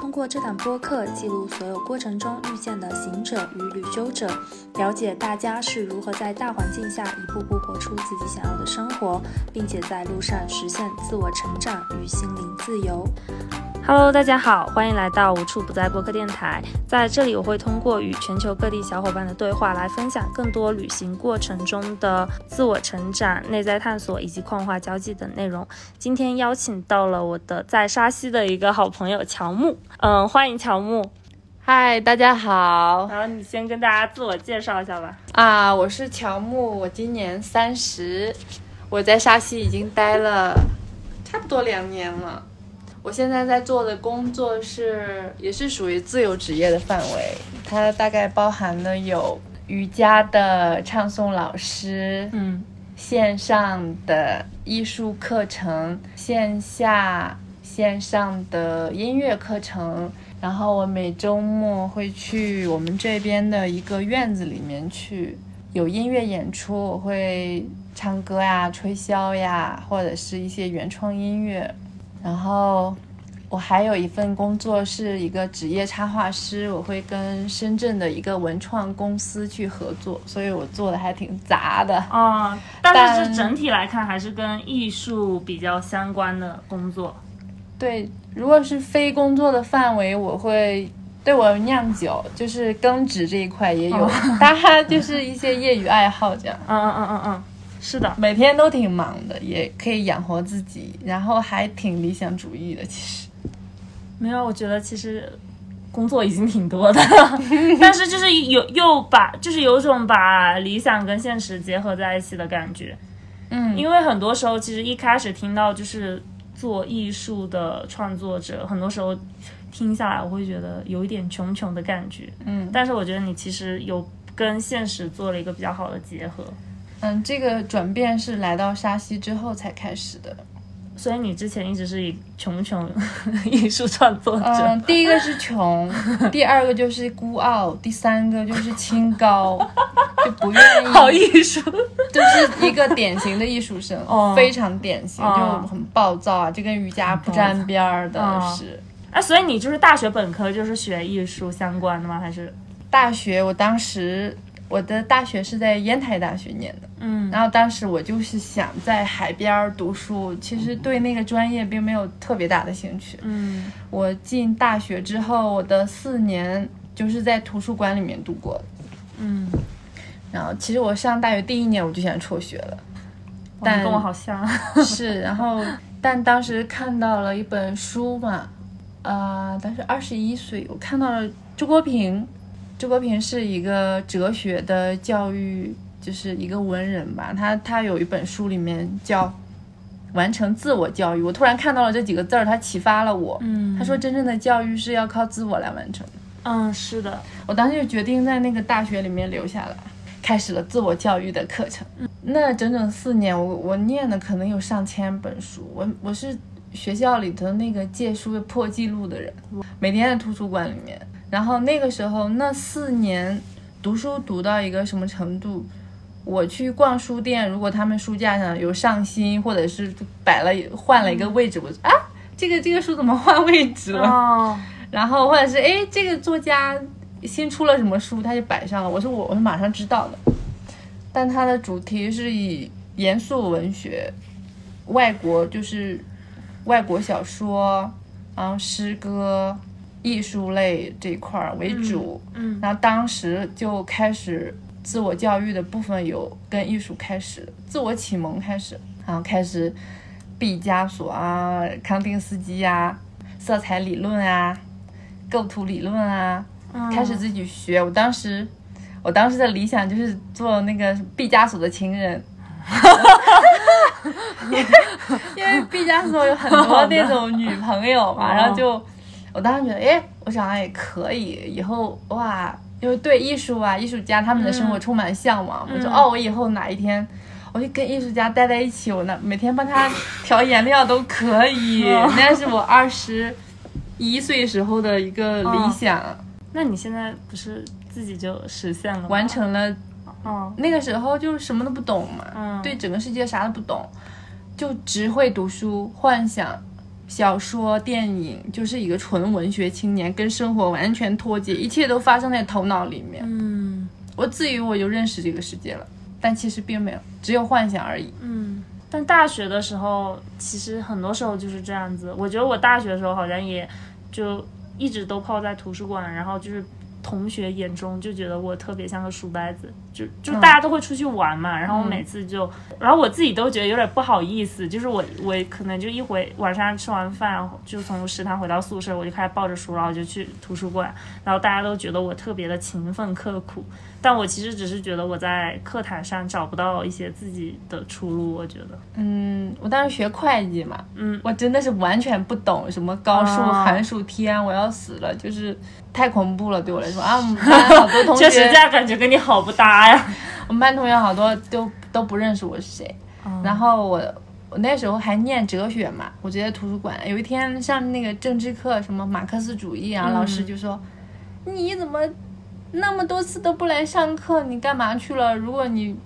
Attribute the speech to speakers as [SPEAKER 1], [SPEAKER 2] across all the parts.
[SPEAKER 1] 通过这档播客记录所有过程中遇见的行者与旅修者，了解大家是如何在大环境下一步步活出自己想要的生活，并且在路上实现自我成长与心灵自由。Hello，大家好，欢迎来到无处不在播客电台。在这里，我会通过与全球各地小伙伴的对话，来分享更多旅行过程中的自我成长、内在探索以及矿化交际等内容。今天邀请到了我的在沙溪的一个好朋友乔木，嗯，欢迎乔木。
[SPEAKER 2] 嗨，大家好
[SPEAKER 1] 然后你先跟大家自我介绍一下吧。
[SPEAKER 2] 啊！我是乔木，我今年三十，我在沙溪已经待了差不多两年了。我现在在做的工作是，也是属于自由职业的范围，它大概包含了有瑜伽的唱诵老师，
[SPEAKER 1] 嗯
[SPEAKER 2] 线上的艺术课程、线下、线上的音乐课程。然后我每周末会去我们这边的一个院子里面去，有音乐演出，我会唱歌呀、吹箫呀，或者是一些原创音乐。然后我还有一份工作是一个职业插画师，我会跟深圳的一个文创公司去合作，所以我做的还挺杂的。
[SPEAKER 1] 哦，但是
[SPEAKER 2] 但
[SPEAKER 1] 这整体来看还是跟艺术比较相关的工作。
[SPEAKER 2] 对，如果是非工作的范围，我会对我酿酒，就是耕植这一块也有，大家 就是一些业余爱好这样。
[SPEAKER 1] 嗯嗯嗯嗯嗯，是的。
[SPEAKER 2] 每天都挺忙的，也可以养活自己，然后还挺理想主义的。其实，
[SPEAKER 1] 没有，我觉得其实工作已经挺多 的，但是就是有又把就是有种把理想跟现实结合在一起的感觉。
[SPEAKER 2] 嗯
[SPEAKER 1] 因为很多时候其实一开始听到就是做艺术的创作者，很多时候听下来我会觉得有一点穷穷的感觉。
[SPEAKER 2] 嗯
[SPEAKER 1] 但是我觉得你其实有跟现实做了一个比较好的结合，
[SPEAKER 2] 嗯，这个转变是来到沙溪之后才开始 的。
[SPEAKER 1] 所以你之前一直是以穷穷 艺术创作者。
[SPEAKER 2] 嗯，第一个是穷，第二个就是孤傲，第三个就是清高，就不 愿意
[SPEAKER 1] 好艺术，
[SPEAKER 2] 就是一个典型的艺术生，
[SPEAKER 1] 哦
[SPEAKER 2] 非常典型，
[SPEAKER 1] 哦
[SPEAKER 2] 就很暴躁啊，这跟瑜伽不沾边儿的
[SPEAKER 1] 哦
[SPEAKER 2] 是。
[SPEAKER 1] 哎、所以你就是大学本科就是学艺术相关的吗？还是
[SPEAKER 2] 大学我当时我的大学是在烟台大学念的，
[SPEAKER 1] 嗯
[SPEAKER 2] 然后当时我就是想在海边儿读书，其实对那个专业并没有特别大的兴趣。
[SPEAKER 1] 嗯
[SPEAKER 2] 我进大学之后，我的四年就是在图书馆里面度过的。
[SPEAKER 1] 嗯，
[SPEAKER 2] 然后其实我上大学第一年我就想辍学了。
[SPEAKER 1] 哇
[SPEAKER 2] 但
[SPEAKER 1] 你跟我好 像，
[SPEAKER 2] 是，然后但当时看到了一本书嘛，呃，当时二十一岁，我看到了周国平，周国平是一个哲学的教育，就是一个文人吧，他他有一本书里面叫。完成自我教育，我突然看到了这几个字儿，他启发了我。
[SPEAKER 1] 嗯
[SPEAKER 2] 他说真正的教育是要靠自我来完成的。
[SPEAKER 1] 嗯，是的，
[SPEAKER 2] 我当时就决定在那个大学里面留下来，开始了自我教育的课程。那整整四年，我我念的可能有上千本书，我我是学校里头那个借书破纪录的人，每天在图书馆里面。然后那个时候，那四年读书读到一个什么程度？我去逛书店，如果他们书架上有上新，或者是摆了换了一个位置，我就啊，这个这个书怎么换位置了？
[SPEAKER 1] 哦，
[SPEAKER 2] 然后或者是哎，这个作家新出了什么书，他就摆上了。我说我我是马上知道的，但它的主题是以严肃文学、外国就是外国小说，然后诗歌、艺术类这一块儿为主。
[SPEAKER 1] 嗯
[SPEAKER 2] 然后当时就开始自我教育的部分有跟艺术开始，自我启蒙开始，然后开始毕加索啊、康定斯基啊、色彩理论啊、构图理论啊，
[SPEAKER 1] 嗯，
[SPEAKER 2] 开始自己学。我当时，我当时的理想就是做那个毕加索的 情人。因为因为毕加索有很多那种女朋友嘛，
[SPEAKER 1] 哦
[SPEAKER 2] 然后就我当时觉得，哎，我长得也可以，以后哇，因为对艺术啊、艺术家他们的生活充满向往，我说
[SPEAKER 1] 嗯
[SPEAKER 2] 哦，我以后哪一天我就跟艺术家待在一起，我那每天帮他调颜料都可以，
[SPEAKER 1] 哦
[SPEAKER 2] 那是我二十一岁时候的一个
[SPEAKER 1] 哦
[SPEAKER 2] 理想，
[SPEAKER 3] 那你现在不是自己就实现了吗？
[SPEAKER 2] 完成了。
[SPEAKER 1] 哦
[SPEAKER 3] 嗯
[SPEAKER 2] 那个时候就什么都不懂嘛，
[SPEAKER 3] 嗯
[SPEAKER 2] 对整个世界啥都不懂，就只会读书、幻想、小说、电影，就是一个纯文学青年，跟生活完全脱节，一切都发生在头脑里面。
[SPEAKER 3] 嗯
[SPEAKER 2] 我自以为我就认识这个世界了，但其实并没有，只有幻想而已。
[SPEAKER 3] 嗯。但大学的时候，其实很多时候就是这样子。我觉得我大学的时候好像也就一直都泡在图书馆，然后就是同学眼中就觉得我特别像个书呆子，就就大家都会出去玩嘛。然后我每次就，然后我自己都觉得有点不好意思，就是我我可能就一回晚上吃完饭就从食堂回到宿舍，我就开始抱着书，然后我就去图书馆，然后大家都觉得我特别的勤奋刻苦，但我其实只是觉得我在课堂上找不到一些自己的出路，我觉得，
[SPEAKER 2] 嗯，我当时学会计嘛，
[SPEAKER 3] 嗯
[SPEAKER 2] 我真的是完全不懂什么高数、
[SPEAKER 3] 哦
[SPEAKER 2] 函数、天，啊我要死了，就是太恐怖了对我来说啊。 我们班好多同学
[SPEAKER 3] 确实这样感觉跟你好不搭呀。
[SPEAKER 2] 我们班同学好多都都不认识我是谁。
[SPEAKER 3] 嗯
[SPEAKER 2] 然后我我那时候还念哲学嘛，我就在图书馆。有一天上那个政治课，什么马克思主义啊，
[SPEAKER 3] 嗯
[SPEAKER 2] 老师就说：“你怎么那么多次都不来上课？你干嘛去了？如果你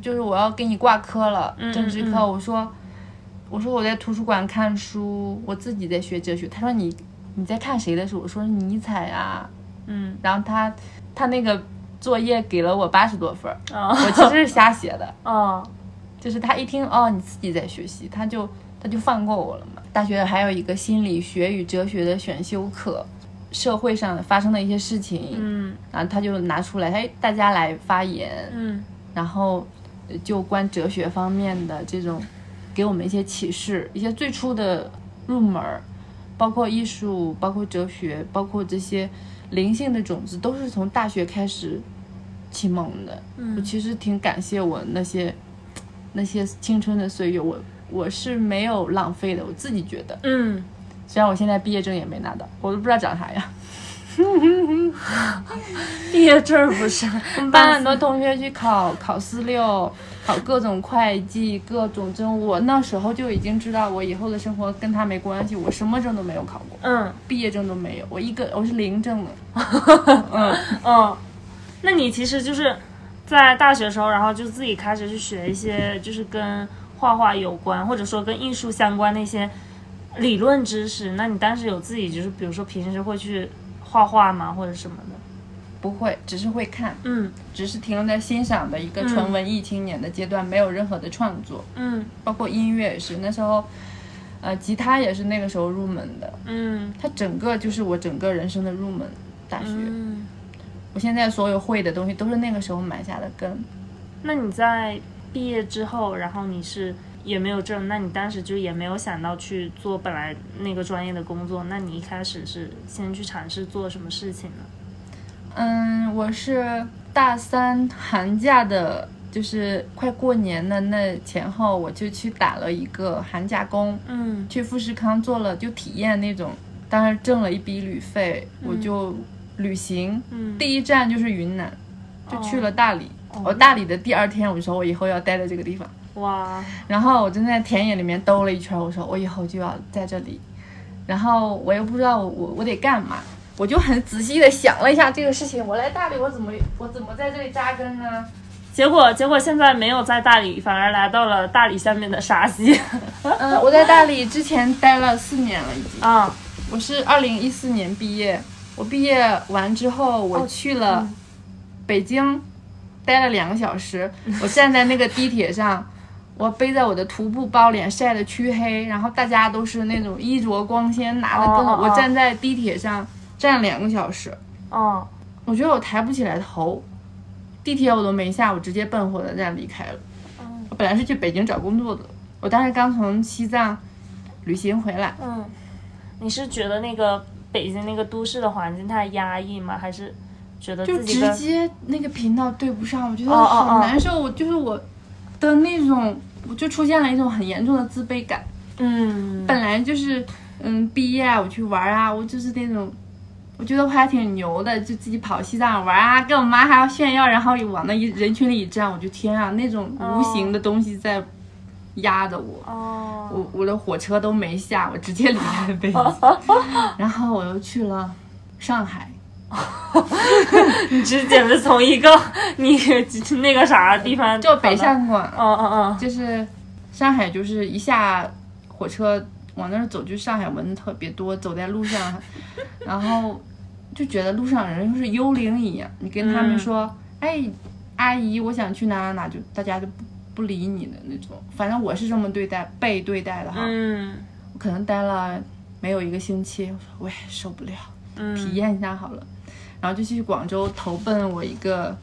[SPEAKER 2] 就是我要给你挂科了，
[SPEAKER 3] 嗯
[SPEAKER 2] 政治
[SPEAKER 3] 嗯
[SPEAKER 2] 课。
[SPEAKER 3] 嗯
[SPEAKER 2] 我说我说我在图书馆看书，我自己在学哲学。他说你你在看谁的书？我说尼采啊。
[SPEAKER 3] 嗯，
[SPEAKER 2] 然后他他那个作业给了我八十多分儿。
[SPEAKER 3] 哦
[SPEAKER 2] 我其实是瞎写的，
[SPEAKER 3] 哦，
[SPEAKER 2] 就是他一听哦你自己在学习，他就他就放过我了嘛。大学还有一个心理学与哲学的选修课，社会上发生的一些事情，
[SPEAKER 3] 嗯
[SPEAKER 2] 然后他就拿出来，哎，大家来发言，
[SPEAKER 3] 嗯
[SPEAKER 2] 然后呃就关哲学方面的这种，给我们一些启示，一些最初的入门儿，包括艺术，包括哲学，包括这些灵性的种子，都是从大学开始启蒙的。我
[SPEAKER 3] 嗯
[SPEAKER 2] 其实挺感谢我那些那些青春的岁月，我我是没有浪费的，我自己觉得。
[SPEAKER 3] 嗯，
[SPEAKER 2] 虽然我现在毕业证也没拿到，我都不知道长啥 样。
[SPEAKER 3] 毕业证不 是，
[SPEAKER 2] 我们班很多同学去考考四六，考各种会计，各种证。我那时候就已经知道，我以后的生活跟他没关系。我什么证都没有考过，
[SPEAKER 3] 嗯
[SPEAKER 2] 毕业证都没有，我一个我是零证的。
[SPEAKER 3] 嗯，那你其实就是在大学时候，然后就自己开始去学一些就是跟画画有关，或者说跟艺术相关的一些理论知识。那你当时有自己就是比如说平时会去画画吗，或者什么的？
[SPEAKER 2] 不会，只是会看，
[SPEAKER 3] 嗯
[SPEAKER 2] 只是停留在欣赏的一个纯文艺青年的阶段，没有任何的创作，
[SPEAKER 3] 嗯
[SPEAKER 2] 包括音乐也是。那时候，呃，吉他也是那个时候入门的，
[SPEAKER 3] 嗯
[SPEAKER 2] 它整个就是我整个人生的入门。大学，
[SPEAKER 3] 嗯。
[SPEAKER 2] 我现在所有会的东西都是那个时候埋下的根。
[SPEAKER 3] 那你在毕业之后，然后你是也没有证，那你当时就也没有想到去做本来那个专业的工作，那你一开始是先去尝试做什么事情呢？
[SPEAKER 2] 嗯，我是大三寒假的，就是快过年的那前后，我就去打了一个寒假工，
[SPEAKER 3] 嗯
[SPEAKER 2] 去富士康做了，就体验那种，当然挣了一笔旅费，我就旅行。
[SPEAKER 3] 嗯
[SPEAKER 2] 第一站就是云南，就去了大理。
[SPEAKER 3] 哦
[SPEAKER 2] 我大理的第二天，我就说我以后要待在这个地方。
[SPEAKER 3] 哇，
[SPEAKER 2] 然后我就在田野里面兜了一圈，我说我以后就要在这里，然后我又不知道我我我得干嘛，我就很仔细的想了一下这个事情，我来大理我怎么我怎么在这里扎根呢？
[SPEAKER 3] 结果结果现在没有在大理，反而来到了大理下面的沙溪。
[SPEAKER 2] 嗯，我在大理之前待了四年了已经，
[SPEAKER 3] 啊，
[SPEAKER 2] 我是二零一四年毕业，我毕业完之后
[SPEAKER 3] 哦
[SPEAKER 2] 我去了
[SPEAKER 3] 嗯
[SPEAKER 2] 北京，待了两个小 时，我站在那个地铁上。我背在我的徒步包，脸晒得黢黑，然后大家都是那种衣着光鲜，拿的灯。
[SPEAKER 3] 哦哦哦
[SPEAKER 2] 我站在地铁上站了两个小时，
[SPEAKER 3] 哦，
[SPEAKER 2] 我觉得我抬不起来头，地铁我都没下，我直接奔火车站离开了。
[SPEAKER 3] 哦
[SPEAKER 2] 我本来是去北京找工作的，我当时刚从西藏旅行回来，
[SPEAKER 3] 嗯，你是觉得那个北京那个都市的环境太压抑吗？还是觉得
[SPEAKER 2] 就
[SPEAKER 3] 自己
[SPEAKER 2] 直
[SPEAKER 3] 跟
[SPEAKER 2] 接那个频道对不上，我觉得
[SPEAKER 3] 哦哦
[SPEAKER 2] 好
[SPEAKER 3] 哦
[SPEAKER 2] 难受。我就是我的那种，我就出现了一种很严重的自卑感。
[SPEAKER 3] 嗯
[SPEAKER 2] 本来就是，嗯，毕业啊，我去玩啊，我就是那种我觉得我还挺牛的，就自己跑西藏玩啊，跟我妈还要炫耀，然后往那一人群里一站，我就天啊，那种无形的东西在压着我。
[SPEAKER 3] 哦，
[SPEAKER 2] 我我的火车都没下，我直接离开了北京，然后我又去了上海，
[SPEAKER 3] 你这简直从一个你那个啥地方
[SPEAKER 2] 就北
[SPEAKER 3] 上，
[SPEAKER 2] 上广，
[SPEAKER 3] 嗯嗯
[SPEAKER 2] 就是上海，就是一下火车往那儿走，就上海蚊子特别多，走在路上，然后就觉得路上人就是幽灵一样。你跟他们说，哎，阿姨，我想去哪哪哪，就大家就不不理你的那种。反正我是这么对待被对待的哈，
[SPEAKER 3] 嗯
[SPEAKER 2] 我可能待了没有一个星期，我说我也受不了。
[SPEAKER 3] 嗯，
[SPEAKER 2] 体验一下好了。然后就去广州投奔我一个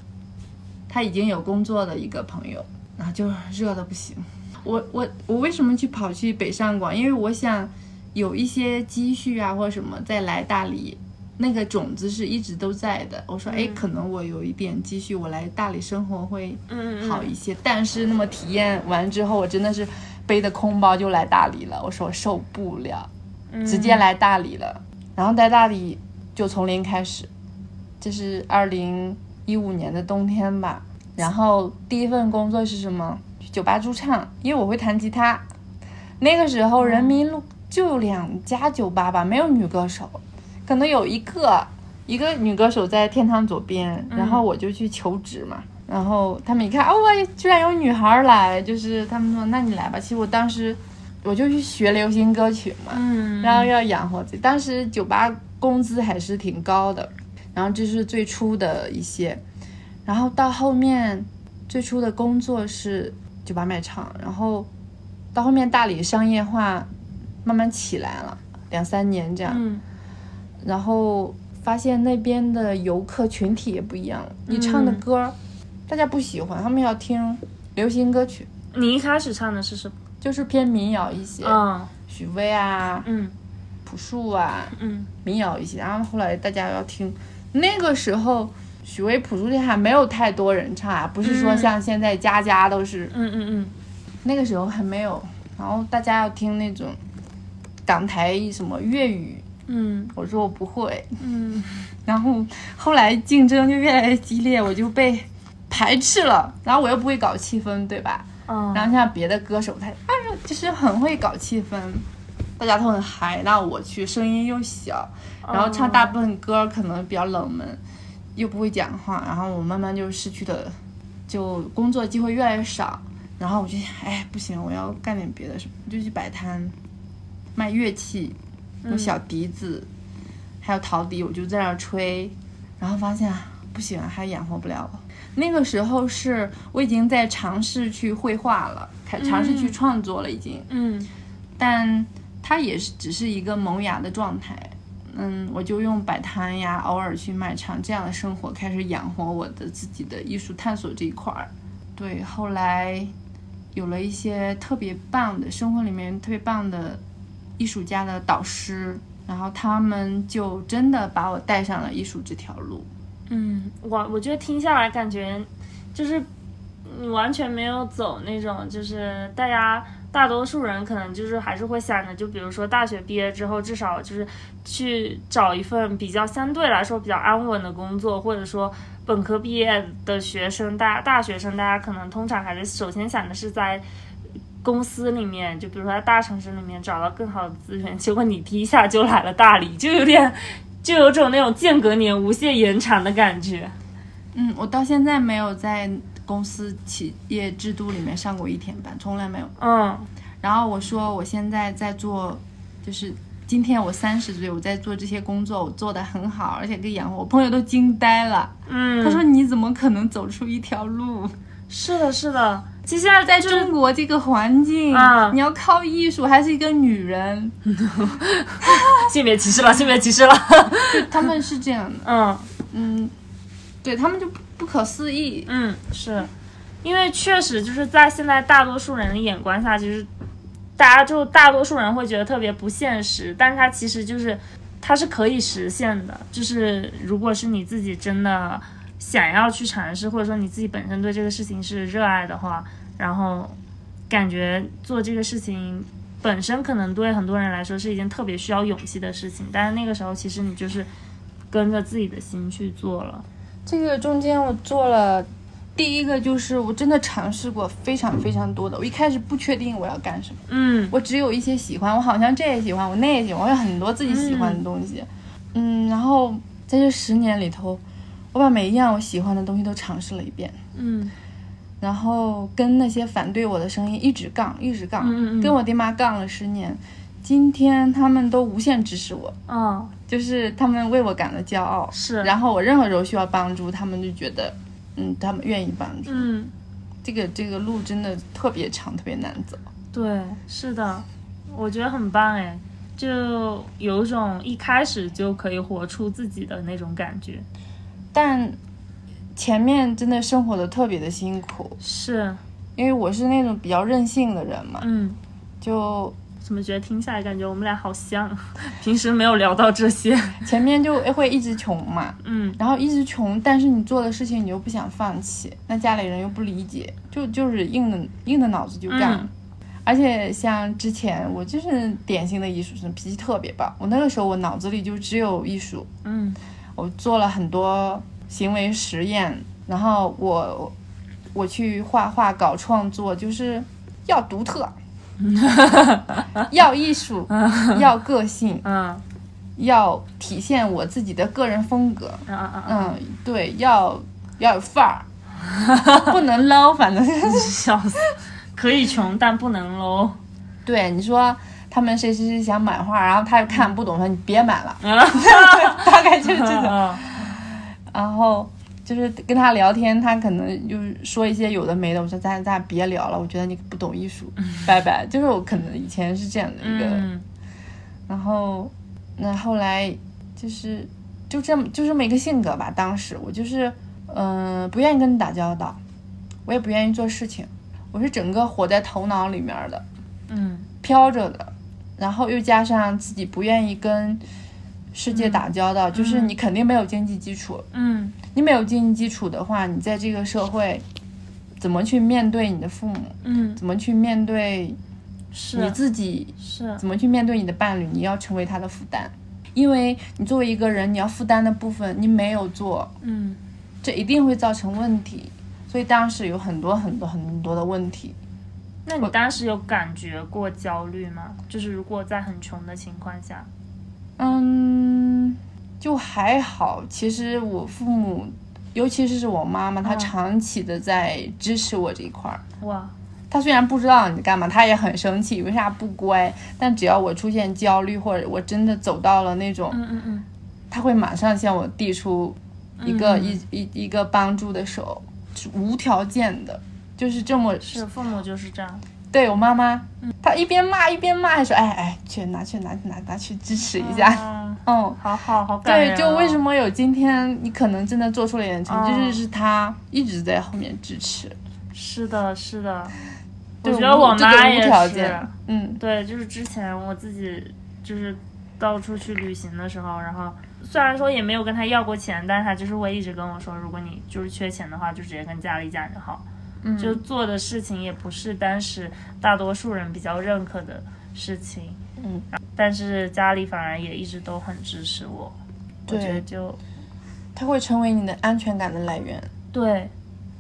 [SPEAKER 2] 他已经有工作的一个朋友，然后就热的不行。我我我为什么去跑去北上广？因为我想有一些积蓄啊或者什么再来大理，那个种子是一直都在的。我说，哎，可能我有一点积蓄，我来大理生活会
[SPEAKER 3] 嗯嗯
[SPEAKER 2] 好一些。但是那么体验完之后，我真的是背着空包就来大理了。我说我受不了，
[SPEAKER 3] 嗯
[SPEAKER 2] 直接来大理了。然后在大理就从零开始，这是二零一五年的冬天吧。然后第一份工作是什么？去酒吧驻唱，因为我会弹吉他。那个时候人民路就有两家酒吧吧，没有女歌手，可能有一个一个女歌手在天堂左边，
[SPEAKER 3] 嗯
[SPEAKER 2] 然后我就去求职嘛。然后他们一看，哦，我居然有女孩儿来，就是他们说，那你来吧。其实我当时我就去学流行歌曲嘛，
[SPEAKER 3] 嗯
[SPEAKER 2] 然后要养活自己。当时酒吧工资还是挺高的，然后这是最初的一些，然后到后面最初的工作是酒吧卖唱，然后到后面大理商业化慢慢起来了，两三年这样，
[SPEAKER 3] 嗯
[SPEAKER 2] 然后发现那边的游客群体也不一样了，你唱的歌儿、大家不喜欢，他们要听流行歌曲，
[SPEAKER 3] 你一开始唱的是什么？
[SPEAKER 2] 就是偏民谣一些，
[SPEAKER 3] 嗯
[SPEAKER 2] 许巍啊、
[SPEAKER 3] 嗯
[SPEAKER 2] 朴树啊，
[SPEAKER 3] 嗯
[SPEAKER 2] 民谣一些，然后后来大家要听，那个时候许巍、朴树这还没有太多人唱啊，不是说
[SPEAKER 3] 嗯
[SPEAKER 2] 像现在家家都是，
[SPEAKER 3] 嗯嗯
[SPEAKER 2] 那个时候还没有。然后大家要听那种港台什么粤语，
[SPEAKER 3] 嗯
[SPEAKER 2] 我说我不会，
[SPEAKER 3] 嗯
[SPEAKER 2] 然后后来竞争就越来越激烈，我就被排斥了。然后我又不会搞气氛，对吧？
[SPEAKER 3] 嗯，
[SPEAKER 2] 然后像别的歌手，他哎呀，就是很会搞气氛，大家都很嗨。那我去，声音又小，然后唱大部分歌可能比较冷门，又不会讲话，然后我慢慢就失去的，就工作机会越来越少。然后我就想，哎，不行，我要干点别的什么，就去摆摊，卖乐器，有小笛子，还有陶笛，我就在那儿吹，然后发现啊不行，还养活不了我。那个时候是我已经在尝试去绘画了，开尝试去创作了已经，
[SPEAKER 3] 嗯
[SPEAKER 2] 但它也是只是一个萌芽的状态。嗯，我就用摆摊呀，偶尔去卖场这样的生活开始养活我的自己的艺术探索这一块儿。对，后来有了一些特别棒的生活里面特别棒的艺术家的导师，然后他们就真的把我带上了艺术这条路。
[SPEAKER 3] 嗯，我我觉得听下来感觉就是你完全没有走那种，就是大家大多数人可能就是还是会想着，就比如说大学毕业之后，至少就是去找一份比较相对来说比较安稳的工作，或者说本科毕业的学生，大大学生，大家可能通常还是首先想的是在。公司里面，就比如说在大城市里面找到更好的资源，结果你第一下就来了大理，就有点，就有种那种间隔年无限延长的感觉。
[SPEAKER 2] 嗯，我到现在没有在公司企业制度里面上过一天班，从来没有。
[SPEAKER 3] 嗯
[SPEAKER 2] 然后我说我现在在做，就是今天我三十岁，我在做这些工作，我做得很好，而且可以养活我朋友都惊呆了。
[SPEAKER 3] 嗯，
[SPEAKER 2] 他说你怎么可能走出一条路？
[SPEAKER 3] 是的，是的。其实现在
[SPEAKER 2] 在
[SPEAKER 3] 在
[SPEAKER 2] 中国这个环境，
[SPEAKER 3] 啊
[SPEAKER 2] 你要靠艺术，还是一个女人，
[SPEAKER 3] 性别歧视了，性别歧视了。
[SPEAKER 2] 就他们是这样的，
[SPEAKER 3] 嗯
[SPEAKER 2] 嗯，对他们就不不可思议，
[SPEAKER 3] 嗯，是因为确实就是在现在大多数人的眼光下，就是大家就大多数人会觉得特别不现实，但是它其实就是它是可以实现的，就是如果是你自己真的想要去尝试，或者说你自己本身对这个事情是热爱的话，然后感觉做这个事情。本身可能对很多人来说是一件特别需要勇气的事情，但是那个时候其实你就是跟着自己的心去做了。
[SPEAKER 2] 这个中间我做了，第一个就是我真的尝试过非常非常多的，我一开始不确定我要干什么，
[SPEAKER 3] 嗯
[SPEAKER 2] 我只有一些喜欢，我好像这也喜欢，我那也喜欢，我有很多自己喜欢的东西，嗯，然后在这十年里头，我把每一样我喜欢的东西都尝试了一遍，
[SPEAKER 3] 嗯
[SPEAKER 2] 然后跟那些反对我的声音一直杠，一直杠，
[SPEAKER 3] 嗯嗯嗯
[SPEAKER 2] 跟我爹妈杠了十年，今天他们都无限支持我，
[SPEAKER 3] 哦，
[SPEAKER 2] 就是他们为我感到骄傲，
[SPEAKER 3] 是
[SPEAKER 2] 然后我任何时候需要帮助，他们就觉得，嗯，他们愿意帮助。
[SPEAKER 3] 嗯，
[SPEAKER 2] 这个这个路真的特别长，特别难走。
[SPEAKER 3] 对，是的，我觉得很棒哎，就有一种一开始就可以活出自己的那种感觉。
[SPEAKER 2] 但前面真的生活的特别的辛苦，
[SPEAKER 3] 是，
[SPEAKER 2] 因为我是那种比较任性的人嘛，
[SPEAKER 3] 嗯，
[SPEAKER 2] 就
[SPEAKER 3] 怎么觉得听下来感觉我们俩好像，平时没有聊到这些。
[SPEAKER 2] 前面就会一直穷嘛，
[SPEAKER 3] 嗯
[SPEAKER 2] 然后一直穷，但是你做的事情你又不想放弃，那家里人又不理解，就就是硬的硬的脑子就干。
[SPEAKER 3] 嗯
[SPEAKER 2] 而且像之前我就是典型的艺术生，脾气特别暴。我那个时候我脑子里就只有艺术，
[SPEAKER 3] 嗯
[SPEAKER 2] 我做了很多行为实验，然后我我去画画搞创作，就是要独特，要艺术，要个性，
[SPEAKER 3] 嗯
[SPEAKER 2] 要体现我自己的个人风格。
[SPEAKER 3] 嗯嗯嗯，
[SPEAKER 2] 嗯，对，要要有范儿， 不能 low，反正
[SPEAKER 3] 笑死，可以穷但不能 low。
[SPEAKER 2] 对你说。他们谁谁谁想买画，然后他又看不懂，说你别买了， 大概就是这种。
[SPEAKER 3] 嗯
[SPEAKER 2] 然后就是跟他聊天，他可能就是说一些有的没的，我说咱咱俩别聊了，我觉得你不懂艺术， 拜拜。就是我可能以前是这样的一个，
[SPEAKER 3] 嗯
[SPEAKER 2] 然后那后来就是就这么就这么一个性格吧。当时我就是嗯、呃不愿意跟你打交道，我也不愿意做事情，我是整个活在头脑里面的，
[SPEAKER 3] 嗯
[SPEAKER 2] 飘着的，然后又加上自己不愿意跟。世界打交道，就是你肯定没有经济基础，
[SPEAKER 3] 嗯
[SPEAKER 2] 你没有经济基础的话，你在这个社会怎么去面对你的父母？
[SPEAKER 3] 嗯，
[SPEAKER 2] 怎么去面对你
[SPEAKER 3] 是
[SPEAKER 2] 自己？
[SPEAKER 3] 是，
[SPEAKER 2] 怎么去面对你的伴侣？你要成为他的负担，因为你作为一个人，你要负担的部分你没有做，
[SPEAKER 3] 嗯
[SPEAKER 2] 这一定会造成问题。所以当时有很多很多很多的问题，
[SPEAKER 3] 那你当时有感觉过焦虑吗？就是如果在很穷的情况下，
[SPEAKER 2] 嗯，就还好。其实我父母，尤其是我妈妈，她
[SPEAKER 3] 嗯
[SPEAKER 2] 长期的在支持我这一块儿。
[SPEAKER 3] 哇，
[SPEAKER 2] 他虽然不知道你干嘛，他也很生气，为啥不乖？但只要我出现焦虑，或者我真的走到了那种，
[SPEAKER 3] 嗯嗯嗯，
[SPEAKER 2] 他会马上向我递出一个、
[SPEAKER 3] 嗯
[SPEAKER 2] 一一一个帮助的手，是无条件的，就是这么
[SPEAKER 3] 是嗯父母就是这样，
[SPEAKER 2] 对我妈妈，她一边骂一边骂，还说哎哎，去拿去拿拿拿去支持一下，
[SPEAKER 3] 嗯，
[SPEAKER 2] 嗯。
[SPEAKER 3] 好好好感人、
[SPEAKER 2] 对，
[SPEAKER 3] 哦，
[SPEAKER 2] 就为什么有今天，你可能真的做出了一点成绩，
[SPEAKER 3] 哦
[SPEAKER 2] 就是是他一直在后面支持。
[SPEAKER 3] 是的，是的，我
[SPEAKER 2] 对
[SPEAKER 3] 觉得我
[SPEAKER 2] 这个
[SPEAKER 3] 妈
[SPEAKER 2] 无
[SPEAKER 3] 也
[SPEAKER 2] 条
[SPEAKER 3] 是啊
[SPEAKER 2] 件，，嗯
[SPEAKER 3] 对，就是之前我自己就是到处去旅行的时候，然后虽然说也没有跟她要过钱，但是她就是会一直跟我说，如果你就是缺钱的话，就直接跟家里讲就好。
[SPEAKER 2] 嗯，
[SPEAKER 3] 就做的事情也不是当时大多数人比较认可的事情，
[SPEAKER 2] 嗯，
[SPEAKER 3] 但是家里反而也一直都很支持我，我
[SPEAKER 2] 对
[SPEAKER 3] 觉得就
[SPEAKER 2] 他会成为你的安全感的来源。
[SPEAKER 3] 对，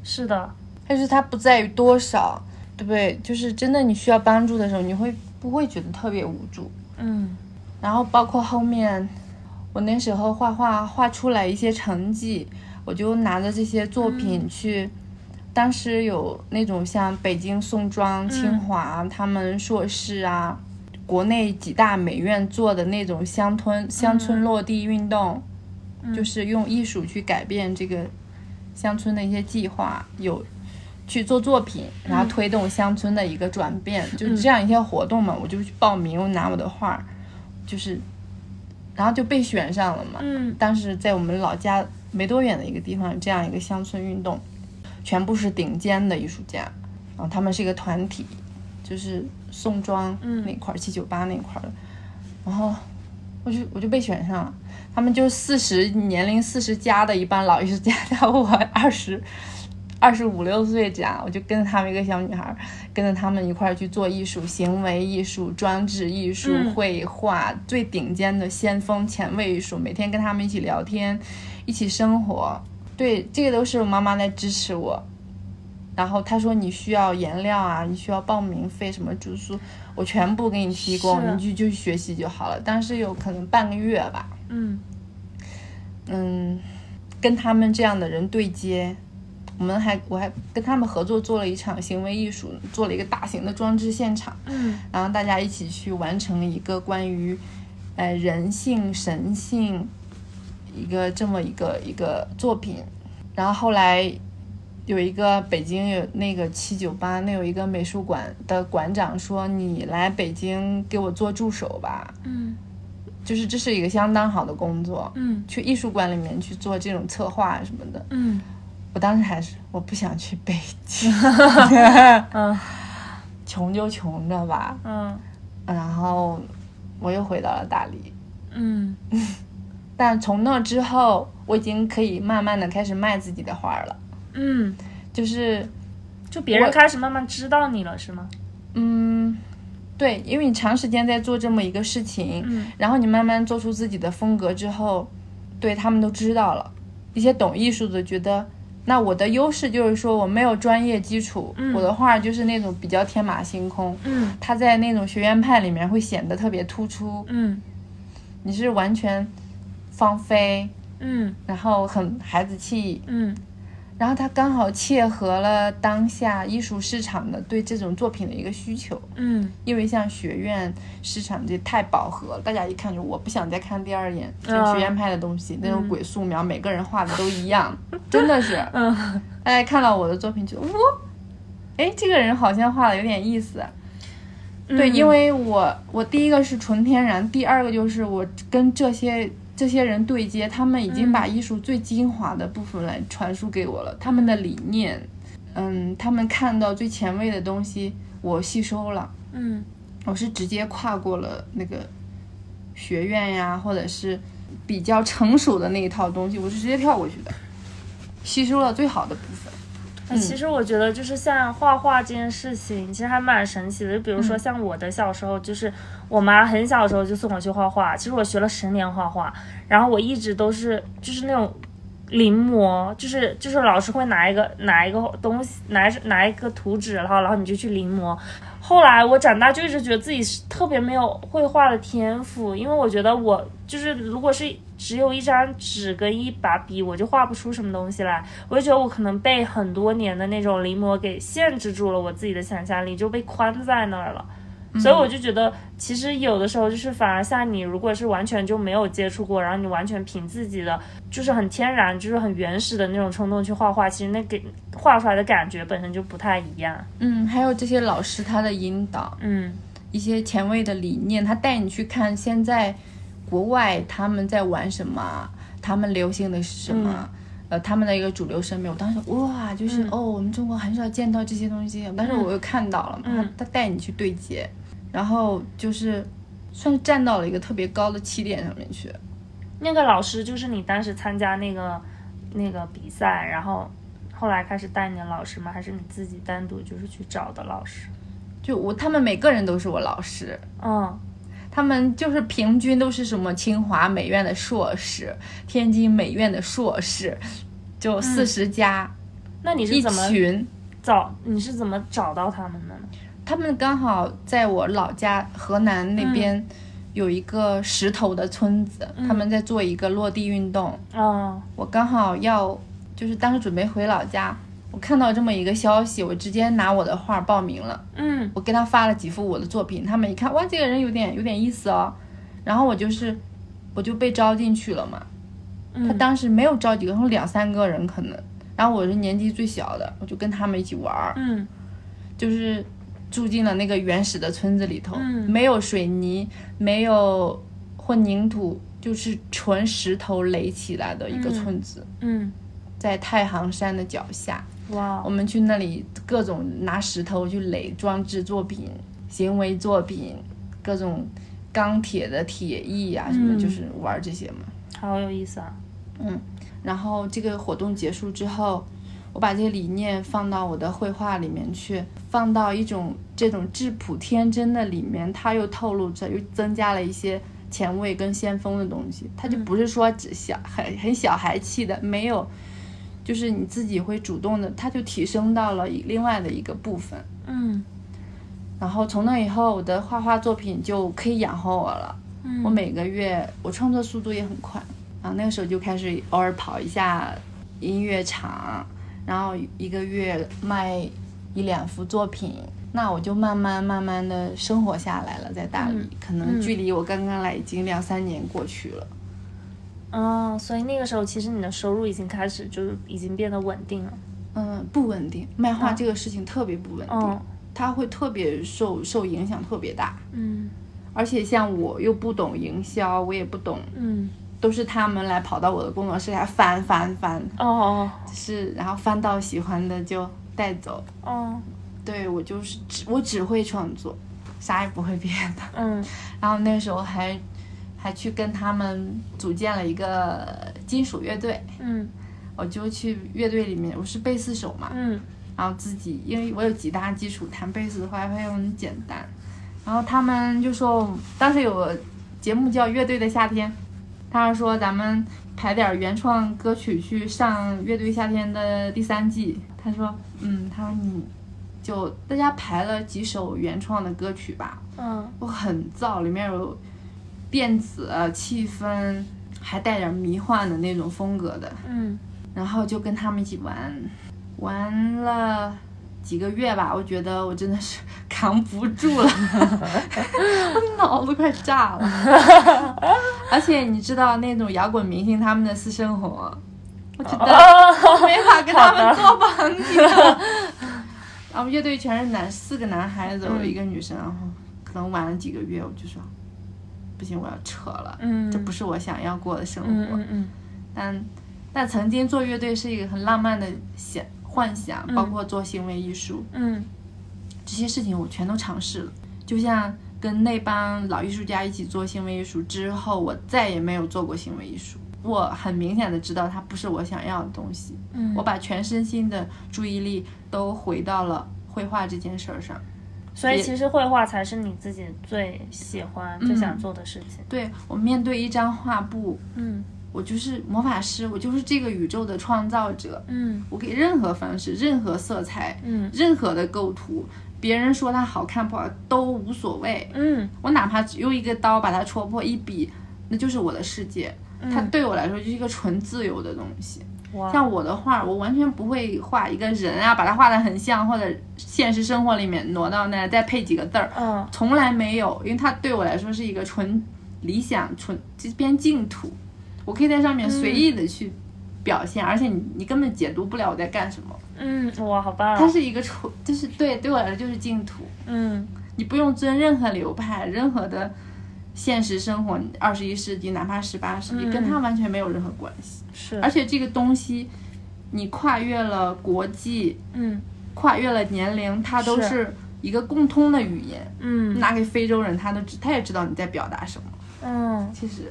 [SPEAKER 3] 是的，
[SPEAKER 2] 但是它不在于多少，对不对？就是真的你需要帮助的时候，你会不会觉得特别无助？
[SPEAKER 3] 嗯
[SPEAKER 2] 然后包括后面，我那时候画画画出来一些成绩，我就拿着这些作品去。当时有那种像北京宋庄、清华、他们硕士啊，国内几大美院做的那种乡村乡村落地运动，就是用艺术去改变这个乡村的一些计划，有去做作品，然后推动乡村的一个转变，就是这样一些活动嘛，我就去报名，我拿我的画儿，就是，然后就被选上了嘛。
[SPEAKER 3] 嗯
[SPEAKER 2] 当时在我们老家没多远的一个地方，有这样一个乡村运动，全部是顶尖的艺术家，然后他们是一个团体，就是宋庄
[SPEAKER 3] 嗯
[SPEAKER 2] 那块儿、七九八那块儿的，然后我就我就被选上了。他们就四十年龄四十加的一帮老艺术家，到我二十 二十五六岁这样，我就跟着他们一个小女孩，跟着他们一块儿去做艺术、行为艺术、装置艺术、
[SPEAKER 3] 嗯
[SPEAKER 2] 绘画，最顶尖的先锋前卫艺术，每天跟他们一起聊天，一起生活。对，这个都是我妈妈在支持我。然后她说你需要颜料啊，你需要报名费什么住宿，我全部给你提供，
[SPEAKER 3] 是
[SPEAKER 2] 你就就去学习就好了。当时有可能半个月吧，
[SPEAKER 3] 嗯，
[SPEAKER 2] 嗯，跟他们这样的人对接，我们还我还跟他们合作做了一场行为艺术，做了一个大型的装置现场，
[SPEAKER 3] 嗯，
[SPEAKER 2] 然后大家一起去完成一个关于，呃人性神性，一个这么一个一个作品，然后后来。有一个北京有那个七九八，那有一个美术馆的馆长说：“你来北京给我做助手吧。”
[SPEAKER 3] 嗯，
[SPEAKER 2] 就是这是一个相当好的工作。
[SPEAKER 3] 嗯
[SPEAKER 2] 去艺术馆里面去做这种策划什么的。
[SPEAKER 3] 嗯
[SPEAKER 2] 我当时还是我不想去北京，
[SPEAKER 3] 嗯
[SPEAKER 2] 穷就穷着吧。
[SPEAKER 3] 嗯
[SPEAKER 2] 然后我又回到了大理，
[SPEAKER 3] 嗯
[SPEAKER 2] 但从那之后，我已经可以慢慢的开始卖自己的画了。
[SPEAKER 3] 嗯，
[SPEAKER 2] 就是，
[SPEAKER 3] 就别人
[SPEAKER 2] 我
[SPEAKER 3] 开始慢慢知道你了，是吗？
[SPEAKER 2] 嗯，对，因为你长时间在做这么一个事情，
[SPEAKER 3] 嗯
[SPEAKER 2] 然后你慢慢做出自己的风格之后，对他们都知道了。一些懂艺术的觉得，那我的优势就是说我没有专业基础，
[SPEAKER 3] 嗯
[SPEAKER 2] 我的画就是那种比较天马行空，
[SPEAKER 3] 嗯
[SPEAKER 2] 它在那种学院派里面会显得特别突出。
[SPEAKER 3] 嗯
[SPEAKER 2] 你是完全放飞，
[SPEAKER 3] 嗯
[SPEAKER 2] 然后很孩子气，
[SPEAKER 3] 嗯
[SPEAKER 2] 然后它刚好切合了当下艺术市场的对这种作品的一个需求。
[SPEAKER 3] 嗯
[SPEAKER 2] 因为像学院市场这太饱和了，大家一看就我不想再看第二眼，就
[SPEAKER 3] 啊
[SPEAKER 2] 是学院派的东西，那种鬼素描，每个人画的都一样，真的是。大家看到我的作品就，哇，哎，这个人好像画的有点意思。对，
[SPEAKER 3] 嗯
[SPEAKER 2] 因为我我第一个是纯天然，第二个就是我跟这些这些人对接，他们已经把艺术最精华的部分来传输给我了，他们的理念，嗯，他们看到最前卫的东西，我吸收了。
[SPEAKER 3] 嗯
[SPEAKER 2] 我是直接跨过了那个学院呀，或者是比较成熟的那一套东西，我是直接跳过去的，吸收了最好的部分。
[SPEAKER 3] 哎其实我觉得就是像画画这件事情，其实还蛮神奇的。就比如说像我的小时候，就是我妈很小的时候就送我去画画，其实我学了十年画画，然后我一直都是就是那种临摹，就是就是老师会拿一个拿一个东西拿拿一个图纸，然后然后你就去临摹。后来我长大就一直觉得自己是特别没有绘画的天赋，因为我觉得我就是如果是只有一张纸跟一把笔，我就画不出什么东西来。我就觉得我可能被很多年的那种临摹给限制住了我自己的想象力，就被框在那儿了。
[SPEAKER 2] 嗯
[SPEAKER 3] 所以我就觉得，其实有的时候就是反而像你，如果是完全就没有接触过，然后你完全凭自己的，就是很天然、就是很原始的那种冲动去画画，其实那给画出来的感觉本身就不太一样。
[SPEAKER 2] 嗯，还有这些老师他的引导，
[SPEAKER 3] 嗯
[SPEAKER 2] 一些前卫的理念，他带你去看现在国外他们在玩什么，他们流行的是什么。呃，他们的一个主流审美，我当时哇，就是、
[SPEAKER 3] 嗯
[SPEAKER 2] 哦，我们中国很少见到这些东西，但是我又看到了嘛，
[SPEAKER 3] 嗯
[SPEAKER 2] 他他带你去对接，然后就是算是站到了一个特别高的起点上面去。
[SPEAKER 3] 那个老师就是你当时参加那个那个比赛，然后后来开始带你的老师吗？还是你自己单独就是去找的老师？
[SPEAKER 2] 就我，他们每个人都是我老师，
[SPEAKER 3] 嗯
[SPEAKER 2] 他们就是平均都是什么清华美院的硕士，天津美院的硕士，就四十加、
[SPEAKER 3] 那你是
[SPEAKER 2] 一
[SPEAKER 3] 怎么
[SPEAKER 2] 群。
[SPEAKER 3] 找？你是怎么找到他们的呢？
[SPEAKER 2] 他们刚好在我老家河南那边有一个石头的村子，他们在做一个落地运动。
[SPEAKER 3] 哦，
[SPEAKER 2] 我刚好要就是当时准备回老家，我看到这么一个消息，我直接拿我的画报名了。
[SPEAKER 3] 嗯
[SPEAKER 2] 我给他发了几幅我的作品，他们一看，哇，这个人有点有点意思哦，然后我就是我就被招进去了嘛。
[SPEAKER 3] 嗯
[SPEAKER 2] 他当时没有招几个，然后两三个人可能，然后我是年纪最小的，我就跟他们一起玩儿，
[SPEAKER 3] 嗯
[SPEAKER 2] 就是住进了那个原始的村子里头，
[SPEAKER 3] 嗯
[SPEAKER 2] 没有水泥，没有混凝土，就是纯石头垒起来的一个村子，
[SPEAKER 3] 嗯，
[SPEAKER 2] 在太行山的脚下。
[SPEAKER 3] 哇
[SPEAKER 2] 我，们去那里各种拿石头去垒装置作品、行为作品，各种钢铁的铁艺啊什么，
[SPEAKER 3] 嗯
[SPEAKER 2] 就是玩这些嘛。
[SPEAKER 3] 好有意思啊！
[SPEAKER 2] 然后这个活动结束之后，我把这些理念放到我的绘画里面去，放到一种这种质朴天真的里面，它又透露着又增加了一些前卫跟先锋的东西。它就不是说只小很很小孩气的，没有，就是你自己会主动的，它就提升到了一另外的一个部分。
[SPEAKER 3] 嗯
[SPEAKER 2] 然后从那以后，我的画画作品就可以养活我了。
[SPEAKER 3] 嗯，
[SPEAKER 2] 我每个月我创作速度也很快，然后那个时候就开始偶尔跑一下音乐场，然后一个月卖一两幅作品，那我就慢慢慢慢的生活下来了，在大理，可能距离我刚刚来已经两三年过去了。
[SPEAKER 3] 哦，所以那个时候其实你的收入已经开始就是已经变得稳定了。
[SPEAKER 2] 嗯，不稳定，卖画这个事情特别不稳定，
[SPEAKER 3] 嗯
[SPEAKER 2] 它会特别受受影响特别大，
[SPEAKER 3] 嗯
[SPEAKER 2] 而且像我又不懂营销，我也不懂，
[SPEAKER 3] 嗯，
[SPEAKER 2] 都是他们来跑到我的工作室来翻翻翻，
[SPEAKER 3] 哦
[SPEAKER 2] 是，然后翻到喜欢的就带走。
[SPEAKER 3] 哦哦，
[SPEAKER 2] 对我就是只我只会创作，啥也不会别的。
[SPEAKER 3] 嗯
[SPEAKER 2] 然后那时候还还去跟他们组建了一个金属乐队，
[SPEAKER 3] 嗯
[SPEAKER 2] 我就去乐队里面，我是贝斯手嘛，
[SPEAKER 3] 嗯
[SPEAKER 2] 然后自己因为我有吉他基础，弹贝斯的话会很简单。然后他们就说，当时有个节目叫《乐队的夏天》，他说咱们排点儿原创歌曲去上《乐队夏天》的第三季。他说，嗯，他说你就大家排了几首原创的歌曲吧，
[SPEAKER 3] 嗯
[SPEAKER 2] 我很燥，里面有电子呃气氛，还带点迷幻的那种风格的。
[SPEAKER 3] 嗯
[SPEAKER 2] 然后就跟他们一起玩，玩了几个月吧，我觉得我真的是扛不住了，我脑子快炸了。而且你知道那种摇滚明星他们的私生活，我觉
[SPEAKER 3] 哦
[SPEAKER 2] 得我没法跟他们做朋友。然后乐队全是男，四个男孩子，我一个女生，然后可能玩了几个月，我就说，不行，我要撤了，
[SPEAKER 3] 嗯，
[SPEAKER 2] 这不是我想要过的生活。
[SPEAKER 3] 嗯嗯嗯
[SPEAKER 2] 但但曾经做乐队是一个很浪漫的想幻想，包括做行为艺术、
[SPEAKER 3] 嗯
[SPEAKER 2] 这些事情，我全都尝试了。就像跟那帮老艺术家一起做行为艺术之后，我再也没有做过行为艺术。我很明显的知道它不是我想要的东西，
[SPEAKER 3] 嗯，
[SPEAKER 2] 我把全身心的注意力都回到了绘画这件事儿上。
[SPEAKER 3] 所以其实绘画才是你自己最喜欢、
[SPEAKER 2] 嗯
[SPEAKER 3] 最想做的事情。
[SPEAKER 2] 对我面对一张画布，
[SPEAKER 3] 嗯
[SPEAKER 2] 我就是魔法师，我就是这个宇宙的创造者。
[SPEAKER 3] 嗯
[SPEAKER 2] 我给任何方式、任何色彩、
[SPEAKER 3] 嗯
[SPEAKER 2] 任何的构图，别人说它好看不好都无所谓。
[SPEAKER 3] 嗯
[SPEAKER 2] 我哪怕只用一个刀把它戳破一笔，那就是我的世界。它对我来说就是一个纯自由的东西。
[SPEAKER 3] 嗯哇
[SPEAKER 2] 像我的画，我完全不会画一个人啊，把它画得很像，或者现实生活里面挪到那儿再配几个字儿，
[SPEAKER 3] 嗯
[SPEAKER 2] 从来没有，因为它对我来说是一个纯理想、纯这边净土，我可以在上面随意的去表现，而且你你根本解读不了我在干什么。
[SPEAKER 3] 嗯，哇，好棒
[SPEAKER 2] 它
[SPEAKER 3] 啊！
[SPEAKER 2] 是一个纯，就是对对我来说就是净土，
[SPEAKER 3] 嗯
[SPEAKER 2] 你不用遵任何流派，任何的现实生活，二十一世纪哪怕十八世纪，
[SPEAKER 3] 嗯
[SPEAKER 2] 跟它完全没有任何关系。
[SPEAKER 3] 是
[SPEAKER 2] 而且这个东西，你跨越了国际，
[SPEAKER 3] 嗯
[SPEAKER 2] 跨越了年龄，它都
[SPEAKER 3] 是
[SPEAKER 2] 是一个共通的语言。
[SPEAKER 3] 嗯
[SPEAKER 2] 拿给非洲人，他都知，他也知道你在表达什么。
[SPEAKER 3] 嗯
[SPEAKER 2] 其实，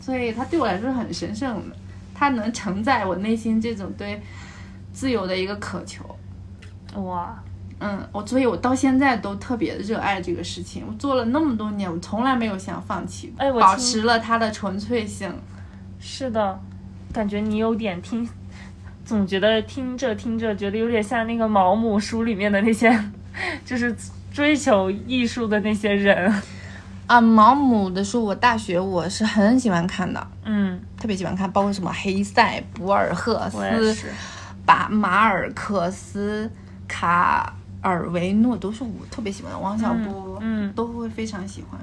[SPEAKER 2] 所以它对我来说是很神圣的，它能承载我内心这种对自由的一个渴求。
[SPEAKER 3] 哇
[SPEAKER 2] 嗯，我所以，我到现在都特别热爱这个事情。我做了那么多年，我从来没有想放弃过，
[SPEAKER 3] 哎我
[SPEAKER 2] 保
[SPEAKER 3] 听
[SPEAKER 2] 持了它的纯粹性。
[SPEAKER 3] 是的，感觉你有点听，总觉得听着听着觉得有点像那个毛姆书里面的那些， 就是追求艺术的那些人。
[SPEAKER 2] 啊，毛姆的书，我大学我是很喜欢看的，
[SPEAKER 3] 嗯，
[SPEAKER 2] 特别喜欢看，包括什么黑塞、博尔赫
[SPEAKER 3] 我也
[SPEAKER 2] 斯、
[SPEAKER 3] 是。
[SPEAKER 2] 把马尔克斯、卡尔维诺都是我特别喜欢的，王小波、
[SPEAKER 3] 嗯
[SPEAKER 2] 都会非常喜欢。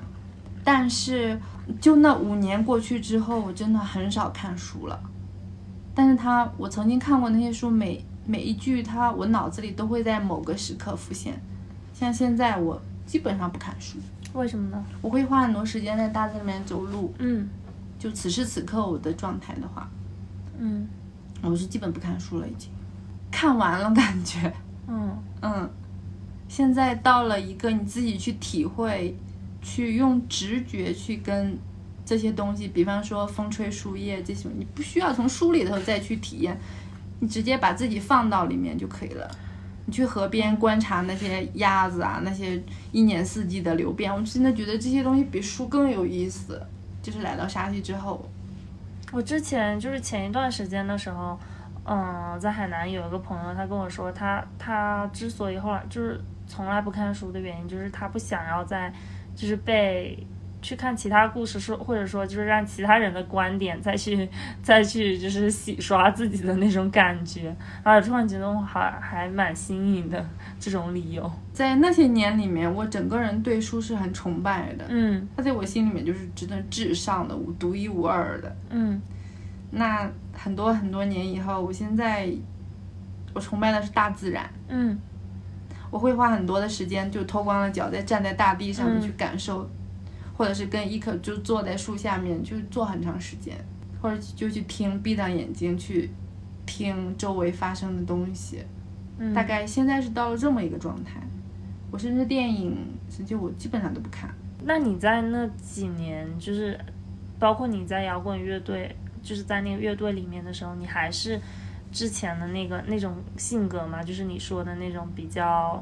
[SPEAKER 2] 但是就那五年过去之后，我真的很少看书了。但是他，我曾经看过那些书，每每一句他，我脑子里都会在某个时刻浮现。像现在我基本上不看书，
[SPEAKER 3] 为什么呢？
[SPEAKER 2] 我会花很多时间在大自然里面走路。
[SPEAKER 3] 嗯
[SPEAKER 2] 就此时此刻我的状态的话，
[SPEAKER 3] 嗯
[SPEAKER 2] 我是基本不看书了，已经看完了感觉。
[SPEAKER 3] 嗯
[SPEAKER 2] 嗯，现在到了一个你自己去体会，去用直觉去跟这些东西，比方说风吹树叶这种，你不需要从书里头再去体验，你直接把自己放到里面就可以了。你去河边观察那些鸭子啊，那些一年四季的流变，我真的觉得这些东西比书更有意思。就是来到沙溪之后，
[SPEAKER 3] 我之前就是前一段时间的时候，嗯，在海南有一个朋友，他跟我说他，他之所以后来就是从来不看书的原因，就是他不想要在，就是被去看其他故事说，或者说就是让其他人的观点再去再去就是洗刷自己的那种感觉，然后突然觉得我还还蛮新颖的这种理由，
[SPEAKER 2] 在那些年里面，我整个人对书是很崇拜的，
[SPEAKER 3] 嗯
[SPEAKER 2] 它在我心里面就是真的至上的、独一无二的。
[SPEAKER 3] 嗯
[SPEAKER 2] 那很多很多年以后，我现在我崇拜的是大自然，
[SPEAKER 3] 嗯
[SPEAKER 2] 我会花很多的时间，就脱光了脚，在站在大地上面
[SPEAKER 3] 嗯
[SPEAKER 2] 去感受，或者是跟伊可就坐在树下面就坐很长时间，或者就去听，闭上眼睛去听周围发生的东西。
[SPEAKER 3] 嗯，
[SPEAKER 2] 大概现在是到了这么一个状态。我甚至电影，甚至我基本上都不看。
[SPEAKER 3] 那你在那几年，就是包括你在摇滚乐队，就是在那个乐队里面的时候，你还是之前的那个那种性格吗？就是你说的那种比较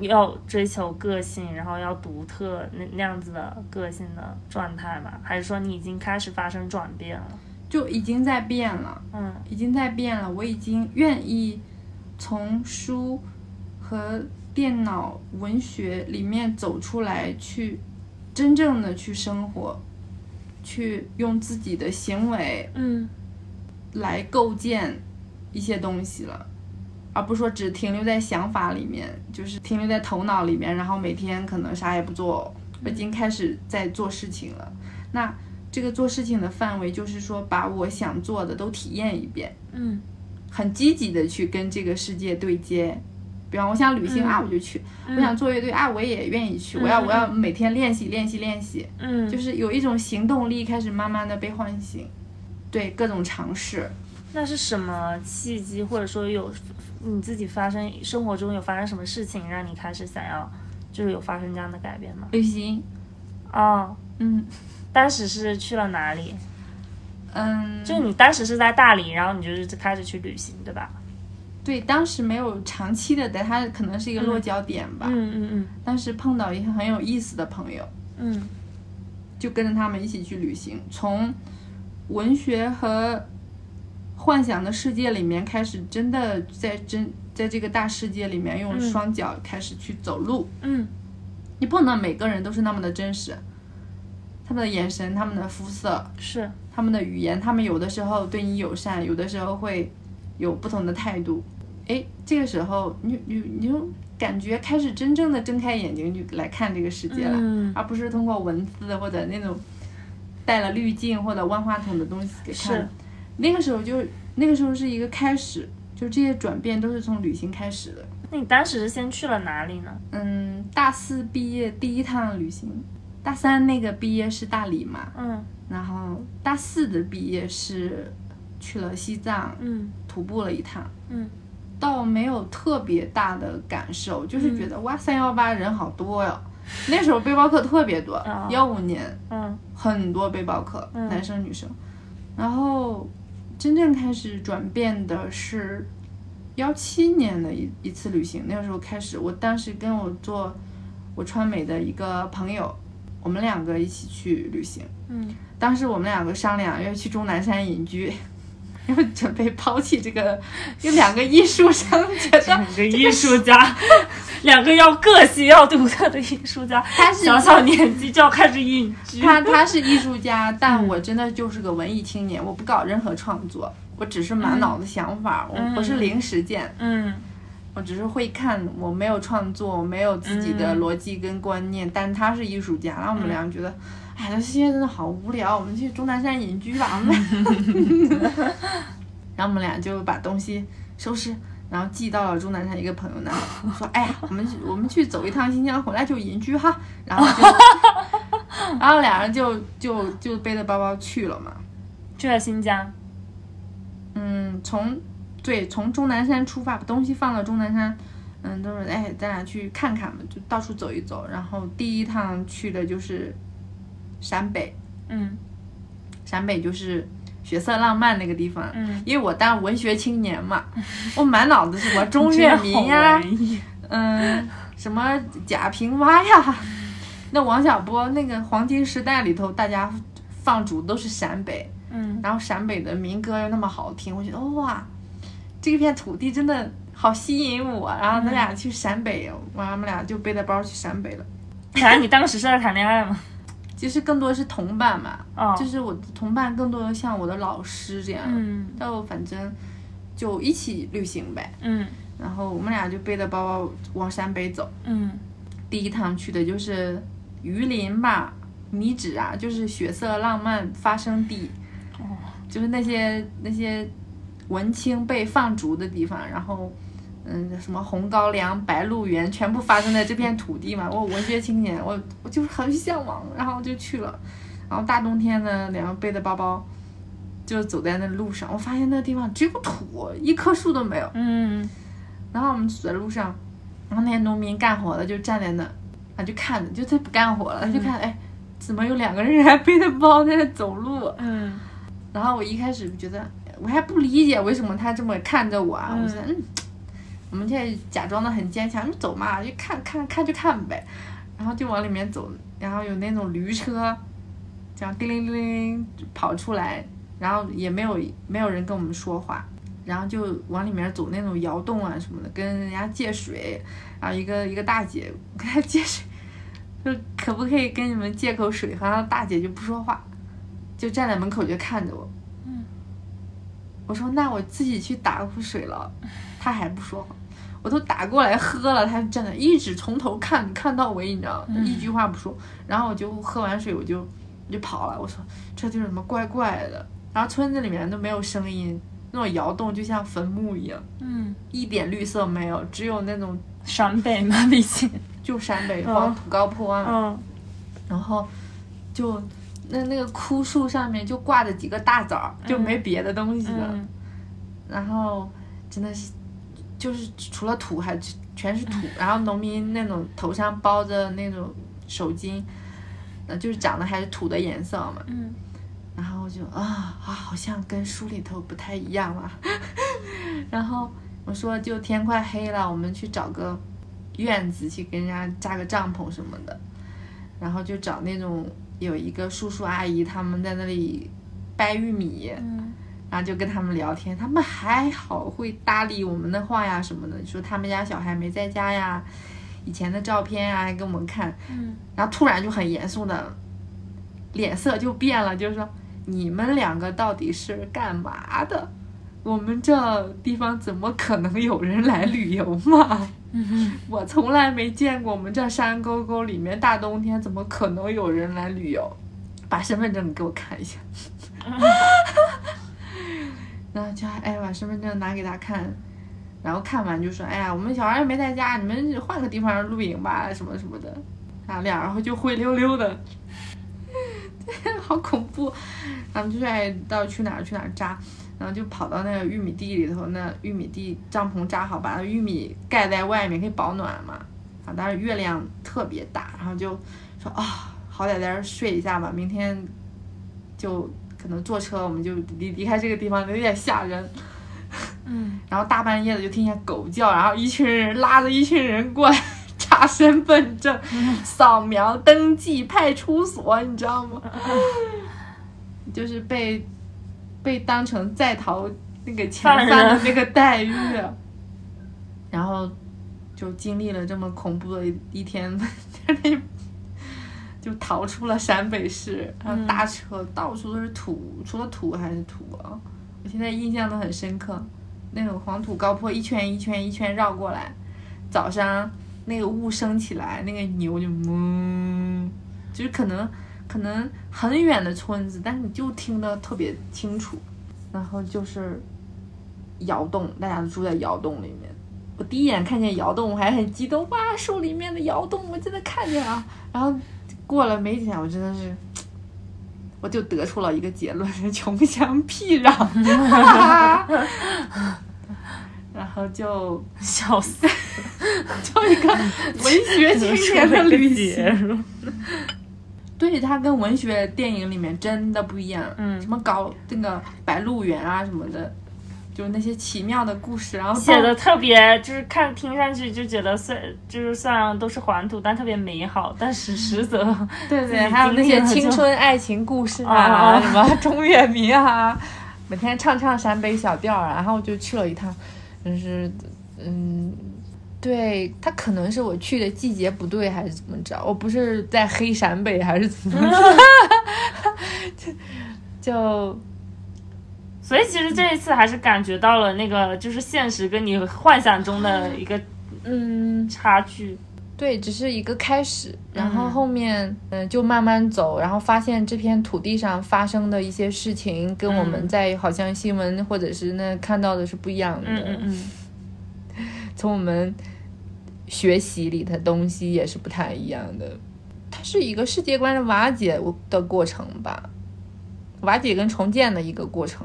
[SPEAKER 3] 要追求个性，然后要独特那那样子的个性的状态吗？还是说你已经开始发生转变了？
[SPEAKER 2] 就已经在变了，
[SPEAKER 3] 嗯
[SPEAKER 2] 已经在变了。我已经愿意从书和电脑文学里面走出来，去真正的去生活，去用自己的行为
[SPEAKER 3] 嗯
[SPEAKER 2] 来构建一些东西了，而不是说只停留在想法里面，就是停留在头脑里面，然后每天可能啥也不做。我已经开始在做事情了。那这个做事情的范围就是说，把我想做的都体验一遍，
[SPEAKER 3] 嗯
[SPEAKER 2] 很积极的去跟这个世界对接。比方我想旅行、
[SPEAKER 3] 嗯
[SPEAKER 2] 啊，我就去；我想做乐队啊，我也愿意去。我要
[SPEAKER 3] 嗯嗯
[SPEAKER 2] 我要每天练习练习练习，
[SPEAKER 3] 嗯，
[SPEAKER 2] 就是有一种行动力开始慢慢的被唤醒，对各种尝试。
[SPEAKER 3] 那是什么契机，或者说有你自己发生生活中有发生什么事情，让你开始想要就是有发生这样的改变吗？
[SPEAKER 2] 旅行，
[SPEAKER 3] 哦，
[SPEAKER 2] 嗯
[SPEAKER 3] 当时是去了哪里？
[SPEAKER 2] 嗯，
[SPEAKER 3] 就你当时是在大理，然后你就是开始去旅行，对吧？
[SPEAKER 2] 对，当时没有长期的，但它可能是一个落脚点吧。
[SPEAKER 3] 嗯嗯
[SPEAKER 2] 当时碰到一个很有意思的朋友，
[SPEAKER 3] 嗯
[SPEAKER 2] 就跟着他们一起去旅行，从文学和幻想的世界里面开始，真的在真在这个大世界里面用
[SPEAKER 3] 嗯
[SPEAKER 2] 双脚开始去走路。
[SPEAKER 3] 嗯
[SPEAKER 2] 你碰到每个人都是那么的真实，他们的眼神、他们的肤色、
[SPEAKER 3] 嗯，是，
[SPEAKER 2] 他们的语言，他们有的时候对你友善，有的时候会有不同的态度。哎，这个时候你你你就感觉开始真正的睁开眼睛就来看这个世界了，
[SPEAKER 3] 嗯
[SPEAKER 2] 而不是通过文字或者那种带了滤镜或者万花筒的东西给
[SPEAKER 3] 是
[SPEAKER 2] 看的。那个时候就那个时候是一个开始，就这些转变都是从旅行开始的。
[SPEAKER 3] 那你当时是先去了哪里呢？
[SPEAKER 2] 嗯，大四毕业第一趟旅行，大三那个毕业是大理嘛，
[SPEAKER 3] 嗯
[SPEAKER 2] 然后大四的毕业是去了西藏
[SPEAKER 3] 嗯
[SPEAKER 2] 徒步了一趟，
[SPEAKER 3] 嗯
[SPEAKER 2] 倒没有特别大的感受，
[SPEAKER 3] 嗯
[SPEAKER 2] 就是觉得、哇，三幺八人好多哟。那时候背包客特别多
[SPEAKER 3] 啊，
[SPEAKER 2] 幺五、年
[SPEAKER 3] 嗯
[SPEAKER 2] 很多背包客，
[SPEAKER 3] 嗯
[SPEAKER 2] 男生女生。然后真正开始转变的是幺七年的一一次旅行，那个时候开始，我当时跟我做我川美的一个朋友，我们两个一起去旅行。
[SPEAKER 3] 嗯，
[SPEAKER 2] 当时我们两个商量要去终南山隐居， 要准备抛弃这个，有两个艺术生觉 得
[SPEAKER 3] 两个艺术家， 两个要个性要独特的艺术 家，
[SPEAKER 2] 他是
[SPEAKER 3] 小小年纪就要开始隐居。
[SPEAKER 2] 他他是艺术家，但我真的就是个文艺青年，我不搞任何创作，我只是满脑子想法，
[SPEAKER 3] 嗯
[SPEAKER 2] 我不是零实践，
[SPEAKER 3] 嗯
[SPEAKER 2] 我只是会看，我没有创作，我没有自己的
[SPEAKER 3] 嗯
[SPEAKER 2] 逻辑跟观念，但他是艺术家，然后我们俩觉得。哎，这世界真的好无聊，我们去终南山隐居吧。我 们然后我们俩就把东西收拾，然后寄到了终南山一个朋友那里，说：“哎呀，我们去我们去走一趟新疆，回来就隐居哈。”然后就， 然后俩人就就就背着包包去了嘛。
[SPEAKER 3] 去了新疆。
[SPEAKER 2] 嗯，从对从终南山出发，把东西放到终南山，嗯，都是哎，咱俩去看看吧，就到处走一走。然后第一趟去的就是陕北，
[SPEAKER 3] 嗯
[SPEAKER 2] 陕北就是血色浪漫那个地方，
[SPEAKER 3] 嗯，
[SPEAKER 2] 因为我当文学青年嘛，我满脑子什么中越民呀、嗯，什么贾平凹呀， 那王小波那个黄金时代里头，大家放逐都是陕北，
[SPEAKER 3] 嗯，
[SPEAKER 2] 然后陕北的民歌又那么好听，我觉得哇，这片土地真的好吸引我。啊然后咱
[SPEAKER 3] 嗯
[SPEAKER 2] 俩去陕北，完我们俩就背着包去陕北了。
[SPEAKER 3] 反正你当时是在谈恋爱嘛，
[SPEAKER 2] 其实更多是同伴嘛，
[SPEAKER 3] 哦，
[SPEAKER 2] 就是我的同伴更多像我的老师这样，
[SPEAKER 3] 嗯
[SPEAKER 2] 但我反正就一起旅行呗。
[SPEAKER 3] 嗯
[SPEAKER 2] 然后我们俩就背着包包往陕北走。
[SPEAKER 3] 嗯
[SPEAKER 2] 第一趟去的就是榆林吧，米脂啊，就是血色浪漫发生地，就是那些那些文青被放逐的地方，然后。嗯，什么红高粱、白鹿原，全部发生在这片土地嘛。我文学青年，我我就是很向往，然后就去了。然后大冬天呢，两个背着包包，就走在那路上，我发现那个地方只有土，一棵树都没有。
[SPEAKER 3] 嗯，
[SPEAKER 2] 然后我们走在路上，然后那些农民干活的就站在那，啊，就看着，就他不干活了，就看，哎，怎么有两个人还背着包在那走路？啊
[SPEAKER 3] 嗯
[SPEAKER 2] 然后我一开始觉得，我还不理解为什么他这么看着我啊，
[SPEAKER 3] 嗯
[SPEAKER 2] 我说，嗯，我们现在假装的很坚强，就走嘛，就看看看就看呗，然后就往里面走，然后有那种驴车，这样叮铃铃铃跑出来，然后也没有没有人跟我们说话，然后就往里面走那种窑洞啊什么的，跟人家借水，然后一个一个大姐跟她借水，就可不可以跟你们借口水喝？然后大姐就不说话，就站在门口就看着我，
[SPEAKER 3] 嗯，
[SPEAKER 2] 我说那我自己去打壶水了，她还不说话。我都打过来喝了，她站在一直从头看看到尾，你知道吗？一句话不说。然后我就喝完水，我就我就跑了。我说这地儿怎么怪怪的？然后村子里面都没有声音，那种窑洞就像坟墓一样，
[SPEAKER 3] 嗯，
[SPEAKER 2] 一点绿色没有，只有那种
[SPEAKER 3] 陕北嘛，毕竟，
[SPEAKER 2] 就陕北
[SPEAKER 3] 嗯
[SPEAKER 2] 黄土高坡嘛。
[SPEAKER 3] 嗯
[SPEAKER 2] 然后就那那个枯树上面就挂着几个大枣儿，就没别的东西了。
[SPEAKER 3] 嗯
[SPEAKER 2] 然后真的是就是除了土还 全是土，然后农民那种头上包着那种手巾，呃，就是长得还是土的颜色嘛。
[SPEAKER 3] 嗯
[SPEAKER 2] 然后我就啊啊，好像跟书里头不太一样了。 然后我说就天快黑了，我们去找个院子去跟人家扎个帐篷什么的。然后就找那种有一个叔叔阿姨他们在那里掰玉米，
[SPEAKER 3] 嗯
[SPEAKER 2] 然后就跟他们聊天，他们还好会搭理我们的话呀什么的，说他们家小孩没在家呀，以前的照片啊还给我们看，
[SPEAKER 3] 嗯，
[SPEAKER 2] 然后突然就很严肃的脸色就变了，就是说你们两个到底是干嘛的？我们这地方怎么可能有人来旅游嘛？我从来没见过我们这山沟沟里面大冬天怎么可能有人来旅游？把身份证给我看一下。然后就哎把身份证拿给他看，然后看完就说哎呀我们小孩也没在家，你们换个地方露营吧什么什么的，然后俩然后就灰溜溜的，好恐怖。然后就说哎到底去哪儿去哪儿扎，然后就跑到那个玉米地里头，那玉米地帐篷扎好，把那玉米盖在外面可以保暖嘛。啊，但是月亮特别大，然后就说啊、好歹在这儿睡一下吧，明天就可能坐车我们就离离开这个地方，有点吓人。
[SPEAKER 3] 嗯，
[SPEAKER 2] 然后大半夜的就听见狗叫，然后一群人拉着一群人过来查身份证、扫描登记派出所，你知道吗？就是被被当成在逃那个
[SPEAKER 3] 犯
[SPEAKER 2] 前
[SPEAKER 3] 人
[SPEAKER 2] 犯的那个待遇，啊然后就经历了这么恐怖的一一天， 就逃出了陕北市，然后搭车到处都是土，除了土还是土啊！我现在印象都很深刻，那种黄土高坡一圈一圈一圈绕过来，早上那个雾升起来，那个牛就嗡，就是可能可能很远的村子，但是你就听得特别清楚。然后就是窑洞，大家都住在窑洞里面。我第一眼看见窑洞，我还很激动，哇，树里面的窑洞，我真的看见了。然后过了没几天，我真的是，我就得出了一个结论：穷乡僻壤。 然后就
[SPEAKER 3] 笑死， 嗯
[SPEAKER 2] 就一个文学青年的旅行，
[SPEAKER 3] 结束，
[SPEAKER 2] 对，它跟文学电影里面真的不一样。
[SPEAKER 3] 嗯
[SPEAKER 2] 什么搞那个白鹿原啊什么的，就是那些奇妙的故事，然后
[SPEAKER 3] 写的特别，就是看听上去就觉得虽就是虽然都是黄土，但特别美好，但是实则
[SPEAKER 2] 对
[SPEAKER 3] 自
[SPEAKER 2] 对，
[SPEAKER 3] 己
[SPEAKER 2] 还有
[SPEAKER 3] 经
[SPEAKER 2] 那
[SPEAKER 3] 历
[SPEAKER 2] 些
[SPEAKER 3] 了
[SPEAKER 2] 青
[SPEAKER 3] 就
[SPEAKER 2] 春爱情故事啊，
[SPEAKER 3] 啊
[SPEAKER 2] 什么中乐迷啊，每天唱唱陕北小调啊，然后就去了一趟，就是嗯，对他可能是我去的季节不对还是怎么着，我不是在黑陕北还是怎么着，
[SPEAKER 3] 嗯
[SPEAKER 2] 就就
[SPEAKER 3] 所以其实这一次还是感觉到了那个就是现实跟你幻想中的一个
[SPEAKER 2] 嗯。
[SPEAKER 3] 差距。
[SPEAKER 2] 对，只是一个开始，然后后面嗯、呃就慢慢走，然后发现这片土地上发生的一些事情跟我们
[SPEAKER 3] 嗯
[SPEAKER 2] 在好像新闻或者是那看到的是不一样的。
[SPEAKER 3] 嗯嗯嗯，
[SPEAKER 2] 从我们学习里的东西也是不太一样的，它是一个世界观的瓦解的过程吧，瓦解跟重建的一个过程。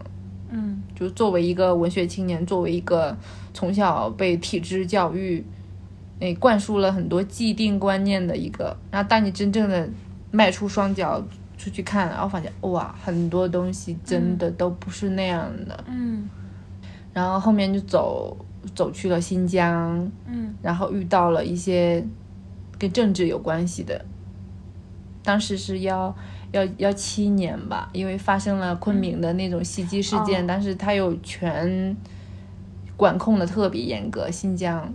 [SPEAKER 3] 嗯，
[SPEAKER 2] 就作为一个文学青年，作为一个从小被体制教育，诶灌输了很多既定观念的一个，然后当你真正的迈出双脚出去看，然后发现哇，很多东西真的都不是那样的。
[SPEAKER 3] 嗯
[SPEAKER 2] 然后后面就走走去了新疆，
[SPEAKER 3] 嗯
[SPEAKER 2] 然后遇到了一些跟政治有关系的。当时是幺幺幺七年吧，因为发生了昆明的那种袭击事件，
[SPEAKER 3] 哦
[SPEAKER 2] 但是他有权管控的特别严格。新疆，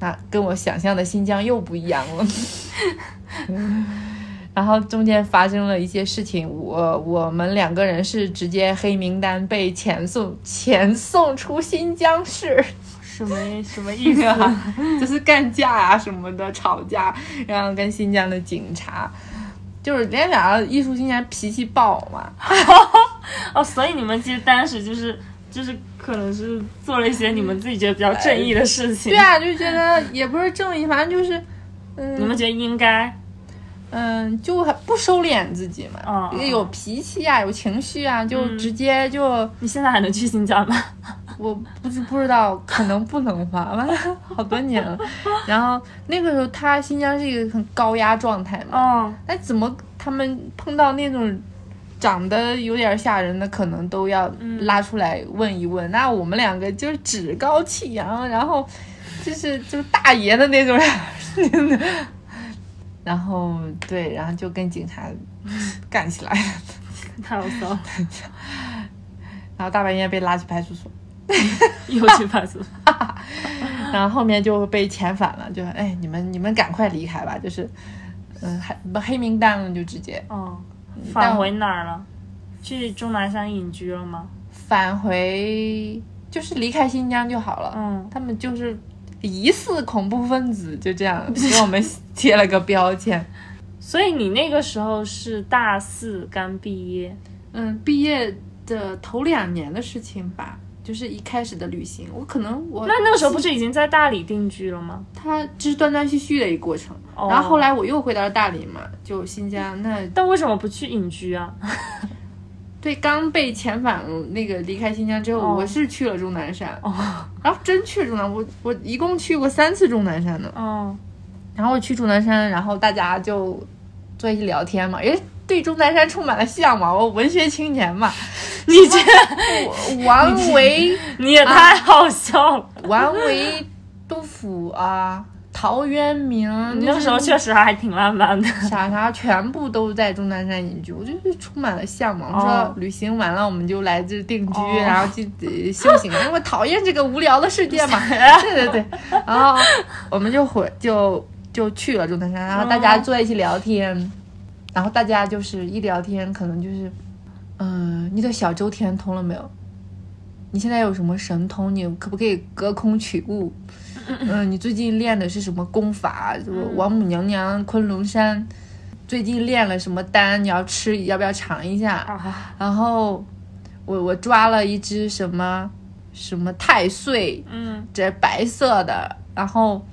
[SPEAKER 2] 那跟我想象的新疆又不一样 了。然后中间发生了一些事情，我我们两个人是直接黑名单被遣送遣送出新疆市。
[SPEAKER 3] 什么什么 意思？
[SPEAKER 2] 就是干架啊什么的，吵架，然后跟新疆的警察，就是连俩艺术青年脾气爆嘛。
[SPEAKER 3] 哦，所以你们其实当时就是就是可能是做了一些你们自己觉得比较正义的事情。
[SPEAKER 2] 对啊，就觉得也不是正义，反正就是，
[SPEAKER 3] 你们
[SPEAKER 2] 嗯
[SPEAKER 3] 觉得应该？
[SPEAKER 2] 嗯，就还不收敛自己嘛，
[SPEAKER 3] 嗯嗯
[SPEAKER 2] 有脾气啊，有情绪啊，就
[SPEAKER 3] 嗯
[SPEAKER 2] 直接就、
[SPEAKER 3] 你现在还能去新疆吗？
[SPEAKER 2] 我不知不知道，可能不能吧， 完了好多年了。然后那个时候他新疆是一个很高压状态嘛，
[SPEAKER 3] 哦，
[SPEAKER 2] 那怎么他们碰到那种长得有点吓人的，可能都要
[SPEAKER 3] 嗯
[SPEAKER 2] 拉出来问一问？那我们两个就是趾高气扬，然后就是就是大爷的那种人，然后对，然后就跟警察干起来了，
[SPEAKER 3] 太好 笑了，
[SPEAKER 2] 然后大半夜被拉去派出所，
[SPEAKER 3] 又去派出所。
[SPEAKER 2] 嗯然后后面就被遣返了，就哎你们你们赶快离开吧，就是嗯还黑名单了就直接。
[SPEAKER 3] 哦，
[SPEAKER 2] 但
[SPEAKER 3] 返回哪儿了？去终南山隐居了吗？
[SPEAKER 2] 返回， 就是离开新疆就好了。
[SPEAKER 3] 嗯
[SPEAKER 2] 他们就是疑似恐怖分子，就这 样给我们贴了个标签。
[SPEAKER 3] 所以你那个时候是大四刚毕业，
[SPEAKER 2] 嗯，毕业的头两年的事情吧，就是一开始的旅行，我可能我
[SPEAKER 3] 那那个时候不是已经在大理定居了吗？
[SPEAKER 2] 他就是断断续续的一个过程。
[SPEAKER 3] 哦
[SPEAKER 2] 然后后来我又回到了大理嘛，就新疆那
[SPEAKER 3] 但为什么不去隐居啊？
[SPEAKER 2] 对，刚被遣返那个离开新疆之后，
[SPEAKER 3] 哦
[SPEAKER 2] 我是去了终南山，然后真去了终南，我我一共去过三次终南山呢。
[SPEAKER 3] 哦，
[SPEAKER 2] 然后去终南山，然后大家就坐一起聊天嘛，因为对终南山充满了向往，我文学青年嘛。
[SPEAKER 3] 你这
[SPEAKER 2] 我王维、
[SPEAKER 3] 你也太好笑了。
[SPEAKER 2] 王维、杜甫啊、陶渊明，
[SPEAKER 3] 你
[SPEAKER 2] 就
[SPEAKER 3] 那
[SPEAKER 2] 是
[SPEAKER 3] 时候确实还挺浪漫的。
[SPEAKER 2] 啥啥全部都在终南山隐居，我就是充满了向往。我说
[SPEAKER 3] 哦
[SPEAKER 2] 旅行完了我们就来这定居，
[SPEAKER 3] 哦
[SPEAKER 2] 然后就呃修行，因为我讨厌这个无聊的世界 嘛。对对对，然后我们就回就就去了终南山，然后大家
[SPEAKER 3] 哦
[SPEAKER 2] 坐在一起聊天，然后大家就是一聊天，可能就是，嗯、你的小周天通了没有？你现在有什么神通？你可不可以隔空取 物？嗯，你最近练的是什么功法？什
[SPEAKER 3] 嗯
[SPEAKER 2] 么王母娘娘、昆仑山？最近练了什么丹？你要吃，要不要尝一下？
[SPEAKER 3] 啊，
[SPEAKER 2] 然后我我抓了一只什么什么太岁，
[SPEAKER 3] 嗯，
[SPEAKER 2] 这白色的，然后。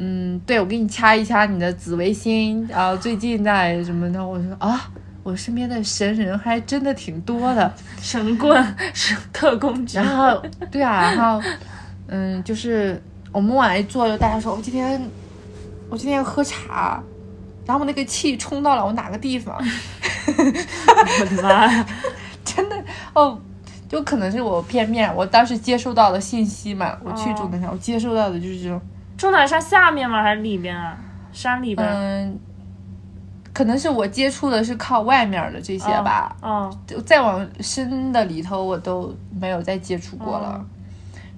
[SPEAKER 2] 嗯，对，我给你掐一掐你的紫微星，然后最近在什么呢？我说啊，我身边的神人还真的挺多的。
[SPEAKER 3] 神棍是特工局
[SPEAKER 2] 然。后对啊，然后嗯，就是我们往一坐，就大家说，我今天我今天喝茶，然后我那个气冲到了我哪个地方，
[SPEAKER 3] 我的妈呀！
[SPEAKER 2] 真的哦，就可能是我片面，我当时接收到的信息嘛，我去终南山，我接收到的就是这种，
[SPEAKER 3] 终南山下面吗？还是里边啊？山里边？
[SPEAKER 2] 嗯，可能是我接触的是靠外面的这些吧，
[SPEAKER 3] 哦，
[SPEAKER 2] 就再往深的里头我都没有再接触过了。
[SPEAKER 3] 嗯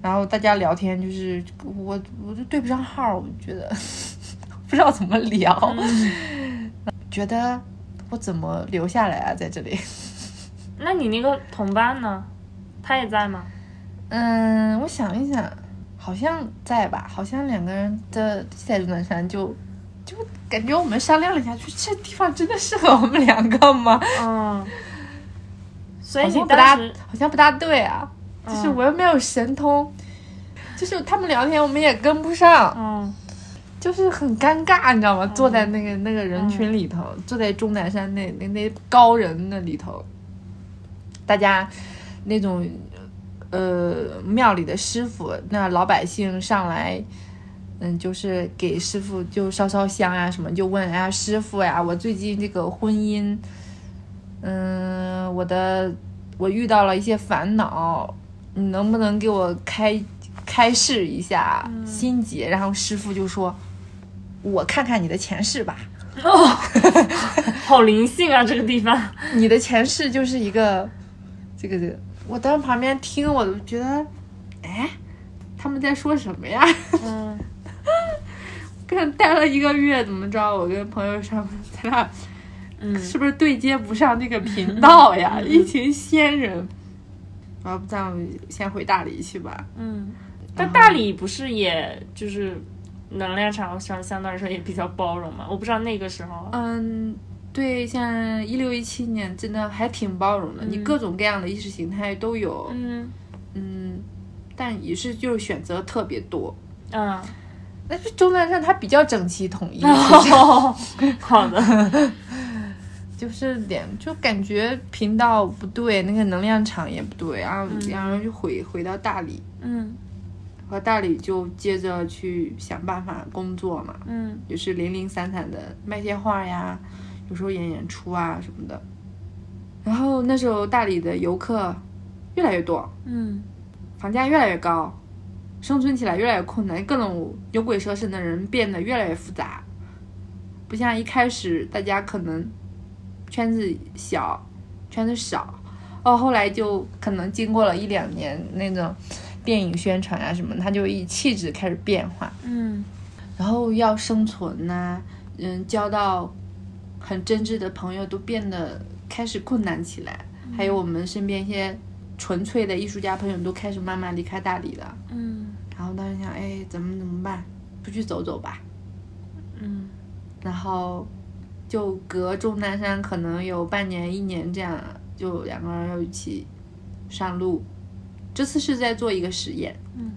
[SPEAKER 2] 然后大家聊天就是我我就对不上号，我觉得 不知道怎么聊， 觉得我怎么留下来啊，在这里。
[SPEAKER 3] 那你那个同伴呢？他也在吗？
[SPEAKER 2] 嗯，我想一想，好像在吧，好像两个人的在终南山就就感觉我们商量了一下，就这地方真的适合我们两个吗？
[SPEAKER 3] 嗯， 所以
[SPEAKER 2] 好
[SPEAKER 3] 你
[SPEAKER 2] 像不
[SPEAKER 3] 当
[SPEAKER 2] 大，
[SPEAKER 3] 时
[SPEAKER 2] 好像不大对啊。就是
[SPEAKER 3] 嗯
[SPEAKER 2] 我又没有神通，就是他们聊天我们也跟不上，
[SPEAKER 3] 嗯
[SPEAKER 2] 就是很尴尬，你知道吗？坐在那个那个人群里头，坐在终南山那那那高人那里头，大家那种呃庙里的师傅，那老百姓上来。嗯，就是给师傅就烧烧香啊，什么就问啊，师傅呀、我最近这个婚姻，嗯、我的我遇到了一些烦恼，你能不能给我开开示一下心结？然后师傅就说：“我看看你的前世吧，
[SPEAKER 3] 好灵性啊，这个地方。
[SPEAKER 2] 你的前世就是一个这个这个。”我当时旁边听，我都觉得，哎，他们在说什么呀？
[SPEAKER 3] 嗯
[SPEAKER 2] 跟待了一个月，怎么着？我跟朋友上，咱俩
[SPEAKER 3] 嗯
[SPEAKER 2] 是不是对接不上那个频道呀？一群仙人。要不咱们先回大理去吧。
[SPEAKER 3] 嗯，但大理不是也就是能量场上相对来说也比较包容嘛？我不知道那个时候，
[SPEAKER 2] 嗯，对，像一六一七年真的还挺包容的，你各种各样的意识形态都有，
[SPEAKER 3] 嗯
[SPEAKER 2] 嗯，但也是就是选择特别多。
[SPEAKER 3] 嗯，
[SPEAKER 2] 但是终南山它比较整齐统 一，
[SPEAKER 3] 哦， 好的，
[SPEAKER 2] 就是点就感觉频道不对，那个能量场也不对，然后然后就回回到大理，
[SPEAKER 3] 嗯
[SPEAKER 2] 和大理就接着去想办法工作嘛，
[SPEAKER 3] 嗯
[SPEAKER 2] 也是零零散散的卖些画呀，有时候演演出啊什么的。然后那时候大理的游客越来越多，
[SPEAKER 3] 嗯
[SPEAKER 2] 房价越来越高，生存起来越来越困难，各种有鬼蛇神的人变得越来越复杂。不像一开始大家可能圈子小，圈子少，哦，后来就可能经过了一两年那种电影宣传啊什么，它就以气质开始变化。
[SPEAKER 3] 嗯
[SPEAKER 2] 然后要生存呐、嗯，交到很真挚的朋友都变得开始困难起来，还有我们身边一些纯粹的艺术家朋友都开始慢慢离开大理了。
[SPEAKER 3] 嗯
[SPEAKER 2] 然后当时想，哎，怎么怎么办？出去走走吧。
[SPEAKER 3] 嗯
[SPEAKER 2] 然后就隔终南山可能有半年、一年这样，就两个人又一起上路。这次是在做一个实验，
[SPEAKER 3] 嗯，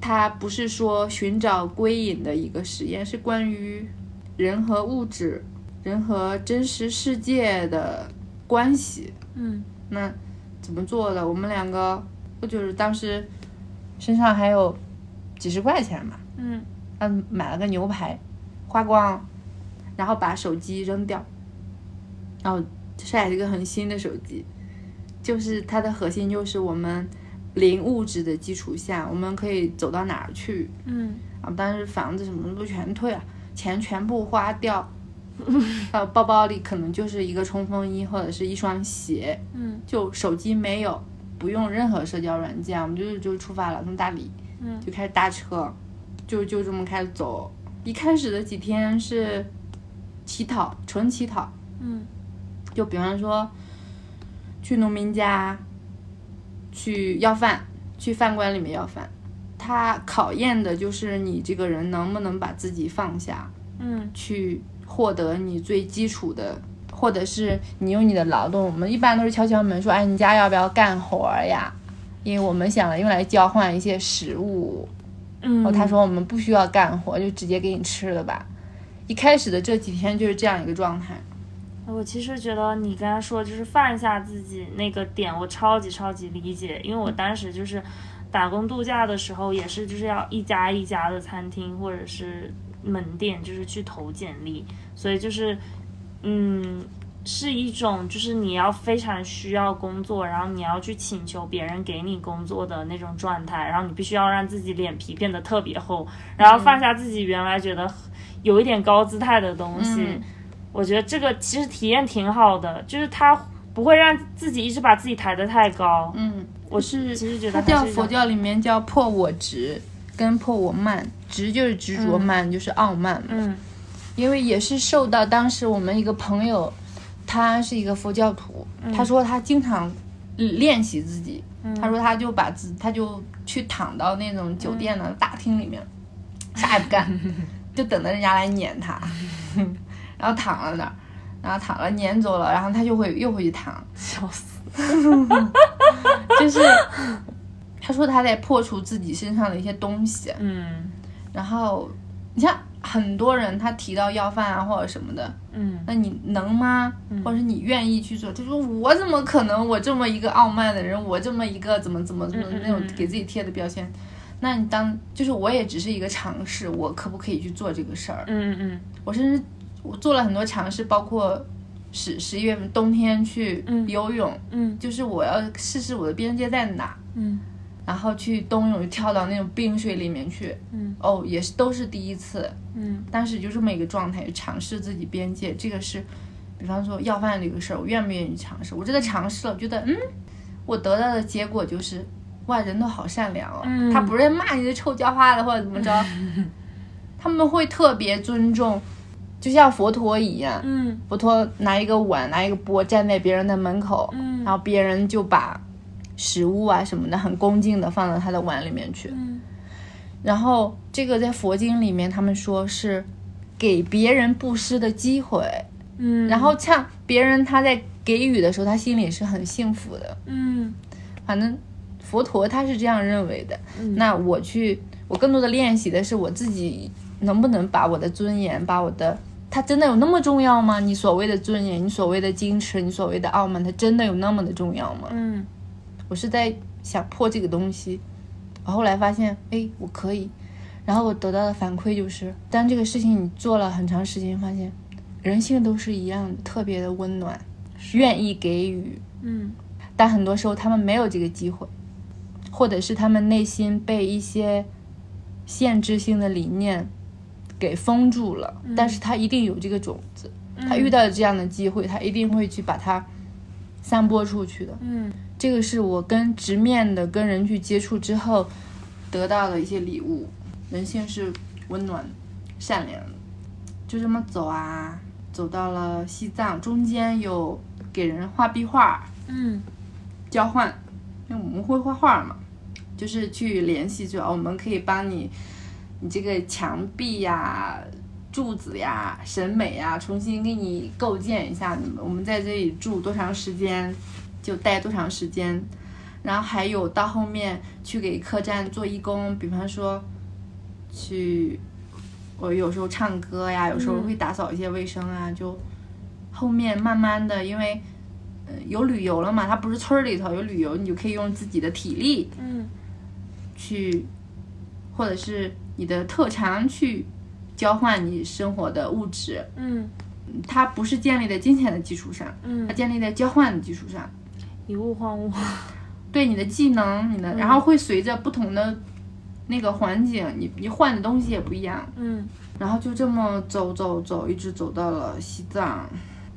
[SPEAKER 2] 它不是说寻找归隐的一个实验，是关于人和物质、人和真实世界的关系。
[SPEAKER 3] 嗯
[SPEAKER 2] 那怎么做的？我们两个，我就是当时身上还有几十块钱嘛，
[SPEAKER 3] 嗯
[SPEAKER 2] 嗯，买了个牛排，花光，然后把手机扔掉，然后晒了一个很新的手机，就是它的核心就是我们零物质的基础下，我们可以走到哪儿去
[SPEAKER 3] 嗯
[SPEAKER 2] 啊？当时房子什么的都全退了，钱全部花掉， 呃，包包里可能就是一个冲锋衣或者是一双鞋，
[SPEAKER 3] 嗯
[SPEAKER 2] 就手机没有，不用任何社交软件，我们就是就出发了，从大理，
[SPEAKER 3] 嗯
[SPEAKER 2] 就开始搭车，就就这么开始走。一开始的几天是乞讨，纯乞讨，
[SPEAKER 3] 嗯
[SPEAKER 2] 就比方说去农民家去要饭，去饭馆里面要饭。它考验的就是你这个人能不能把自己放下，
[SPEAKER 3] 嗯
[SPEAKER 2] 去获得你最基础的，或者是你用你的劳动。我们一般都是敲敲门说：“哎，你家要不要干活儿呀？”因为我们想用来交换一些食物。
[SPEAKER 3] 嗯，
[SPEAKER 2] 然后他说我们不需要干活，就直接给你吃了吧。一开始的这几天就是这样一个状态。
[SPEAKER 3] 我其实觉得你刚才说就是放下自己那个点，我超级超级理解，因为我当时就是打工度假的时候，也是就是要一家一家的餐厅或者是门店，就是去投简历，所以就是，嗯，是一种就是你要非常需要工作，然后你要去请求别人给你工作的那种状态，然后你必须要让自己脸皮变得特别厚，然后放下自己原来觉得有一点高姿态的东西。
[SPEAKER 2] 嗯
[SPEAKER 3] 我觉得这个其实体验挺好的，就是它不会让自己一直把自己抬得太高。
[SPEAKER 2] 嗯，
[SPEAKER 3] 我是其实觉得
[SPEAKER 2] 它
[SPEAKER 3] 还
[SPEAKER 2] 叫
[SPEAKER 3] 是一种
[SPEAKER 2] 佛教里面叫破我执，跟破我慢。执就是执着，慢就是傲慢嘛。
[SPEAKER 3] 嗯
[SPEAKER 2] 因为也是受到当时我们一个朋友，他是一个佛教徒，
[SPEAKER 3] 嗯
[SPEAKER 2] 他说他经常练习自己，他说他就把自他就去躺到那种
[SPEAKER 3] 嗯
[SPEAKER 2] 酒店的大厅里面，啥也 不干，就等着人家来撵他，然后躺在那儿，然后躺了撵走了，然后他就会又回去躺，
[SPEAKER 3] 笑 死。
[SPEAKER 2] 就是他说他在破除自己身上的一些东西，
[SPEAKER 3] 嗯
[SPEAKER 2] 然后你像很多人他提到要饭啊或者什么的，
[SPEAKER 3] 嗯
[SPEAKER 2] 那你能吗？或者是你愿意去做？他说我怎么可能？我这么一个傲慢的人，我这么一个怎么怎么怎么
[SPEAKER 3] 嗯嗯
[SPEAKER 2] 那种给自己贴的标
[SPEAKER 3] 嗯
[SPEAKER 2] 签。那你当就是我也只是一个尝试，我可不可以去做这个事儿？
[SPEAKER 3] 嗯嗯
[SPEAKER 2] 我甚至我做了很多尝试，包括十十一月份冬天去游泳，
[SPEAKER 3] 嗯
[SPEAKER 2] 就是我要试试我的边界在哪，
[SPEAKER 3] 嗯
[SPEAKER 2] 然后去冬泳跳到那种冰水里面去，
[SPEAKER 3] 嗯，
[SPEAKER 2] 哦，也是都是第一次，
[SPEAKER 3] 嗯
[SPEAKER 2] 当时就这么一个状态，尝试自己边界，这个是，比方说要饭这个事儿，我愿不愿意尝试？我真的尝试了，觉得嗯，我得到的结果就是，哇，人都好善良哦，
[SPEAKER 3] 嗯
[SPEAKER 2] 他不是骂你是臭叫花的或者怎么着， 他们会特别尊重，就像佛陀一样，
[SPEAKER 3] 嗯
[SPEAKER 2] 佛陀拿一个碗拿一个钵站在别人的门口，
[SPEAKER 3] 嗯
[SPEAKER 2] 然后别人就把食物啊什么的很恭敬的放到他的碗里面去，
[SPEAKER 3] 嗯
[SPEAKER 2] 然后这个在佛经里面，他们说是给别人布施的机会。
[SPEAKER 3] 嗯，
[SPEAKER 2] 然后像别人他在给予的时候，他心里是很幸福的。
[SPEAKER 3] 嗯
[SPEAKER 2] 反正佛陀他是这样认为的。那我去，我更多的练习的是我自己能不能把我的尊严，把我的。它真的有那么重要吗？你所谓的尊严，你所谓的矜持，你所谓的傲慢，它真的有那么的重要吗？
[SPEAKER 3] 嗯
[SPEAKER 2] 我是在想破这个东西，我后来发现，哎，我可以。然后我得到的反馈就是，当这个事情你做了很长时间，发现人性都是一样的，特别的温暖，愿意给予。
[SPEAKER 3] 嗯
[SPEAKER 2] 但很多时候他们没有这个机会，或者是他们内心被一些限制性的理念给封住了。但是他一定有这个种子，他遇到这样的机会，他一定会去把它散播出去的。
[SPEAKER 3] 嗯
[SPEAKER 2] 这个是我跟直面的跟人去接触之后得到的一些礼物。人性是温暖、善良的，就这么走啊，走到了西藏，中间有给人画壁画
[SPEAKER 3] 嗯
[SPEAKER 2] 交换，因为我们会画画嘛，就是去联系，就啊我们可以帮你，你这个墙壁呀、柱子呀、审美呀，重新给你构建一下。我们在这里住多长时间，就待多长时间。然后还有到后面去给客栈做义工，比方说去，我有时候唱歌呀，有时候会打扫一些卫生啊。就后面慢慢的，因为呃有旅游了嘛，它不是村儿里头有旅游，你就可以用自己的体力
[SPEAKER 3] 嗯
[SPEAKER 2] 去，或者是你的特长去交换你生活的物质，
[SPEAKER 3] 嗯
[SPEAKER 2] 它不是建立在金钱的基础上，它
[SPEAKER 3] 嗯，
[SPEAKER 2] 建立在交换的基础上，
[SPEAKER 3] 以物换物。
[SPEAKER 2] 对你的技能，你
[SPEAKER 3] 嗯
[SPEAKER 2] 的，然后会随着不同的那个环境，你你换的东西也不一样，
[SPEAKER 3] 嗯，
[SPEAKER 2] 然后就这么走走走，一直走到了西藏。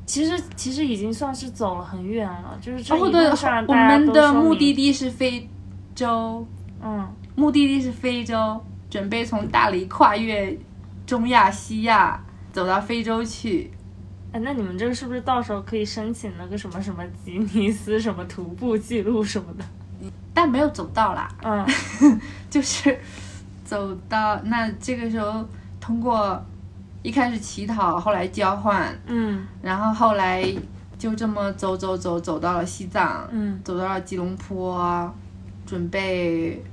[SPEAKER 3] 其实其实已经算是走了很远了，就是这
[SPEAKER 2] 然
[SPEAKER 3] 一
[SPEAKER 2] 后的
[SPEAKER 3] 路上
[SPEAKER 2] 我
[SPEAKER 3] 大家
[SPEAKER 2] 们
[SPEAKER 3] 都
[SPEAKER 2] 的
[SPEAKER 3] 说
[SPEAKER 2] 目
[SPEAKER 3] 明
[SPEAKER 2] 的地是非洲，
[SPEAKER 3] 嗯
[SPEAKER 2] 目的地是非洲，准备从大理跨越中亚、西亚走到非洲去。
[SPEAKER 3] 哎，那你们这个是不是到时候可以申请那个什么什么吉尼斯什么徒步记录什么的？
[SPEAKER 2] 但没有走到啦，
[SPEAKER 3] 嗯
[SPEAKER 2] 就是走到那这个时候，通过一开始乞讨，后来交换，
[SPEAKER 3] 嗯
[SPEAKER 2] 然后后来就这么走走走走到了西藏，
[SPEAKER 3] 嗯，
[SPEAKER 2] 走到了吉隆坡，准备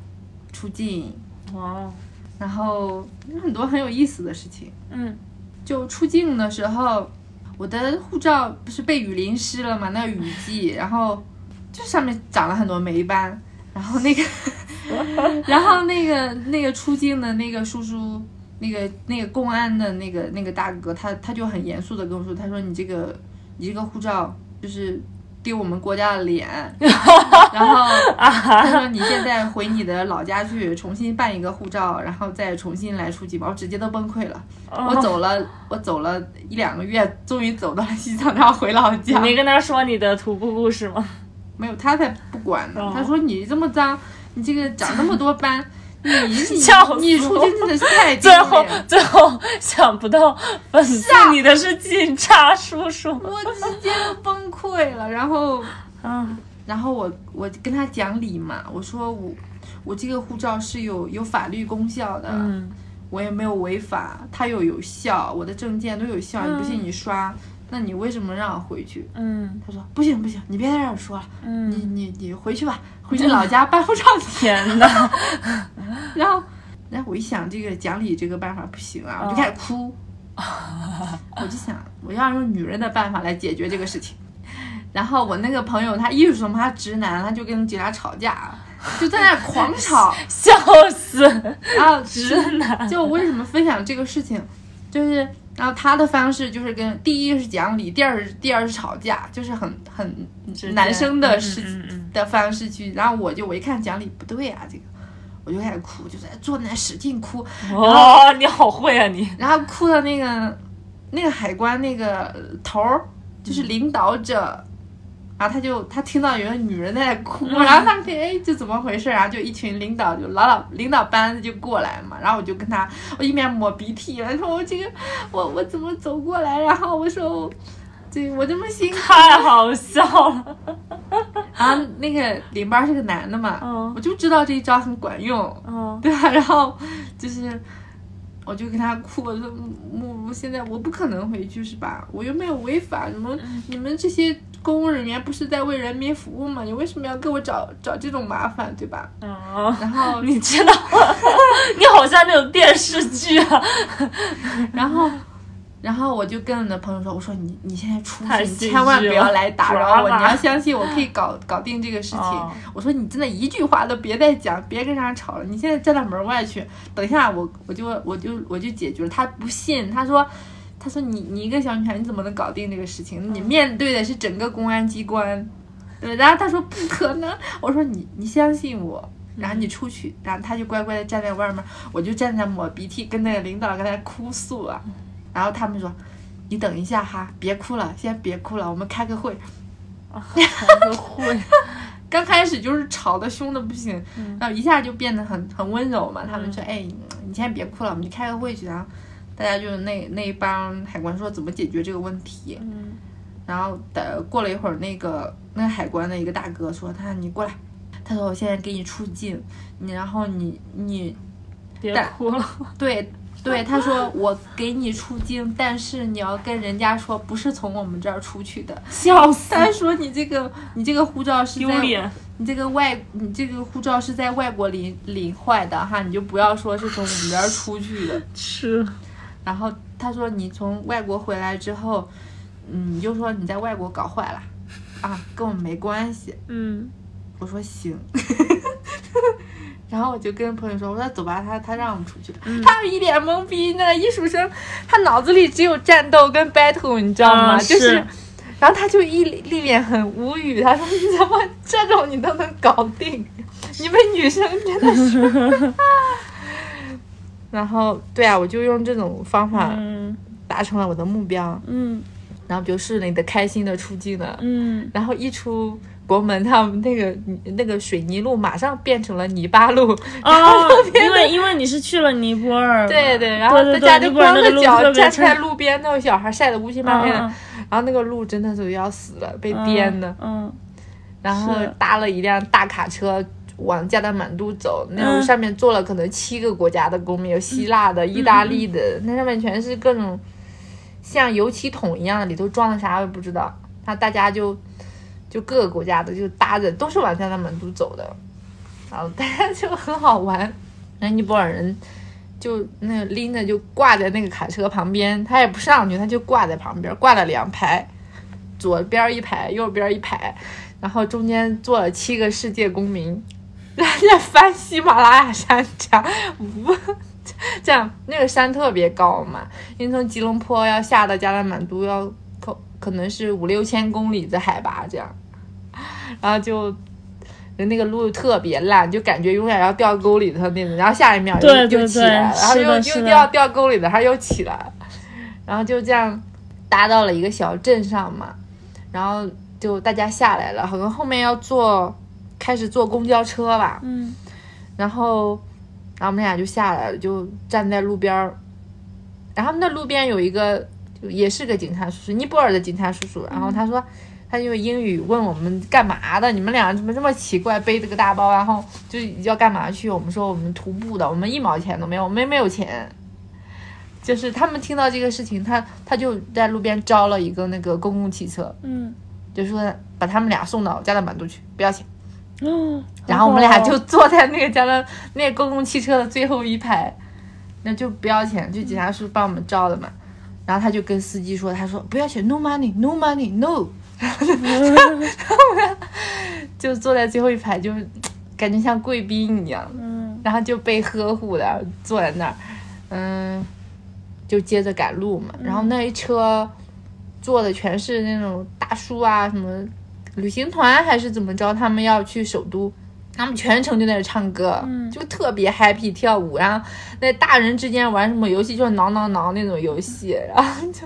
[SPEAKER 2] 出境，
[SPEAKER 3] 哇哦，
[SPEAKER 2] 然后有很多很有意思的事情。
[SPEAKER 3] 嗯
[SPEAKER 2] 就出境的时候，我的护照不是被雨淋湿了嘛，那雨季，然后就上面长了很多霉斑，然后那个，然后那个那个出境的那个叔叔那个那个公安的那个那个大哥，他他就很严肃的跟我说，他说你这个你这个护照就是丢我们国家的脸，然后他说你现在回你的老家去重新办一个护照，然后再重新来出境吧，我直接都崩溃了，
[SPEAKER 3] 哦
[SPEAKER 2] 我走了我走了一两个月，终于走到了西藏，然后回老
[SPEAKER 3] 你
[SPEAKER 2] 家，
[SPEAKER 3] 没跟他说你的徒步故事吗？
[SPEAKER 2] 没有他才不管呢
[SPEAKER 3] 哦，
[SPEAKER 2] 他说你这么脏，你这个长那么多 斑。你
[SPEAKER 3] 笑死
[SPEAKER 2] 你你出去真的是太丢
[SPEAKER 3] 最
[SPEAKER 2] 脸了
[SPEAKER 3] 后最后想不到粉丝你的是警察叔叔，
[SPEAKER 2] 我直接都崩溃了。然后，
[SPEAKER 3] 嗯，
[SPEAKER 2] 然后我我跟他讲理嘛，我说我我这个护照是有有法律功效的，
[SPEAKER 3] 嗯
[SPEAKER 2] 我也没有违法，它又有效，我的证件都有效，你不信你刷。那你为什么让我回去？
[SPEAKER 3] 嗯
[SPEAKER 2] 他说不行不行，你别在这儿说了，你
[SPEAKER 3] 嗯，
[SPEAKER 2] 你你回去吧，回去老家办护照去。
[SPEAKER 3] 天哪，
[SPEAKER 2] 然后，然后我一想，这个讲理这个办法不行啊，我
[SPEAKER 3] 嗯
[SPEAKER 2] 就开始哭。我就想，我要用女人的办法来解决这个事情。然后我那个朋友他艺术生嘛，他直男，他就跟警察吵架，啊就在那狂吵。
[SPEAKER 3] 笑死！
[SPEAKER 2] 然后
[SPEAKER 3] 直男
[SPEAKER 2] 就为什么分享这个事情，就是然后他的方式就是跟第一是讲理，第二是第二是吵架，就是很很
[SPEAKER 4] 直接
[SPEAKER 2] 男生的事情。
[SPEAKER 3] 嗯嗯
[SPEAKER 2] 的方式去，然后我就我一看讲理不对啊，这个我就开始哭，就在坐那使劲哭，
[SPEAKER 3] 嗯，哦，你好会啊你，
[SPEAKER 2] 然后哭到那个那个海关那个头儿，就是领导者，然后他就他听到有个女人在哭，然后他们哎这怎么回事啊？然后就一群领导就老老领导班子就过来嘛，然后我就跟他我一边抹鼻涕，然后说我这个我我怎么走过来，然后我说。这我这么辛苦，
[SPEAKER 3] 太好笑了，
[SPEAKER 2] 然后那个领班是个男的嘛，
[SPEAKER 3] 嗯
[SPEAKER 2] 我就知道这一招很管用，
[SPEAKER 3] 嗯
[SPEAKER 2] 对啊，然后就是我就跟他哭，我说我我现在我不可能回去是吧？我又没有违法，你们
[SPEAKER 3] 嗯
[SPEAKER 2] 你们这些公务人员不是在为人民服务吗？你为什么要给我找找这种麻烦，对吧？
[SPEAKER 3] 嗯，
[SPEAKER 2] 然后
[SPEAKER 3] 你知道 吗？你好像那种电视剧啊，
[SPEAKER 2] 然后。然后我就跟我的朋友说：“我说你你现在出
[SPEAKER 3] 太
[SPEAKER 2] 去，你
[SPEAKER 3] 心
[SPEAKER 2] 千万
[SPEAKER 3] 虚
[SPEAKER 2] 不要
[SPEAKER 3] 了
[SPEAKER 2] 来打
[SPEAKER 3] 抓
[SPEAKER 2] 扰我，
[SPEAKER 3] 吧
[SPEAKER 2] 你要相信我可以搞搞定这个事情。
[SPEAKER 3] 哦
[SPEAKER 2] 我说你真的一句话都别再讲，别跟人家吵了。你现在站到门外去，等一下我我就我就我就解决了。他不信，他说他说你你一个小女孩你怎么能搞定这个事情？你面对的是整个公安机关，对。然后他说不可能，我说你你相信我。然后你出去，然后他就乖乖的站在外面，我就站在抹鼻涕，跟那个领导跟他哭诉啊。然后他们说：“你等一下哈，别哭了，先别哭了，我们开个会。”哦
[SPEAKER 3] 开个 会，
[SPEAKER 2] 刚开始就是吵得凶的不行，
[SPEAKER 3] 嗯
[SPEAKER 2] 然后一下就变得很很温柔嘛。他们说：“哎，你先别哭了，我们去开个会去。”然后大家就是那那一帮海关说怎么解决这个问题。
[SPEAKER 3] 嗯
[SPEAKER 2] 然后等过了一会儿，那个那个海关的一个大哥说：“他说你过来。”他说：“我现在给你出境，你然后你你
[SPEAKER 3] 别
[SPEAKER 2] 但
[SPEAKER 3] 哭了，
[SPEAKER 2] 对对，他说我给你出境，但是你要跟人家说不是从我们这儿出去的。
[SPEAKER 3] 笑死，
[SPEAKER 2] 他说你这个你这个护照是
[SPEAKER 3] 丢
[SPEAKER 2] 在
[SPEAKER 3] 脸，
[SPEAKER 2] 你这个外你这个护照是在外国领领坏的哈，你就不要说是从我们这儿出去的。
[SPEAKER 3] 是，
[SPEAKER 2] 然后他说你从外国回来之后，嗯，你就说你在外国搞坏了啊，跟我们没关系。
[SPEAKER 3] 嗯
[SPEAKER 2] 我说行。 然后我就跟朋友说：“我说走吧，他他让我们出去了。他们一脸懵逼，那个艺术生，他脑子里只有战斗跟 battle，你知道吗？
[SPEAKER 3] 啊，
[SPEAKER 2] 嗯就是然后他就一脸一脸很无语，他说：“你怎么这种你都能搞定？你们女生真的是。”然后对啊，我就用这种方法
[SPEAKER 3] 嗯
[SPEAKER 2] 达成了我的目标，
[SPEAKER 3] 嗯
[SPEAKER 2] 然后就顺利的开心的 出境了。
[SPEAKER 3] 嗯，
[SPEAKER 2] 然后一出国门，他们那个那个水泥路马上变成了泥巴 路，
[SPEAKER 3] 哦，因为因为你是去了尼泊尔嘛，
[SPEAKER 2] 对对，然后
[SPEAKER 3] 嗯对
[SPEAKER 2] 大
[SPEAKER 3] 对
[SPEAKER 2] 家就
[SPEAKER 3] 尼泊尔
[SPEAKER 2] 光
[SPEAKER 3] 那
[SPEAKER 2] 着
[SPEAKER 3] 个路特
[SPEAKER 2] 脚
[SPEAKER 3] 别
[SPEAKER 2] 站在
[SPEAKER 3] 差
[SPEAKER 2] 路边，那个小孩晒得乌漆嘛黑的，
[SPEAKER 3] 嗯嗯
[SPEAKER 2] 然后那个路真的是要死了，被颠的，
[SPEAKER 3] 嗯，
[SPEAKER 2] 然后
[SPEAKER 3] 是
[SPEAKER 2] 搭了一辆大卡车。往加德满都走，那种
[SPEAKER 3] 嗯
[SPEAKER 2] 上面坐了可能七个国家的公民，有希腊的、意大利的，那上面全是各种像油漆桶一样的，里头装的啥我也不知道。那大家就就各个国家的就搭着，都是往加德满都走的，然后大家就很好玩。 那尼泊尔人就那拎着就挂在那个卡车旁边，他也不上去，他就挂在旁边，挂了两排，左边一排，右边一排，然后中间坐了 七个世界公民，人家翻喜马拉雅山楂，无 这样那个山特别高嘛，因为从吉隆坡要下到加拉满都要可可能是五六千公里的海拔这样，然后就。那个路特别烂，就感觉永远要掉沟里头那种，然后下一秒又
[SPEAKER 3] 对对
[SPEAKER 2] 又起来了，
[SPEAKER 3] 对
[SPEAKER 2] 然后
[SPEAKER 3] 是的
[SPEAKER 2] 又
[SPEAKER 3] 是
[SPEAKER 2] 又
[SPEAKER 3] 的
[SPEAKER 2] 掉掉沟里头，然后又起来了，然后就这样搭到了一个小镇上嘛，然后就大家下来了，好像后面要坐开始坐公交车吧，
[SPEAKER 3] 嗯，
[SPEAKER 2] 然后，然后我们俩就下来了，就站在路边儿。然后他们的路边有一个，就也是个警察叔叔，尼泊尔的警察叔叔。然后他说，他就用英语问我们干嘛的，你们俩怎么这么奇怪，背着个大包，啊然后就要干嘛去？我们说我们徒步的，我们一毛钱都没有，我们没有钱。就是他们听到这个事情，他他就在路边招了一个那个公共汽车，
[SPEAKER 3] 嗯，
[SPEAKER 2] 就说把他们俩送到加勒满都去，不要钱。
[SPEAKER 3] 哦
[SPEAKER 2] 然后我们俩
[SPEAKER 3] 好
[SPEAKER 2] 就
[SPEAKER 3] 好
[SPEAKER 2] 坐在那个家的 那个公共汽车的最后一排，那就不要钱，就警察叔叔帮我们招的嘛。然后他就跟司机说，他说不要钱，no money，no money，no。就坐在最后一排，就感觉像贵宾一样，
[SPEAKER 3] 嗯
[SPEAKER 2] 然后就被呵护的坐在那儿，嗯，就接着赶路嘛。然后那一车坐的全是那种大叔啊，什么旅行团还是怎么着，他们要去首都，他们全程就在那唱歌，
[SPEAKER 3] 嗯
[SPEAKER 2] 就特别 happy 跳舞，然后那大人之间玩什么游戏，就是挠挠挠那种游戏，然后就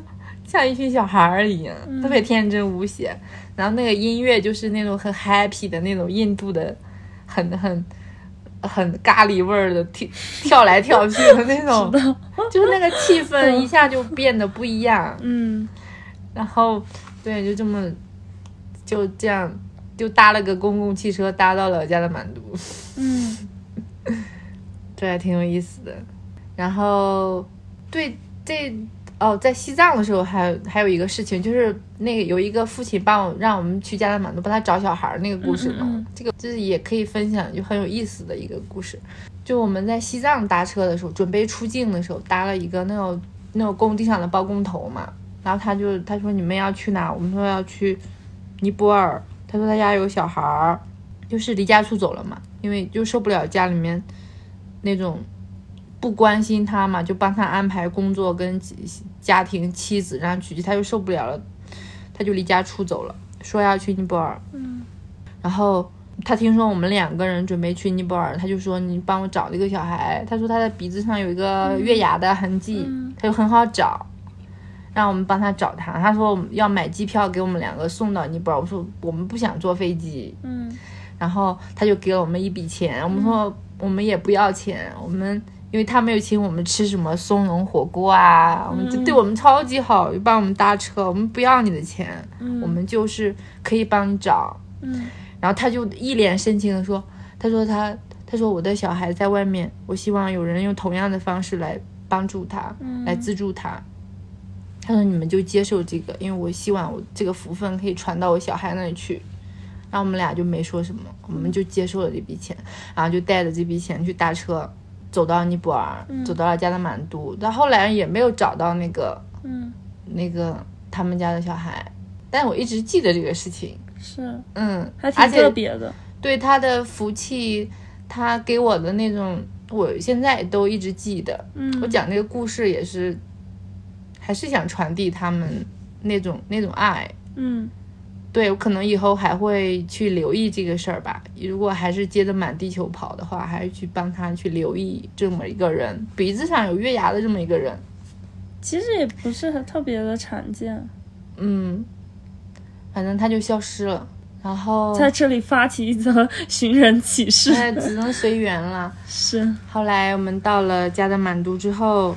[SPEAKER 2] 像一群小孩儿一样，特别天真无邪。然后那个音乐就是那种很 happy 的那种印度的，很很很咖喱味儿的跳跳来跳去的嗯那种， 就是那个气氛一下就变得不一样。
[SPEAKER 3] 嗯，
[SPEAKER 2] 然后对，就这么就这样就搭了个公共汽车，搭到了加勒满都，
[SPEAKER 3] 嗯
[SPEAKER 2] 这还挺有意思的。然后对这哦，在西藏的时候还有还有一个事情，就是那个有一个父亲帮我让我们去加勒满都帮他找小孩儿那个故事嘛，
[SPEAKER 3] 嗯嗯
[SPEAKER 2] 这个就是也可以分享，就很有意思的一个故事。就我们在西藏搭车的时候，准备出境的时候，搭了一个那种那种工地上的包工头嘛，然后他就他说你们要去哪？我们说要去尼泊尔，他说他家有小孩儿，就是离家出走了嘛，因为就受不了家里面那种不关心他嘛，就帮他安排工作跟家家庭、妻子让他娶妻，他就受不了了，他就离家出走了，说要去尼泊尔。
[SPEAKER 3] 嗯，
[SPEAKER 2] 然后他听说我们两个人准备去尼泊尔，他就说你帮我找这个小孩，他说他的鼻子上有一个月牙的痕迹，
[SPEAKER 3] 嗯
[SPEAKER 2] 他就很好找。让我们帮他找他，他说我们要买机票给我们两个送到尼泊尔。我说我们不想坐飞机，
[SPEAKER 3] 嗯
[SPEAKER 2] 然后他就给了我们一笔钱，我们说我们也不要钱，我们因为他没有请我们吃什么松茸火锅啊，我们就
[SPEAKER 3] 嗯
[SPEAKER 2] 对我们超级好，就帮我们搭车，我们不要你的钱，
[SPEAKER 3] 嗯，
[SPEAKER 2] 我们就是可以帮你找。
[SPEAKER 3] 嗯
[SPEAKER 2] 然后他就一脸深情的说，他说他他说我的小孩在外面，我希望有人用同样的方式来帮助他，
[SPEAKER 3] 嗯
[SPEAKER 2] 来资助他。他说你们就接受这个，因为我希望我这个福分可以传到我小孩那里去。然后我们俩就没说什么，我们就接受了这笔钱，然后就带着这笔钱去搭车，走到尼泊尔，走到了加德满都。但后来也没有找到那个
[SPEAKER 3] 嗯
[SPEAKER 2] 那个他们家的小孩，但我一直记得这个事情。
[SPEAKER 3] 是，
[SPEAKER 2] 嗯，
[SPEAKER 3] 还
[SPEAKER 2] 而
[SPEAKER 3] 挺
[SPEAKER 2] 且
[SPEAKER 3] 特别的，
[SPEAKER 2] 对他的福气，他给我的那种，我现在都一直记得。
[SPEAKER 3] 嗯，
[SPEAKER 2] 我讲这个故事也是，还是想传递他们那种那种爱。
[SPEAKER 3] 嗯
[SPEAKER 2] 对我可能以后还会去留意这个事儿吧。如果还是接着满地球跑的话，还是去帮他去留意这么一个人，鼻子上有月牙的这么一个人。
[SPEAKER 3] 其实也不是很特别的常见，
[SPEAKER 2] 嗯，反正他就消失了。然后，
[SPEAKER 3] 在这里发起一则寻人启事，
[SPEAKER 2] 那只能随缘了。
[SPEAKER 3] 是，
[SPEAKER 2] 后来我们到了加德满都之后，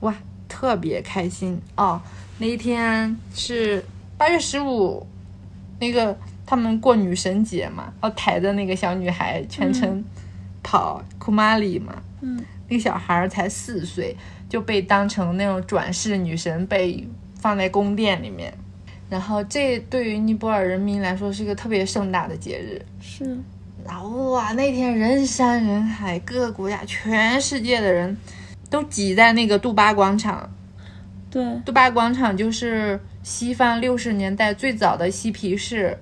[SPEAKER 2] 哇，特别开心哦！那一天是八月十五，那个他们过女神节嘛，然后抬着那个小女孩全程跑库玛里嘛，
[SPEAKER 3] 嗯，
[SPEAKER 2] 那个小孩儿才四岁，就被当成那种转世女神被放在宫殿里面。然后，这对于尼泊尔人民来说是一个特别盛大的节日。
[SPEAKER 3] 是，
[SPEAKER 2] 然后哇，那天人山人海，各个国家、全世界的人都挤在那个杜巴广场。
[SPEAKER 3] 对，
[SPEAKER 2] 杜巴广场就是西方六十年代最早的嬉皮士，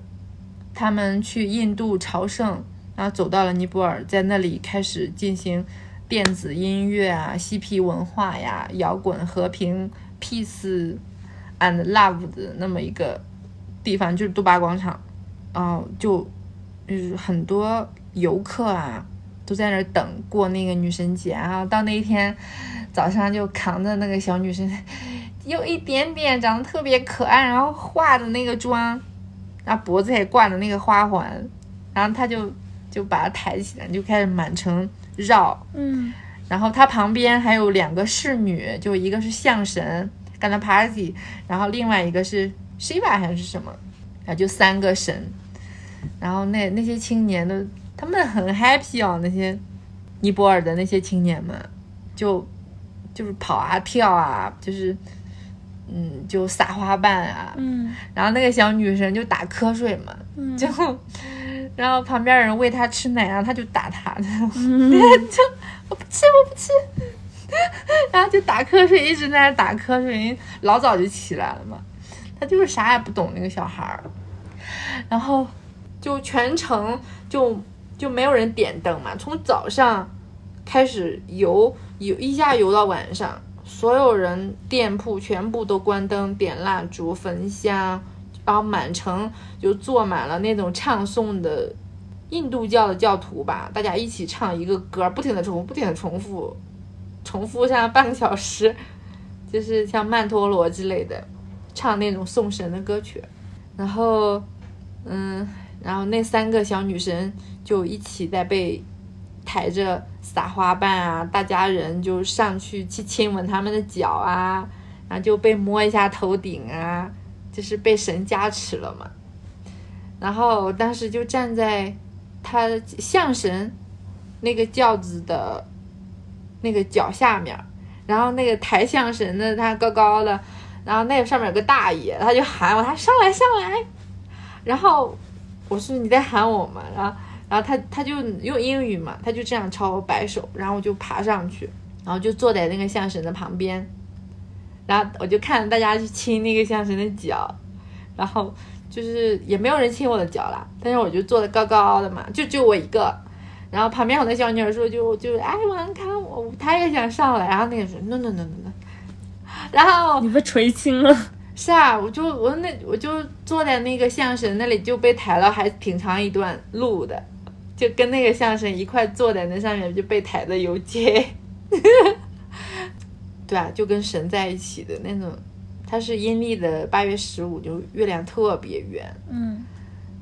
[SPEAKER 2] 他们去印度朝圣，然后走到了尼泊尔，在那里开始进行电子音乐啊、嬉皮文化呀、摇滚、和平、peace and love 的那么一个地方，就是杜巴广场，啊、就就是很多游客啊都在那儿等过那个女神节啊，到那一天早上就扛着那个小女生，有一点点长得特别可爱，然后化的那个妆，然后脖子也挂着那个花环，然后他就就把它抬起来，就开始满城绕，
[SPEAKER 3] 嗯，
[SPEAKER 2] 然后他旁边还有两个侍女，就一个是象神 g a n a p a t i 然后另外一个是 Shiva 还是什么，啊，就三个神。然后那那些青年都，他们很 happy 哦，那些尼泊尔的那些青年们，就就是跑啊跳啊，就是嗯就撒花瓣啊，
[SPEAKER 3] 嗯
[SPEAKER 2] 然后那个小女生就打瞌睡嘛，
[SPEAKER 3] 嗯
[SPEAKER 2] 就 然后旁边人喂她吃奶啊，她就打她，
[SPEAKER 3] 嗯
[SPEAKER 2] 就我不吃我不吃，然后就打瞌睡，一直在那打瞌睡，因为老早就起来了嘛，她就是啥也不懂那个小孩儿，然后就全程就就没有人点灯嘛，从早上开始游游一下游到晚上。所有人店铺全部都关灯，点蜡烛、焚香，然后满城就坐满了那种唱诵的印度教的教徒吧，大家一起唱一个歌，不停的重复，不停的重复，重复上半个小时， 就是像曼陀罗之类的，唱那种送神的歌曲。然后，嗯，然后那三个小女神就一起在被抬着撒花瓣啊，大家人就上去去亲吻他们的脚啊，然后就被摸一下头顶啊，就是被神加持了嘛。然后我当时就站在他象神那个轿子的那个脚下面儿，然后那个抬象神的他高高的，然后那上面有个大爷，他就喊我，他上来上来，然后我说你在喊我嘛，然后然后他他就用英语嘛，他就这样朝我摆手，然后我就爬上去，然后就坐在那个象神的旁边，然后我就看大家去亲那个象神的脚，然后就是也没有人亲我的脚啦，但是我就坐的高高的嘛，就只有我一个。然后旁边有那小女孩说就就哎王看我，她也想上来，然后那个说 no no no no no，然后
[SPEAKER 3] 你被垂青了，
[SPEAKER 2] 是啊，我就我那我就坐在那个象神那里就被抬了，还挺长一段路的，就跟那个象神一块坐在那上面就被抬的游街。 对啊，就跟神在一起的那种，它是阴历的八月十五，就月亮特别圆，
[SPEAKER 3] 嗯，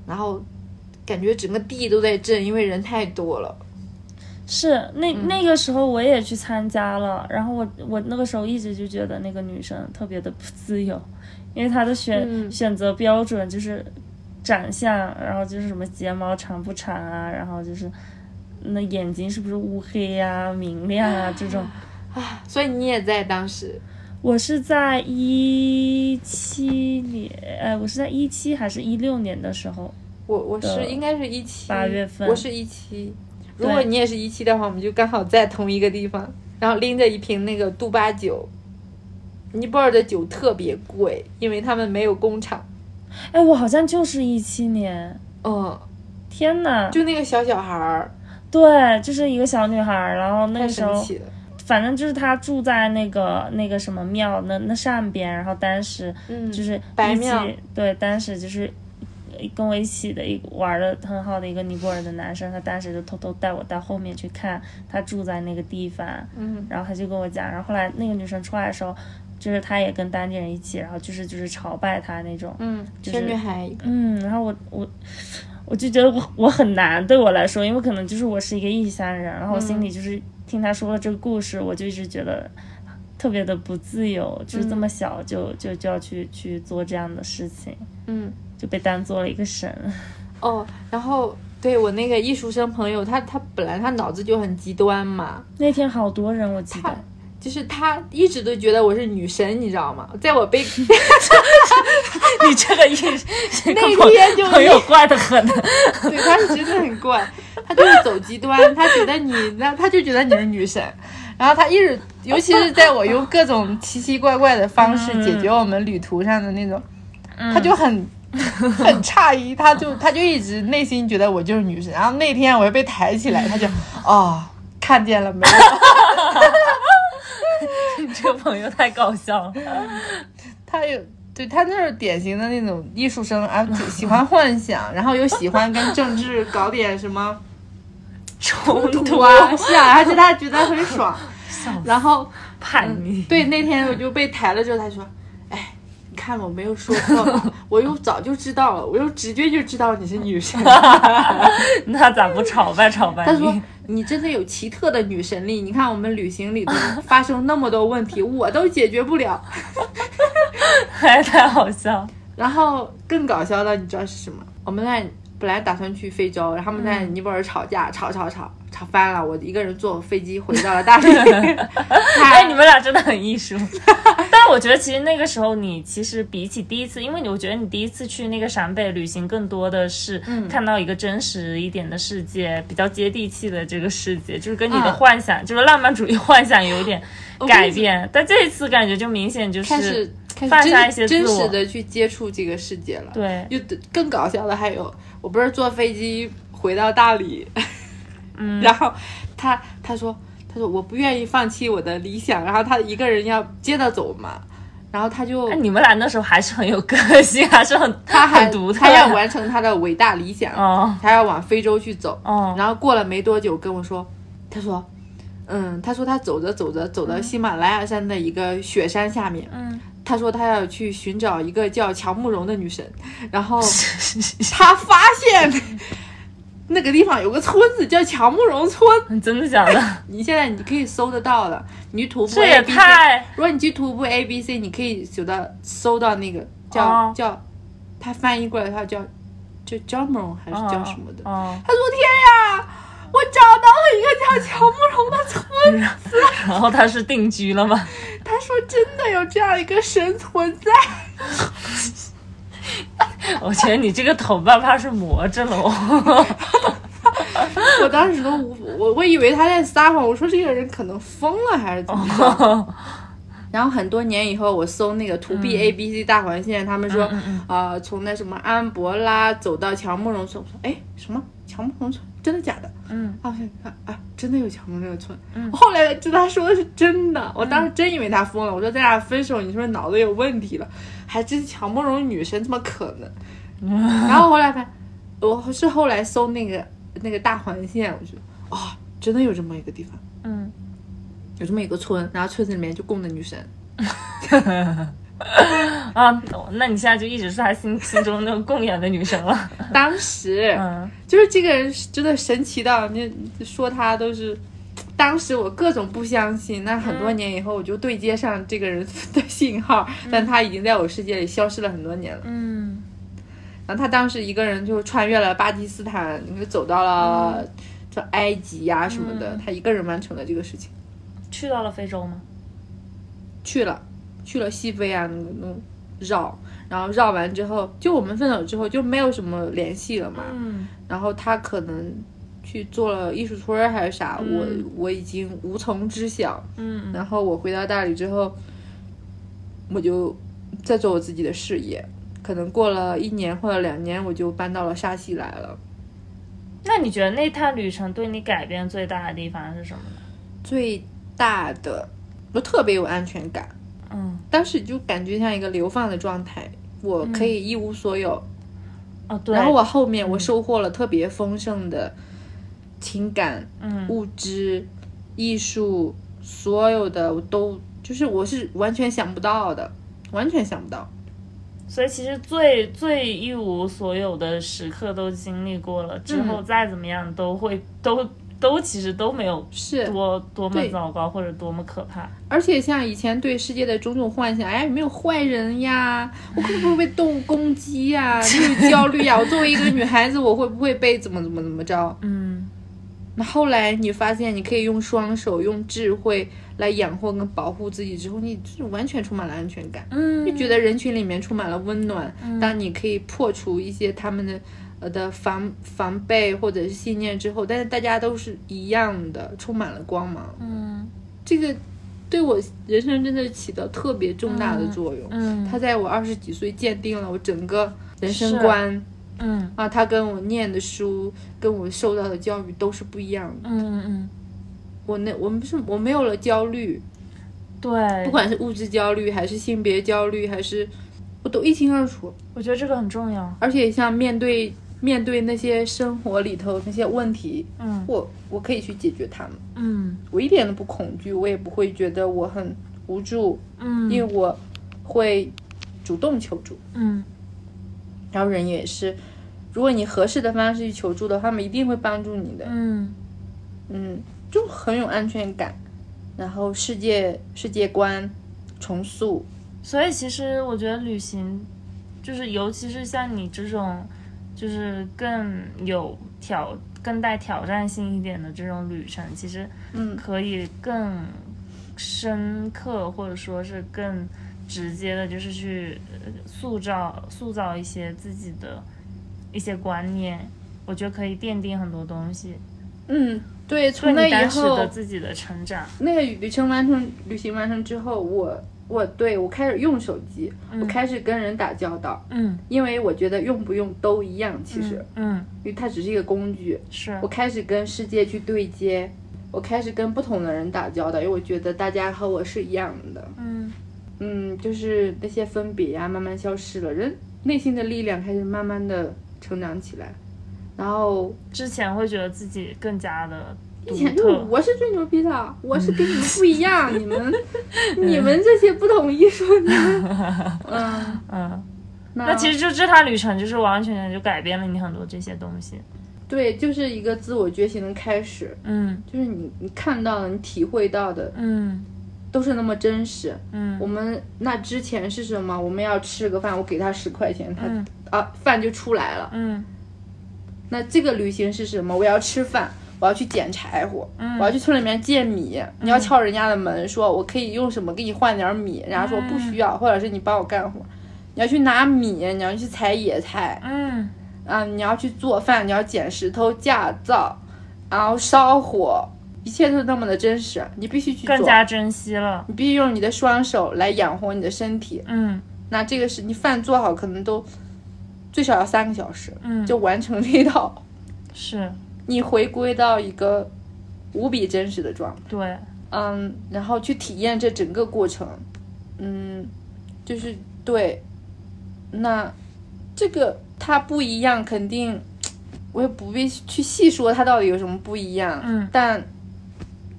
[SPEAKER 2] 然后感觉整个地都在震，因为人太多了。
[SPEAKER 3] 是那
[SPEAKER 2] 嗯
[SPEAKER 3] 那个时候我也去参加了，然后我我那个时候一直就觉得那个女生特别的不自由，因为她的选、
[SPEAKER 2] 嗯
[SPEAKER 3] 选择标准就是长相，然后就是什么睫毛长不长啊，然后就是那眼睛是不是乌黑呀、明亮啊这种。
[SPEAKER 2] 所以你也在当时，
[SPEAKER 3] 我是在一七年，呃，我是在一七还是一六年的时候，
[SPEAKER 2] 我我是
[SPEAKER 3] 的
[SPEAKER 2] 应该是一七
[SPEAKER 3] 八月份
[SPEAKER 2] 我是一七。如
[SPEAKER 3] 对
[SPEAKER 2] 果你也是一七的话，我们就刚好在同一个地方，然后拎着一瓶那个杜巴酒。尼泊尔的酒特别贵，因为他们没有工厂。
[SPEAKER 3] 哎，我好像就是一七年，
[SPEAKER 2] 嗯，
[SPEAKER 3] 天呐，
[SPEAKER 2] 就那个小小孩儿
[SPEAKER 3] 对，就是一个小女孩儿，然后那
[SPEAKER 2] 太
[SPEAKER 3] 个时
[SPEAKER 2] 神
[SPEAKER 3] 候，
[SPEAKER 2] 奇了。
[SPEAKER 3] 反正就是她住在那个那个什么庙那那上边，然后当时
[SPEAKER 2] 嗯，
[SPEAKER 3] 就是
[SPEAKER 2] 白
[SPEAKER 3] 一起
[SPEAKER 2] 庙
[SPEAKER 3] 对，当时就是跟我一起的一个玩的很好的一个尼泊尔的男生，他当时就偷偷带我到后面去看，他住在那个地方，
[SPEAKER 2] 嗯，
[SPEAKER 3] 然后他就跟我讲，然后后来那个女生出来的时候，就是她也跟当地人一起，然后就是就是朝拜她那种，
[SPEAKER 2] 嗯，
[SPEAKER 3] 就是
[SPEAKER 2] 小女孩一个。
[SPEAKER 3] 嗯，然后我我我就觉得我我很难对我来说，因为可能就是我是一个异乡人，然后我
[SPEAKER 2] 嗯
[SPEAKER 3] 心里就是听他说了这个故事，我就一直觉得特别的不自由，就是这么小就、就就要去去做这样的事情，
[SPEAKER 2] 嗯，
[SPEAKER 3] 就被当做了一个神。
[SPEAKER 2] 哦，然后对我那个艺术生朋友，他他本来他脑子就很极端嘛，
[SPEAKER 3] 那天好多人，我记
[SPEAKER 2] 他
[SPEAKER 3] 得。
[SPEAKER 2] 就是他一直都觉得我是女神，你知道吗？在我被
[SPEAKER 3] 你这个一这个
[SPEAKER 2] 那天就
[SPEAKER 3] 朋友坏的很，
[SPEAKER 2] 对，他是真的很怪，他就是走极端，他觉得你，那他就觉得你是女神，然后他一直，尤其是在我用各种奇奇怪怪的方式解决我们旅途上的那种，他就很。很诧异，他就他就一直内心觉得我就是女神，然后那天我又被抬起来，他就啊、看见了没有？
[SPEAKER 4] 你这个朋友太搞笑了。
[SPEAKER 2] 他有，对他就是典型的那种艺术生 啊，就喜欢幻想，然后又喜欢跟政治搞点什 么
[SPEAKER 3] 冲
[SPEAKER 2] 突啊，是啊，而且他觉得很爽。然后
[SPEAKER 3] 叛逆，
[SPEAKER 2] 对，那天我就被抬了之后，他说：“哎，你看我没有说错吧？ 我又早就知道了，我又直觉就知道你是女 神。
[SPEAKER 4] 那咋不吵吧吵吧？”
[SPEAKER 2] 他 说
[SPEAKER 4] 你：“
[SPEAKER 2] 你真的有奇特的女神力，你看我们旅行里头发生那么多问题，我都解决不了。
[SPEAKER 4] 太太好笑。”
[SPEAKER 2] 然后更搞笑的，你知道是什么？我们在本来打算去非洲，然后他们在尼泊尔吵架，吵吵吵吵翻了，我一个人坐飞机回到了大理。
[SPEAKER 4] 哎，
[SPEAKER 2] 哎
[SPEAKER 4] 你们俩真的很艺 术。
[SPEAKER 3] 但我觉得其实那个时候你其实比起第一次，因为你我觉得你第一次去那个陕北旅行，更多的是
[SPEAKER 2] 嗯
[SPEAKER 3] 看到一个真实一点的世界，比较接地气的这个世界，就是跟你的
[SPEAKER 2] 嗯
[SPEAKER 3] 幻想，就是浪漫主义幻想有一点改变。但这一次感觉就明显就
[SPEAKER 2] 开
[SPEAKER 3] 是
[SPEAKER 2] 始开
[SPEAKER 3] 放
[SPEAKER 2] 始
[SPEAKER 3] 下
[SPEAKER 2] 真
[SPEAKER 3] 一些
[SPEAKER 2] 真
[SPEAKER 3] 自我
[SPEAKER 2] 实的去接触这个世界了。
[SPEAKER 3] 对，
[SPEAKER 2] 就更搞笑的还有，我不是坐飞机回到大理，嗯， 然后他他说他说我不愿意放弃我的理想，然后他一个人要接着走嘛，然后他就
[SPEAKER 4] 哎，你们俩那时候还是很有个性，还是很
[SPEAKER 2] 他还
[SPEAKER 4] 很独特。
[SPEAKER 2] 他要完成他的伟大理想，
[SPEAKER 4] 哦
[SPEAKER 2] 他要往非洲去走，
[SPEAKER 4] 哦，
[SPEAKER 2] 然后过了没多久跟我说，他说。嗯，他说他走着走着走到喜马拉雅山的一个雪山下面，
[SPEAKER 4] 嗯，
[SPEAKER 2] 他说他要去寻找一个叫乔慕容的 女神，然后他发现那个地方有个村子叫乔慕容村，
[SPEAKER 4] 真的假的？
[SPEAKER 2] 你现在你可以搜得到的。你去徒步
[SPEAKER 4] 这也
[SPEAKER 2] A B C，
[SPEAKER 4] 太……
[SPEAKER 2] 如果你去徒步 A B C，你可以搜到搜到那个叫、
[SPEAKER 4] 哦
[SPEAKER 2] 叫，它翻译过来的话叫叫乔慕容还是叫什么的？
[SPEAKER 4] 哦，
[SPEAKER 2] 他说天呀，我找到了一个叫乔慕容的村子。
[SPEAKER 4] 然后他是定居了 吗？
[SPEAKER 2] 他说真的有这样一个神存在。
[SPEAKER 4] 我觉得你这个头发怕是魔怔了 哦。
[SPEAKER 2] 我当时都无，我我以为他在撒谎，我说这个人可能疯了还是怎么着。然后很多年以后，我搜那个图 B A B C 大环线，他们说，呃，从那什么安博拉走到乔慕容村，我说，哎，什么乔慕容村，真的假的？
[SPEAKER 4] 嗯，
[SPEAKER 2] 啊，我想看啊，真的有乔慕容村。我后来知道他说的是真的，我当时真以为他疯了，我说咱俩分手，你是不是脑子有问题了？还真乔慕容女神，怎么可能？然后后来发现，我是后来搜那个那个大环线，我觉得哦，真的有这么一个地方，
[SPEAKER 4] 嗯，
[SPEAKER 2] 有这么一个村，然后村子里面就供的女神，
[SPEAKER 4] 啊，那你现在就一直是他心心中那种供养的女神 了。
[SPEAKER 2] 当时
[SPEAKER 4] 嗯，
[SPEAKER 2] 就是这个人是真的神奇到，你说他都是。当时我各种不相信，那很多年以后我就对接上这个人的信号，但他已经在我世界里消失了很多年了。
[SPEAKER 4] 嗯，
[SPEAKER 2] 然后他当时一个人就穿越了巴基斯坦，就走到
[SPEAKER 4] 嗯
[SPEAKER 2] 了这埃及呀、什么的，他一个人完成了这个事情。
[SPEAKER 3] 去到了非洲吗？
[SPEAKER 2] 去了，去了西非啊，那个那个绕，然后绕完之后，就我们分手之后就没有什么联系了嘛。
[SPEAKER 3] 嗯，
[SPEAKER 2] 然后他可能去做了艺术村儿还是啥，我我已经无从知晓。
[SPEAKER 3] 嗯，
[SPEAKER 2] 然后我回到大理之后，我就在做我自己的事业。可能过了一年或者两年，我就搬到了沙溪来了。
[SPEAKER 3] 那你觉得那趟旅程对你改变最大的地方是什么呢？
[SPEAKER 2] 最大的，我特别有安全感。
[SPEAKER 3] 嗯，
[SPEAKER 2] 当时就感觉像一个流放的状态，我可以一无所有，
[SPEAKER 3] 哦，对，
[SPEAKER 2] 然后我后面我收获了特别丰盛的情感、
[SPEAKER 3] 嗯
[SPEAKER 2] 物质、艺术，所有的我都就是我是完全想不到的，完全想不到。
[SPEAKER 3] 所以其实最最一无所有的时刻都经历过了，之后再怎么样都会、
[SPEAKER 2] 嗯
[SPEAKER 3] 都都其实都没有
[SPEAKER 2] 是，
[SPEAKER 3] 多多么
[SPEAKER 2] 对
[SPEAKER 3] 糟糕或者多么可怕。
[SPEAKER 2] 而且像以前对世界的种种幻想，哎，有没有坏人呀？我会不会被动物攻击呀？这个焦虑呀？我作为一个女孩子，我会不会被怎么怎么怎么着？
[SPEAKER 3] 嗯，
[SPEAKER 2] 那后来你发现，你可以用双手、用智慧来养活跟保护自己之后，你就是完全充满了安全感。
[SPEAKER 3] 嗯
[SPEAKER 2] 就觉得人群里面充满了温暖。当你可以破除一些他们的呃的防防备或者是信念之后，但是大家都是一样的，充满了光芒。
[SPEAKER 3] 嗯
[SPEAKER 2] 这个对我人生真的起到特别重大的作用。
[SPEAKER 3] 嗯
[SPEAKER 2] 它在我二十几岁鉴定了我整个人生
[SPEAKER 3] 是
[SPEAKER 2] 观
[SPEAKER 3] 嗯
[SPEAKER 2] 啊，它跟我念的书、跟我受到的教育都是不一样的。
[SPEAKER 3] 嗯嗯，
[SPEAKER 2] 我那我们不是我没有了焦虑，
[SPEAKER 3] 对
[SPEAKER 2] 不，管是物质焦虑还是性别焦虑，还是我都一清二楚。
[SPEAKER 3] 我觉得这个很重要。
[SPEAKER 2] 而且像面对面对那些生活里头那些问题，
[SPEAKER 3] 嗯
[SPEAKER 2] 我我可以去解决它们，
[SPEAKER 3] 嗯
[SPEAKER 2] 我一点都不恐惧，我也不会觉得我很无助，
[SPEAKER 3] 嗯
[SPEAKER 2] 因为我会主动求助。
[SPEAKER 3] 嗯
[SPEAKER 2] 然后人也是，如果你合适的方式去求助的话，他们一定会帮助你的。
[SPEAKER 3] 嗯
[SPEAKER 2] 嗯，就很有安全感，然后世界世界观重塑，
[SPEAKER 3] 所以其实我觉得旅行，就是尤其是像你这种，就是更有挑、更带挑战性一点的这种旅程，其实
[SPEAKER 2] 嗯
[SPEAKER 3] 可以更深刻，或者说是更直接的，就是去呃塑造、塑造一些自己的一些观念。我觉得可以奠定很多东西，
[SPEAKER 2] 嗯，对，
[SPEAKER 3] 对
[SPEAKER 2] 从那
[SPEAKER 3] 你当
[SPEAKER 2] 以
[SPEAKER 3] 时
[SPEAKER 2] 后
[SPEAKER 3] 的，自己的成长。
[SPEAKER 2] 那个旅程完成，旅行完成之后，我我对我开始用手机，我开始跟人打交道，
[SPEAKER 3] 嗯，
[SPEAKER 2] 因为我觉得用不用都一样，其实，
[SPEAKER 3] 嗯，
[SPEAKER 2] 因为它只是一个工具。
[SPEAKER 3] 是
[SPEAKER 2] 我开始跟世界去对接，我开始跟不同的人打交道，因为我觉得大家和我是一样的。
[SPEAKER 3] 嗯
[SPEAKER 2] 嗯，就是那些分别啊，慢慢消失了，人内心的力量开始慢慢的成长起来。然后
[SPEAKER 3] 之前会觉得自己更加的
[SPEAKER 2] 以
[SPEAKER 3] 独
[SPEAKER 2] 前就是
[SPEAKER 3] 特，嗯
[SPEAKER 2] 我是最牛逼的，我是跟你们不 一样，你们你们这些不懂艺术，你 们嗯，
[SPEAKER 3] 嗯，
[SPEAKER 2] 那
[SPEAKER 3] 那其实就这趟旅程，就是完完全全就改变了你很多这些东西，
[SPEAKER 2] 对，就是一个自我觉醒的开始，
[SPEAKER 3] 嗯
[SPEAKER 2] 就是你你看到的，你体会到的
[SPEAKER 3] 嗯
[SPEAKER 2] 都是那么真实。我
[SPEAKER 3] 嗯
[SPEAKER 2] 们那之前是什么？我们要吃个饭，我给他十块钱，他、
[SPEAKER 3] 嗯
[SPEAKER 2] 啊饭就出来了。
[SPEAKER 3] 嗯
[SPEAKER 2] 那这个旅行是什么？我要吃饭，我要去捡柴火，
[SPEAKER 3] 嗯
[SPEAKER 2] 我要去村里面借米。你要敲人家的门，说我可以用什么给你换点米，人家说不需
[SPEAKER 3] 嗯
[SPEAKER 2] 要，或者是你帮我干活。你要去拿米，你要去采野菜，
[SPEAKER 3] 嗯
[SPEAKER 2] 啊，你要去做饭，你要捡石头、架灶，然后烧火，一切都是那么的真实。你必须去做，
[SPEAKER 3] 更加珍惜了，
[SPEAKER 2] 你必须用你的双手来养活你的身体。
[SPEAKER 3] 嗯
[SPEAKER 2] 那这个是你饭做好，可能都最少要三个小时，
[SPEAKER 3] 嗯，
[SPEAKER 2] 就完成这一道
[SPEAKER 3] 是
[SPEAKER 2] 你回归到一个无比真实的状态，
[SPEAKER 3] 对，
[SPEAKER 2] 嗯，然后去体验这整个过程，嗯，就是对，那这个它不一样，肯定我也不必去细说它到底有什么不一样，
[SPEAKER 3] 嗯
[SPEAKER 2] 但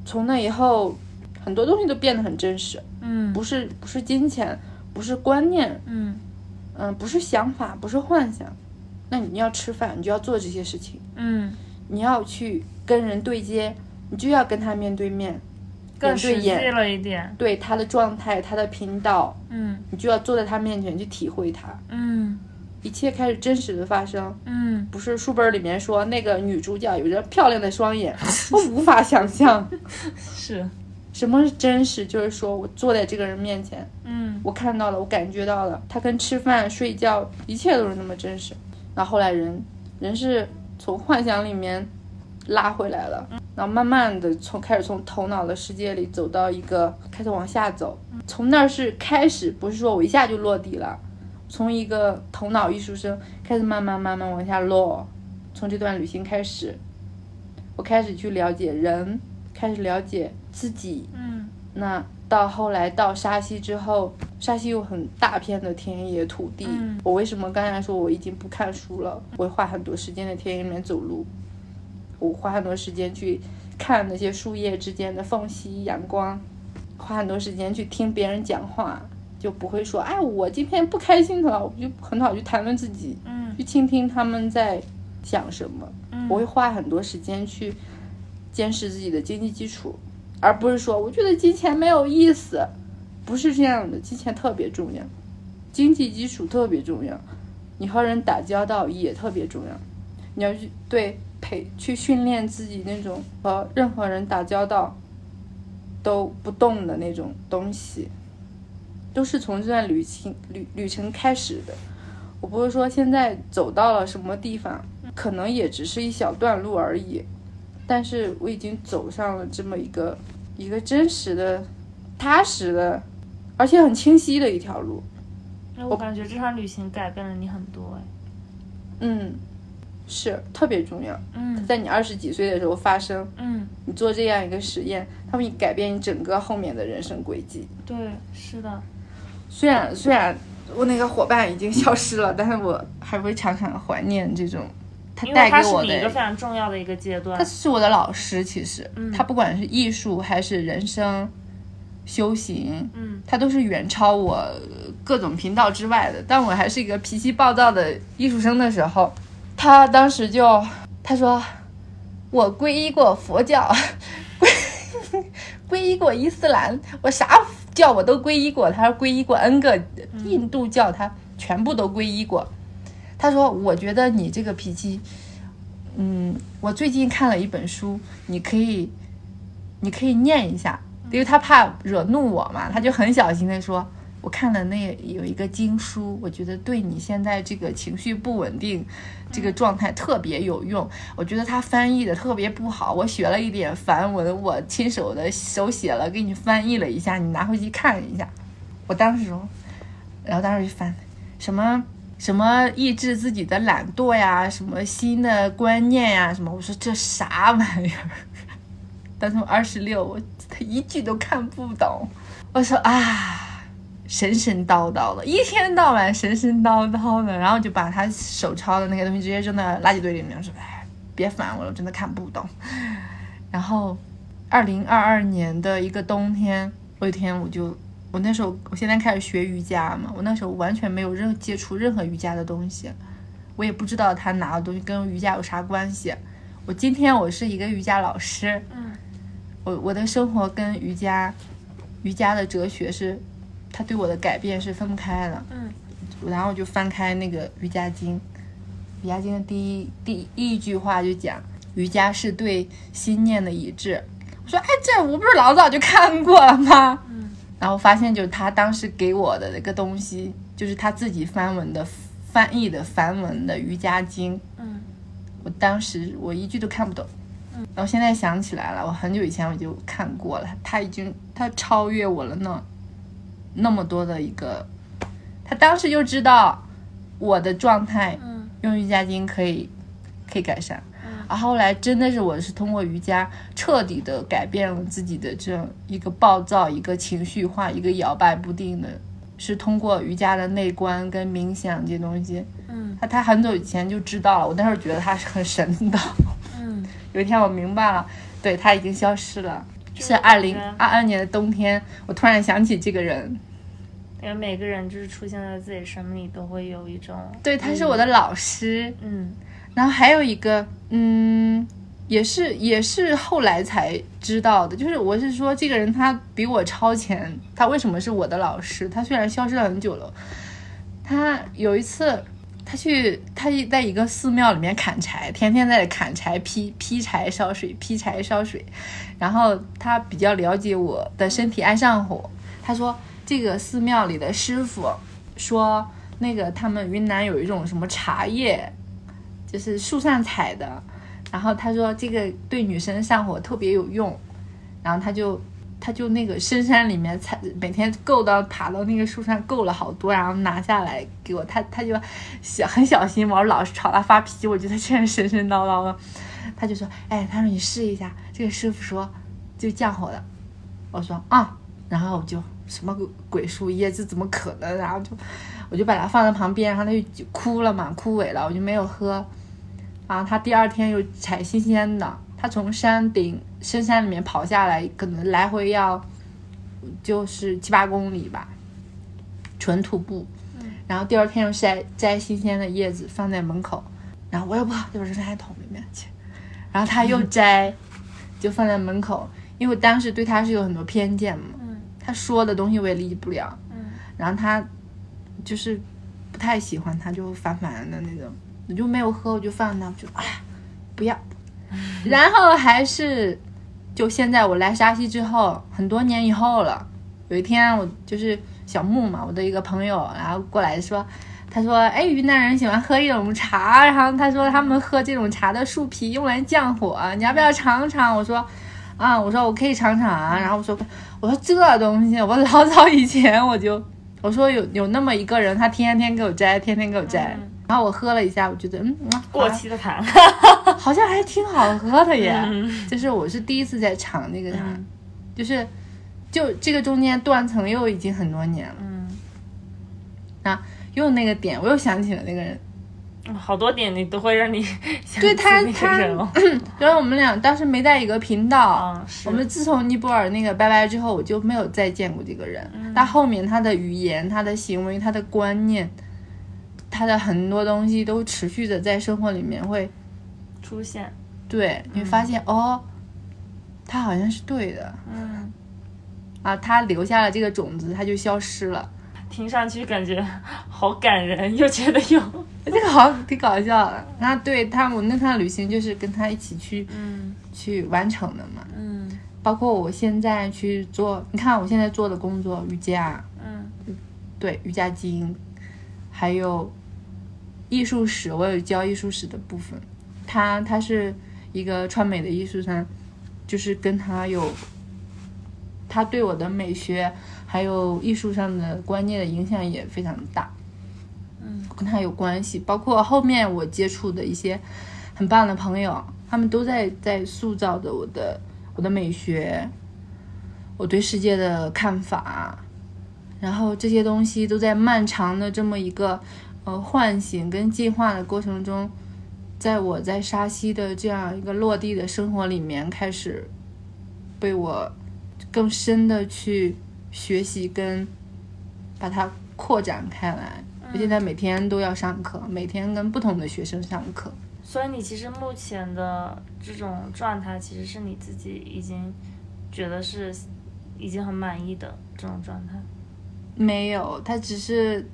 [SPEAKER 2] 从那以后，很多东西都变得很真实，
[SPEAKER 3] 嗯
[SPEAKER 2] 不是不是金钱，不是观念，
[SPEAKER 3] 嗯
[SPEAKER 2] 嗯，不是想法，不是幻想，那你要吃饭，你就要做这些事情。
[SPEAKER 3] 嗯，
[SPEAKER 2] 你要去跟人对接，你就要跟他面对面，
[SPEAKER 3] 更
[SPEAKER 2] 眼对
[SPEAKER 3] 实际
[SPEAKER 2] 眼，
[SPEAKER 3] 了一点，
[SPEAKER 2] 对他的状态、他的频道，
[SPEAKER 3] 嗯
[SPEAKER 2] 你就要坐在他面前去体会他，
[SPEAKER 3] 嗯
[SPEAKER 2] 一切开始真实的发生。
[SPEAKER 3] 嗯，
[SPEAKER 2] 不是书本里面说那个女主角有着漂亮的双眼，我无法想象
[SPEAKER 3] 是，
[SPEAKER 2] 什么是真实。就是说我坐在这个人面前，
[SPEAKER 3] 嗯
[SPEAKER 2] 我看到了，我感觉到了，他跟吃饭、睡觉，一切都是那么真实。然后后来人，人是从幻想里面拉回来了，然后慢慢的从开始从头脑的世界里走到一个开始往下走，从那儿是开始，不是说我一下就落地了，从一个头脑艺术生开始慢慢慢慢往下落，从这段旅行开始，我开始去了解人，开始了解自己，
[SPEAKER 3] 嗯
[SPEAKER 2] 那到后来到沙溪之后，沙溪有很大片的田野土地。
[SPEAKER 3] 嗯
[SPEAKER 2] 我为什么刚才说我已经不看书了？我会花很多时间在田野里面走路，我花很多时间去看那些树叶之间的缝隙、阳光，花很多时间去听别人讲话，就不会说哎，我今天不开心了，我就很好去谈论自己，
[SPEAKER 3] 嗯
[SPEAKER 2] 去倾听他们在想什么。
[SPEAKER 3] 嗯，
[SPEAKER 2] 我会花很多时间去监视自己的经济基础，而不是说我觉得金钱没有意思，不是这样的，金钱特别重要，经济基础特别重要，你和人打交道也特别重要，你要去对培去训练自己那种和任何人打交道都不动的那种东西，都是从这段旅行旅旅程开始的。我不是说现在走到了什么地方，可能也只是一小段路而已，但是我已经走上了这么一个一个真实的、踏实的，而且很清晰的一条路。
[SPEAKER 3] 那我感觉这趟旅行改变了你很多，哎，
[SPEAKER 2] 嗯，是特别重要。
[SPEAKER 3] 嗯
[SPEAKER 2] 在你二十几岁的时候发生，
[SPEAKER 3] 嗯，
[SPEAKER 2] 你做这样一个实验，它会改变你整个后面的人生轨迹。
[SPEAKER 3] 对，是的，
[SPEAKER 2] 虽然虽然我那个伙伴已经消失了，但是我还会常常怀念这种他
[SPEAKER 3] 因为
[SPEAKER 2] 带
[SPEAKER 3] 它
[SPEAKER 2] 给
[SPEAKER 3] 是
[SPEAKER 2] 我
[SPEAKER 3] 你一个非
[SPEAKER 2] 的。
[SPEAKER 3] 常嗯重要的一个阶段
[SPEAKER 2] 他。是我的老师，其实、他不管是艺术还是人生、修行，
[SPEAKER 3] 嗯，
[SPEAKER 2] 他都是远超我各种频道之外的。当我还是一个脾气暴躁的艺术生的时候，他当时就他说我皈依过佛教， 皈皈依过伊斯兰，我啥教我都皈依过。他说皈依过 N 个印度教，他全部都皈依过。他说我觉得你这个脾气，嗯，我最近看了一本书，你可以你可以念一下，因为他怕惹怒我嘛，他就很小心的说，我看了那有一个经书，我觉得对你现在这个情绪不稳定这个状态特别有用。我觉得他翻译的特别不好，我学了一点梵文，我亲手的手写了给你翻译了一下，你拿回去看一下。我当时说，然后当时就翻什么。什么抑制自己的懒惰呀，什么新的观念呀，什么？我说这啥玩意儿？ 但从二十六，我他一句都看不懂。我说啊，神神叨叨的，一天到晚神神叨叨的，然后就把他手抄的那个东西直接扔到垃圾堆里面，说哎，别烦我了，我真的看不懂。 然后，二零二二年的一个冬天，我有一天我就。我那时候，我现在开始学瑜伽嘛，我那时候完全没有任接触任何瑜伽的东西，我也不知道他拿的东西跟瑜伽有啥关系。我今天我是一个瑜伽老师，我我的生活跟瑜伽，瑜伽的哲学是，它对我的改变是分不开的。
[SPEAKER 3] 嗯，
[SPEAKER 2] 然后我就翻开那个瑜伽经，瑜伽经的第一第一句话就讲，瑜伽是对心念的一致。我说，哎，这我不是老早就看过了吗？嗯，然后发现就是他当时给我的那个东西，就是他自己翻文的翻译的梵文的瑜伽经。
[SPEAKER 3] 嗯，
[SPEAKER 2] 我当时我一句都看不懂。然后现在想起来了，我很久以前我就看过了，他已经他超越我了那那么多的一个，他当时就知道我的状态
[SPEAKER 3] 嗯
[SPEAKER 2] 用瑜伽经可以可以改善，然后后来真的是我是通过瑜伽彻底的改变了自己的这样一个暴躁、一个情绪化、一个摇摆不定的，是通过瑜伽的内观跟冥想这些东西，
[SPEAKER 3] 嗯
[SPEAKER 2] 他他很久以前就知道了，我当时觉得他是很神的。
[SPEAKER 3] 嗯，
[SPEAKER 2] 有一天我明白了，对他已经消失了。是二零二二年的冬天，我突然想起这个人，
[SPEAKER 3] 因为每个人就是出现在自己生命里都会有一种，
[SPEAKER 2] 对，他是我的老师。
[SPEAKER 3] 嗯
[SPEAKER 2] 然后还有一个，嗯，也是也是后来才知道的，就是我是说这个人他比我超前，他为什么是我的老师？他虽然消失了很久了，他有一次他去他在一个寺庙里面砍柴，天天在砍柴劈劈柴烧水劈柴烧水，然后他比较了解我的身体爱上火，他说这个寺庙里的师傅说那个他们云南有一种什么茶叶，就是树上采的，然后他说这个对女生上火特别有用，然后他就他就那个深山里面采，每天够到爬到那个树上够了好多，然后拿下来给我，他他就小很小心嘛，我老是朝他发脾气，我觉得这人神神叨叨的，他就说，哎，他说你试一下，这个师傅说就降火的，我说啊，然后我就什么鬼鬼树叶，这怎么可能？然后就我就把它放在旁边，然后它就哭了嘛，枯萎了，我就没有喝。然啊后他第二天又采新鲜的，他从山顶深山里面跑下来，可能来回要就是七八公里吧，纯徒步。
[SPEAKER 3] 嗯
[SPEAKER 2] 然后第二天又摘摘新鲜的叶子放在门口，然后我也不好，就扔垃圾桶里面去。然后他又 摘，就放在门口，因为我当时对他是有很多偏见嘛，
[SPEAKER 3] 嗯
[SPEAKER 2] 他说的东西我也理解不了，
[SPEAKER 3] 嗯
[SPEAKER 2] 然后他就是不太喜欢他，就烦烦的那种，我就没有喝，我就放那，我就啊不要，然后还是就现在我来沙溪之后，很多年以后了，有一天我就是小木嘛，我的一个朋友，然后过来说。他说：“哎，云南人喜欢喝一种茶，然后他说他们喝这种茶的树皮用来降火，你要不要尝尝？”我说：“啊，我说我可以尝尝啊。”然后我说：“我说这东西，我 老早以前我就我说有有那么一个人，他天天给我摘，天天给我摘，
[SPEAKER 3] 嗯
[SPEAKER 2] 然后我喝了一下，我觉得嗯，嗯
[SPEAKER 3] 过期的糖，
[SPEAKER 2] 好像还挺好喝的耶。
[SPEAKER 3] 啊 嗯
[SPEAKER 2] 就是我是第一次在尝这个糖，就是就这个中间断层又已经很多年了。嗯，啊，又那个点，我又想起了那个人。
[SPEAKER 3] 好多点你都会让你想
[SPEAKER 2] 对
[SPEAKER 3] 起
[SPEAKER 2] 他
[SPEAKER 3] 那个
[SPEAKER 2] 他
[SPEAKER 3] 人 哦
[SPEAKER 2] 然后我们俩当时没在一个频道。
[SPEAKER 3] 嗯，是
[SPEAKER 2] 我们自从尼泊尔那个拜拜之后，我就没有再见过这个人。
[SPEAKER 3] 嗯
[SPEAKER 2] 但后面他的语言、他的行为、他的观念，他的很多东西都持续的在生活里面会
[SPEAKER 3] 出现，
[SPEAKER 2] 对，你会发现、哦，他好像是对的
[SPEAKER 3] 嗯，
[SPEAKER 2] 啊，他留下了这个种子，他就消失了。
[SPEAKER 3] 听上去感觉好感人，又觉得有，
[SPEAKER 2] 这个好像挺搞笑的。那对他，我那趟旅行就是跟他一起去
[SPEAKER 3] 嗯
[SPEAKER 2] 去完成的嘛。
[SPEAKER 3] 嗯
[SPEAKER 2] 包括我现在去做，你看我现在做的工作，瑜伽，啊
[SPEAKER 3] 嗯
[SPEAKER 2] 对瑜伽基因，还有艺术史，我有教艺术史的部分。他他是一个川美的艺术生，就是跟他有，他对我的美学还有艺术上的观念的影响也非常大。嗯，跟他有关系，包括后面我接触的一些很棒的朋友，他们都在在塑造着我的我的美学，我对世界的看法，然后这些东西都在漫长的这么一个呃唤醒跟进化的过程中，在我在沙溪的这样一个落地的生活里面，开始被我更深的去学习跟把它扩展开来。我现在每天都要上课，每天跟不同的学生上课。
[SPEAKER 3] 所以你其实目前的这种状态，其实是你自己已经觉得是已经很满意的这种状态。
[SPEAKER 2] 没有，它只是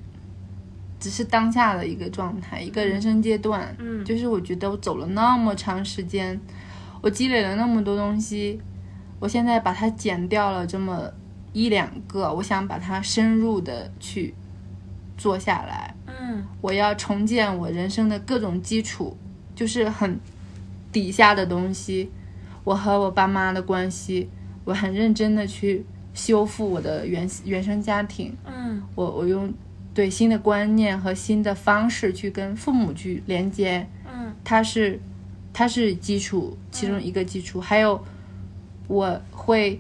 [SPEAKER 2] 只是当下的一个状态，一个人生阶段。
[SPEAKER 3] 嗯
[SPEAKER 2] 就是我觉得我走了那么长时间，我积累了那么多东西，我现在把它剪掉了这么一两个，我想把它深入的去做下来。
[SPEAKER 3] 嗯
[SPEAKER 2] 我要重建我人生的各种基础，就是很底下的东西，我和我爸妈的关系，我很认真的去修复我的原原生家庭。
[SPEAKER 3] 嗯
[SPEAKER 2] 我我用对新的观念和新的方式去跟父母去连接，
[SPEAKER 3] 嗯
[SPEAKER 2] 它是它是基础其中一个基础，还有我会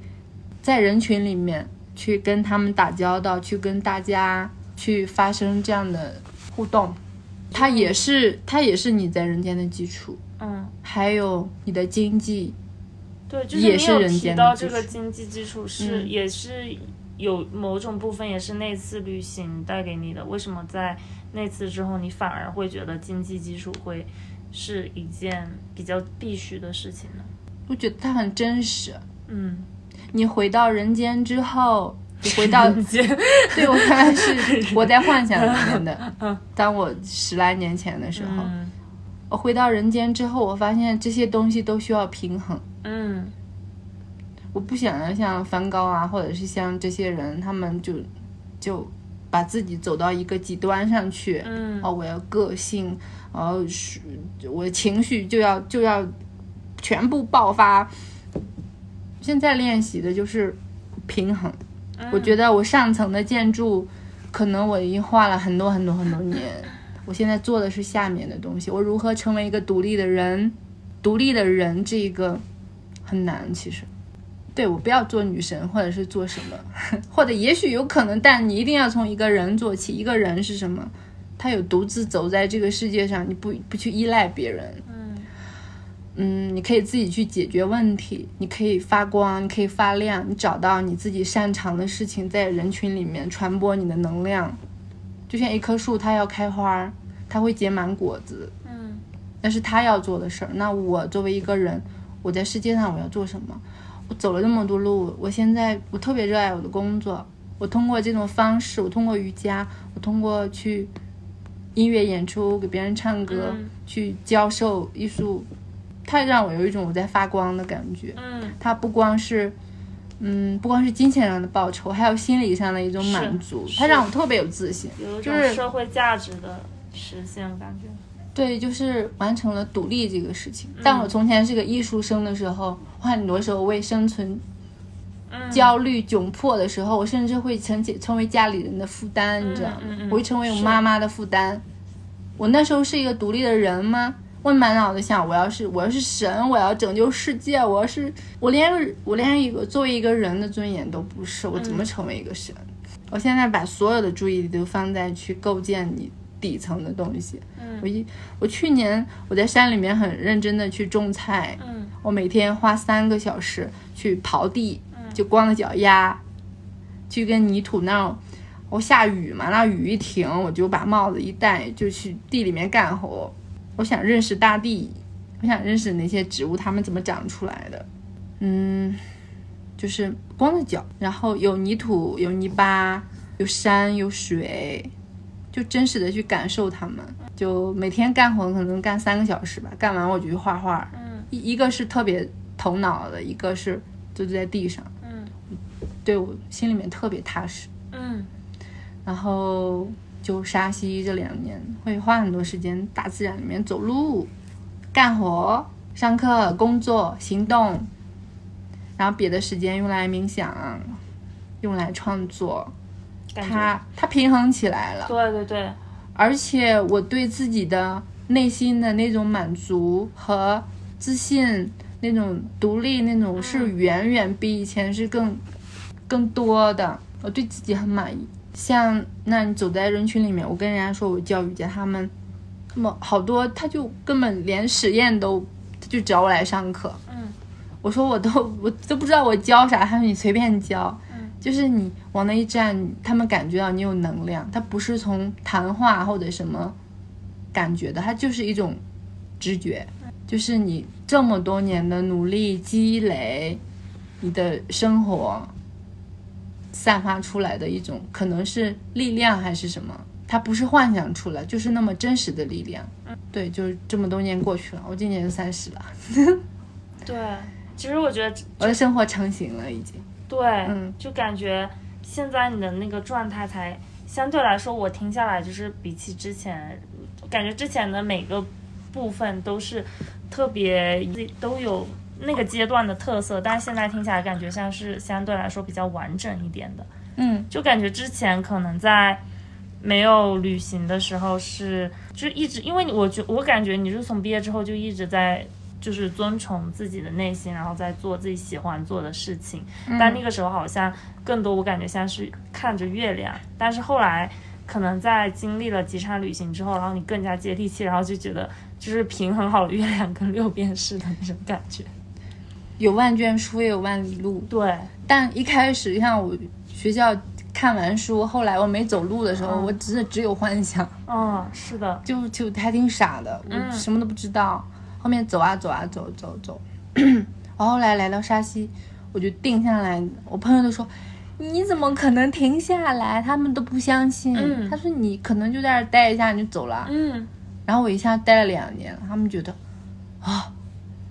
[SPEAKER 2] 在人群里面去跟他们打交道，去跟大家去发生这样的互动，它也是它也是你在人间的基础，
[SPEAKER 3] 嗯，
[SPEAKER 2] 还有你的经济，
[SPEAKER 3] 对，就是你
[SPEAKER 2] 也是
[SPEAKER 3] 有
[SPEAKER 2] 人
[SPEAKER 3] 提
[SPEAKER 2] 间
[SPEAKER 3] 到
[SPEAKER 2] 的基
[SPEAKER 3] 这个
[SPEAKER 2] 础嗯
[SPEAKER 3] 经济基础是、也是有某种部分也是那次旅行带给你的。为什么在那次之后，你反而会觉得经济基础会是一件比较必须的事情呢？
[SPEAKER 2] 我觉得它很真实。
[SPEAKER 3] 嗯，
[SPEAKER 2] 你回到人间之后，你回到对我刚才是我在幻想里面的。当我十来年前的时候，
[SPEAKER 3] 嗯
[SPEAKER 2] 我回到人间之后，我发现这些东西都需要平衡。
[SPEAKER 3] 嗯
[SPEAKER 2] 我不想要像梵高啊，或者是像这些人，他们就就把自己走到一个极端上去。
[SPEAKER 3] 嗯
[SPEAKER 2] 哦，我要个性，然后是我的情绪就要就要全部爆发。现在练习的就是平衡。我觉得我上层的建筑，可能我已经画了很多很多很多年，我现在做的是下面的东西。我如何成为一个独立的人？独立的人这个很难，其实。对我不要做女神，或者是做什么， 或者也许有可能，但你一定要从一个人做起。一个人是什么？他有独自走在这个世界上，你不不去依赖别人，
[SPEAKER 3] 嗯
[SPEAKER 2] 嗯，你可以自己去解决问题，你可以发光，你可以发亮，你找到你自己擅长的事情，在人群里面传播你的能量。就像一棵树，它要开花儿，它会结满果子，
[SPEAKER 3] 嗯
[SPEAKER 2] 那是他要做的事儿。那我作为一个人，我在世界上我要做什么？我走了那么多路，我现在我特别热爱我的工作。我通过这种方式，我通过瑜伽，我通过去音乐演出，给别人唱歌，
[SPEAKER 3] 嗯
[SPEAKER 2] 去教授艺术，它让我有一种我在发光的感觉。
[SPEAKER 3] 嗯
[SPEAKER 2] 它不光是，嗯，不光是金钱上的报酬，还有心理上的一种
[SPEAKER 3] 是
[SPEAKER 2] 满足。
[SPEAKER 3] 是
[SPEAKER 2] 它让我特别有自信。
[SPEAKER 3] 有一
[SPEAKER 2] 就
[SPEAKER 3] 种
[SPEAKER 2] 是
[SPEAKER 3] 社会价值的实现感觉。
[SPEAKER 2] 对，就是完成了独立这个事情。
[SPEAKER 3] 嗯
[SPEAKER 2] 但我从前是个艺术生的时候，我很多时候为生存
[SPEAKER 3] 嗯，
[SPEAKER 2] 焦虑、窘迫的时候，我甚至会成成为家里人的负担，你知道吗？
[SPEAKER 3] 嗯嗯
[SPEAKER 2] 我会成为我
[SPEAKER 3] 是
[SPEAKER 2] 妈妈的负担，我那时候是一个独立的人吗？我满脑子想，我要是我要是神，我要拯救世界，我要是我连我连一个作为一个人的尊严都不是，我怎
[SPEAKER 3] 嗯
[SPEAKER 2] 么成为一个神？我现在把所有的注意力都放在去构建你底层的东西。嗯，我一我去年我在山里面很认真的去种菜，
[SPEAKER 3] 嗯，
[SPEAKER 2] 我每天花三个小时去刨地，就光着脚丫，去跟泥土闹。我下雨嘛，那雨一停，我就把帽子一戴，就去地里面干活。我想认识大地，我想认识那些植物，它们怎么长出来的。嗯，就是光着脚，然后有泥土，有泥巴，有山，有水，就真实的去感受它们。就每天干活可能干三个小时吧，干完我就去画画。
[SPEAKER 3] 嗯
[SPEAKER 2] 一一个是特别头脑的，一个是就在地上，
[SPEAKER 3] 嗯
[SPEAKER 2] 对我心里面特别踏实。
[SPEAKER 3] 嗯
[SPEAKER 2] 然后就沙溪这两年会花很多时间大自然里面走路、干活、上课、工作、行动，然后别的时间用来冥想，用来创作，
[SPEAKER 3] 感觉
[SPEAKER 2] 它它平衡起来了。
[SPEAKER 3] 对对对，
[SPEAKER 2] 而且我对自己的内心的那种满足和自信、那种独立、那种是远远比以前是更更多的。我对自己很满意。像那你走在人群里面，我跟人家说我教瑜伽，他们他们好多他就根本连实验都他就找我来上课。
[SPEAKER 3] 嗯，
[SPEAKER 2] 我说我都我都不知道我教啥，他说你随便教。就是你往那一站，他们感觉到你有能量，它不是从谈话或者什么感觉的，它就是一种直觉，就是你这么多年的努力积累，你的生活散发出来的一种，可能是力量还是什么，它不是幻想出来，就是那么真实的力量。对，就是这么多年过去了，我今年就三十了，
[SPEAKER 3] 对，其实我觉得
[SPEAKER 2] 我的生活成型了已经。
[SPEAKER 3] 对，
[SPEAKER 2] 嗯
[SPEAKER 3] 就感觉现在你的那个状态才相对来说，我听下来就是比起之前，呃感觉之前的每个部分都是特别都有那个阶段的特色，但是现在听下来感觉像是相对来说比较完整一点的，
[SPEAKER 2] 嗯，
[SPEAKER 3] 就感觉之前可能在。没有旅行的时候是，就一直，因为你我觉我感觉你是从毕业之后就一直在，就是遵从自己的内心，然后在做自己喜欢做的事情。
[SPEAKER 2] 嗯
[SPEAKER 3] 但那个时候好像更多，我感觉像是看着月亮。但是后来可能在经历了几场旅行之后，然后你更加接地气，然后就觉得就是平衡好月亮跟六便士的那种感觉。
[SPEAKER 2] 有万卷书也有万里路。
[SPEAKER 3] 对，
[SPEAKER 2] 但一开始像我学校看完书，后来我没走路的时候，
[SPEAKER 3] 嗯
[SPEAKER 2] 我真的只有幻想，
[SPEAKER 3] 嗯，是的，
[SPEAKER 2] 就就还挺傻的，
[SPEAKER 3] 嗯
[SPEAKER 2] 我什么都不知道。后面走啊走啊走走 走，我后来来到沙溪，我就定下来。我朋友都说。你怎么可能停下来？他们都不相信。
[SPEAKER 3] 嗯
[SPEAKER 2] 他说你可能就在这儿待一下你就走了。
[SPEAKER 3] 嗯，
[SPEAKER 2] 然后我一下待了两年，他们觉得啊、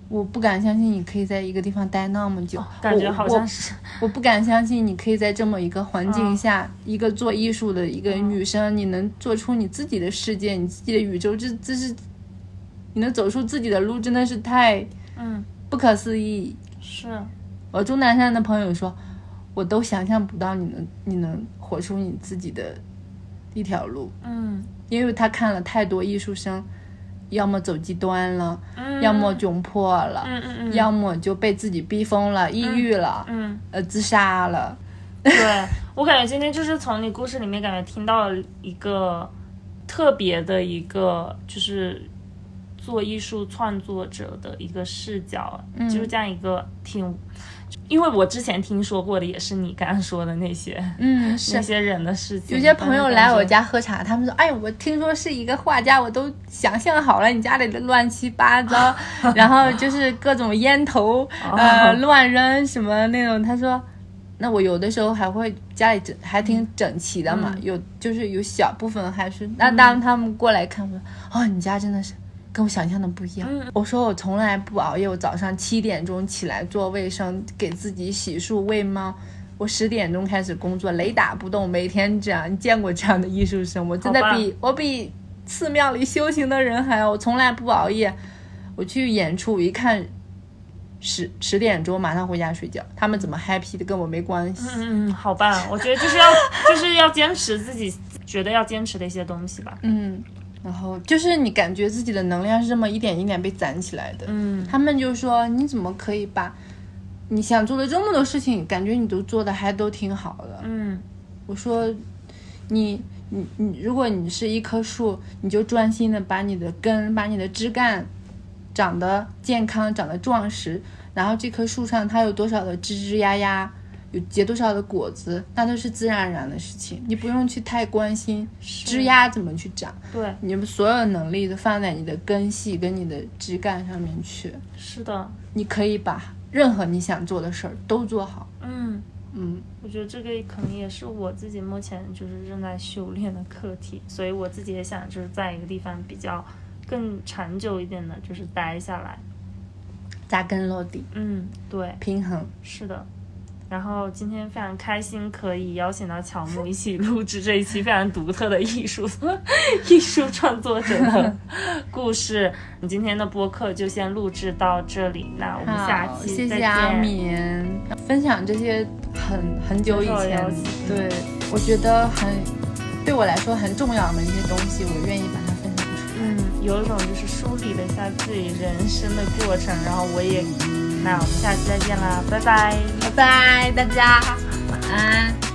[SPEAKER 2] 我不敢相信你可以在一个地方待那么久，
[SPEAKER 3] 哦感觉
[SPEAKER 2] 哦我
[SPEAKER 3] 好
[SPEAKER 2] 我
[SPEAKER 3] 像是，
[SPEAKER 2] 我不敢相信你可以在这么一个环境
[SPEAKER 3] 哦
[SPEAKER 2] 下，一个做艺术的一个女生，你能做出你自己的世界，你自己的宇宙，这这是你能走出自己的路，真的是太
[SPEAKER 3] 嗯，
[SPEAKER 2] 不可思议。
[SPEAKER 3] 是，
[SPEAKER 2] 我钟南山的朋友说，我都想象不到你能你能活出你自己的一条路，
[SPEAKER 3] 嗯
[SPEAKER 2] 因为他看了太多艺术生，要么走极端了，
[SPEAKER 3] 嗯，
[SPEAKER 2] 要么窘迫了，
[SPEAKER 3] 嗯嗯嗯，
[SPEAKER 2] 要么就被自己逼疯了、抑郁了，
[SPEAKER 3] 嗯。
[SPEAKER 2] 呃，自杀了。
[SPEAKER 3] 对我感觉今天就是从你故事里面感觉听到了一个特别的一个，就是做艺术创作者的一个视角，
[SPEAKER 2] 嗯
[SPEAKER 3] 就是这样一个挺，因为我之前听说过的也是你刚刚说的那些
[SPEAKER 2] 嗯，是
[SPEAKER 3] 那些人的事情。
[SPEAKER 2] 有些朋友来我家喝茶，他们说：“哎，我听说是一个画家，我都想象好了你家里的乱七八 糟，然后就是各种烟头，
[SPEAKER 3] 哦
[SPEAKER 2] 呃，
[SPEAKER 3] 嗯
[SPEAKER 2] 乱扔什么那种。”他说：“那我有的时候还会家里整还挺整齐的嘛，有就是有小部分还是那当他们过来看，我说：‘哦，你家真的是。’”跟我想象的不一样。我说我从来不熬夜，我早上七点钟起来做卫生，给自己洗漱、喂猫，我十点钟开始工作，雷打不动，每天这样。你见过这样的艺术生？我真的
[SPEAKER 3] 好棒
[SPEAKER 2] 比我比寺庙里修行的人还要，我从来不熬夜。我去演出，我一看十十点钟，马上回家睡觉。他们怎么 happy 的跟我没关系。
[SPEAKER 3] 嗯，嗯嗯，好棒！我觉得就是要就是要坚持自己觉得要坚持的一些东西吧。
[SPEAKER 2] 嗯，然后就是你感觉自己的能量是这么一点一点被攒起来的。
[SPEAKER 3] 嗯
[SPEAKER 2] 他们就说你怎么可以把你想做的这么多事情，感觉你都做的还都挺好的？
[SPEAKER 3] 嗯
[SPEAKER 2] 我说你你你，如果你是一棵树，你就专心的把你的根、把你的枝干长得健康、长得壮实，然后这棵树上它有多少的枝枝丫丫。有结多少的果子，那都是自然而然的事情，你不用去太关心枝丫怎么去长，
[SPEAKER 3] 对，
[SPEAKER 2] 你们所有的能力都放在你的根系跟你的枝干上面去。
[SPEAKER 3] 是的，
[SPEAKER 2] 你可以把任何你想做的事儿都做好。
[SPEAKER 3] 嗯，
[SPEAKER 2] 嗯，
[SPEAKER 3] 我觉得这个可能也是我自己目前就是正在修炼的课题，所以我自己也想就是在一个地方比较更长久一点的，就是待下来。
[SPEAKER 2] 扎根落地，
[SPEAKER 3] 嗯，对，
[SPEAKER 2] 平衡。
[SPEAKER 3] 是的。然后今天非常开心，可以邀请到乔木一起 录制这一期非常独特的艺术 艺术创作者的故事。你今天的播客就先录制到这里，那我们下
[SPEAKER 2] 好
[SPEAKER 3] 期
[SPEAKER 2] 谢
[SPEAKER 3] 再
[SPEAKER 2] 谢
[SPEAKER 3] 见。
[SPEAKER 2] 阿敏分享这些很很久以
[SPEAKER 3] 很久
[SPEAKER 2] 前
[SPEAKER 3] 以前，
[SPEAKER 2] 对我觉得很对我来说很重要的一些东西，我愿意把它分享出来。
[SPEAKER 3] 嗯，有一种就是梳理了一下自己人生的过程，然后我也，那我们下期再见啦，拜拜。
[SPEAKER 2] 拜拜，大家晚安。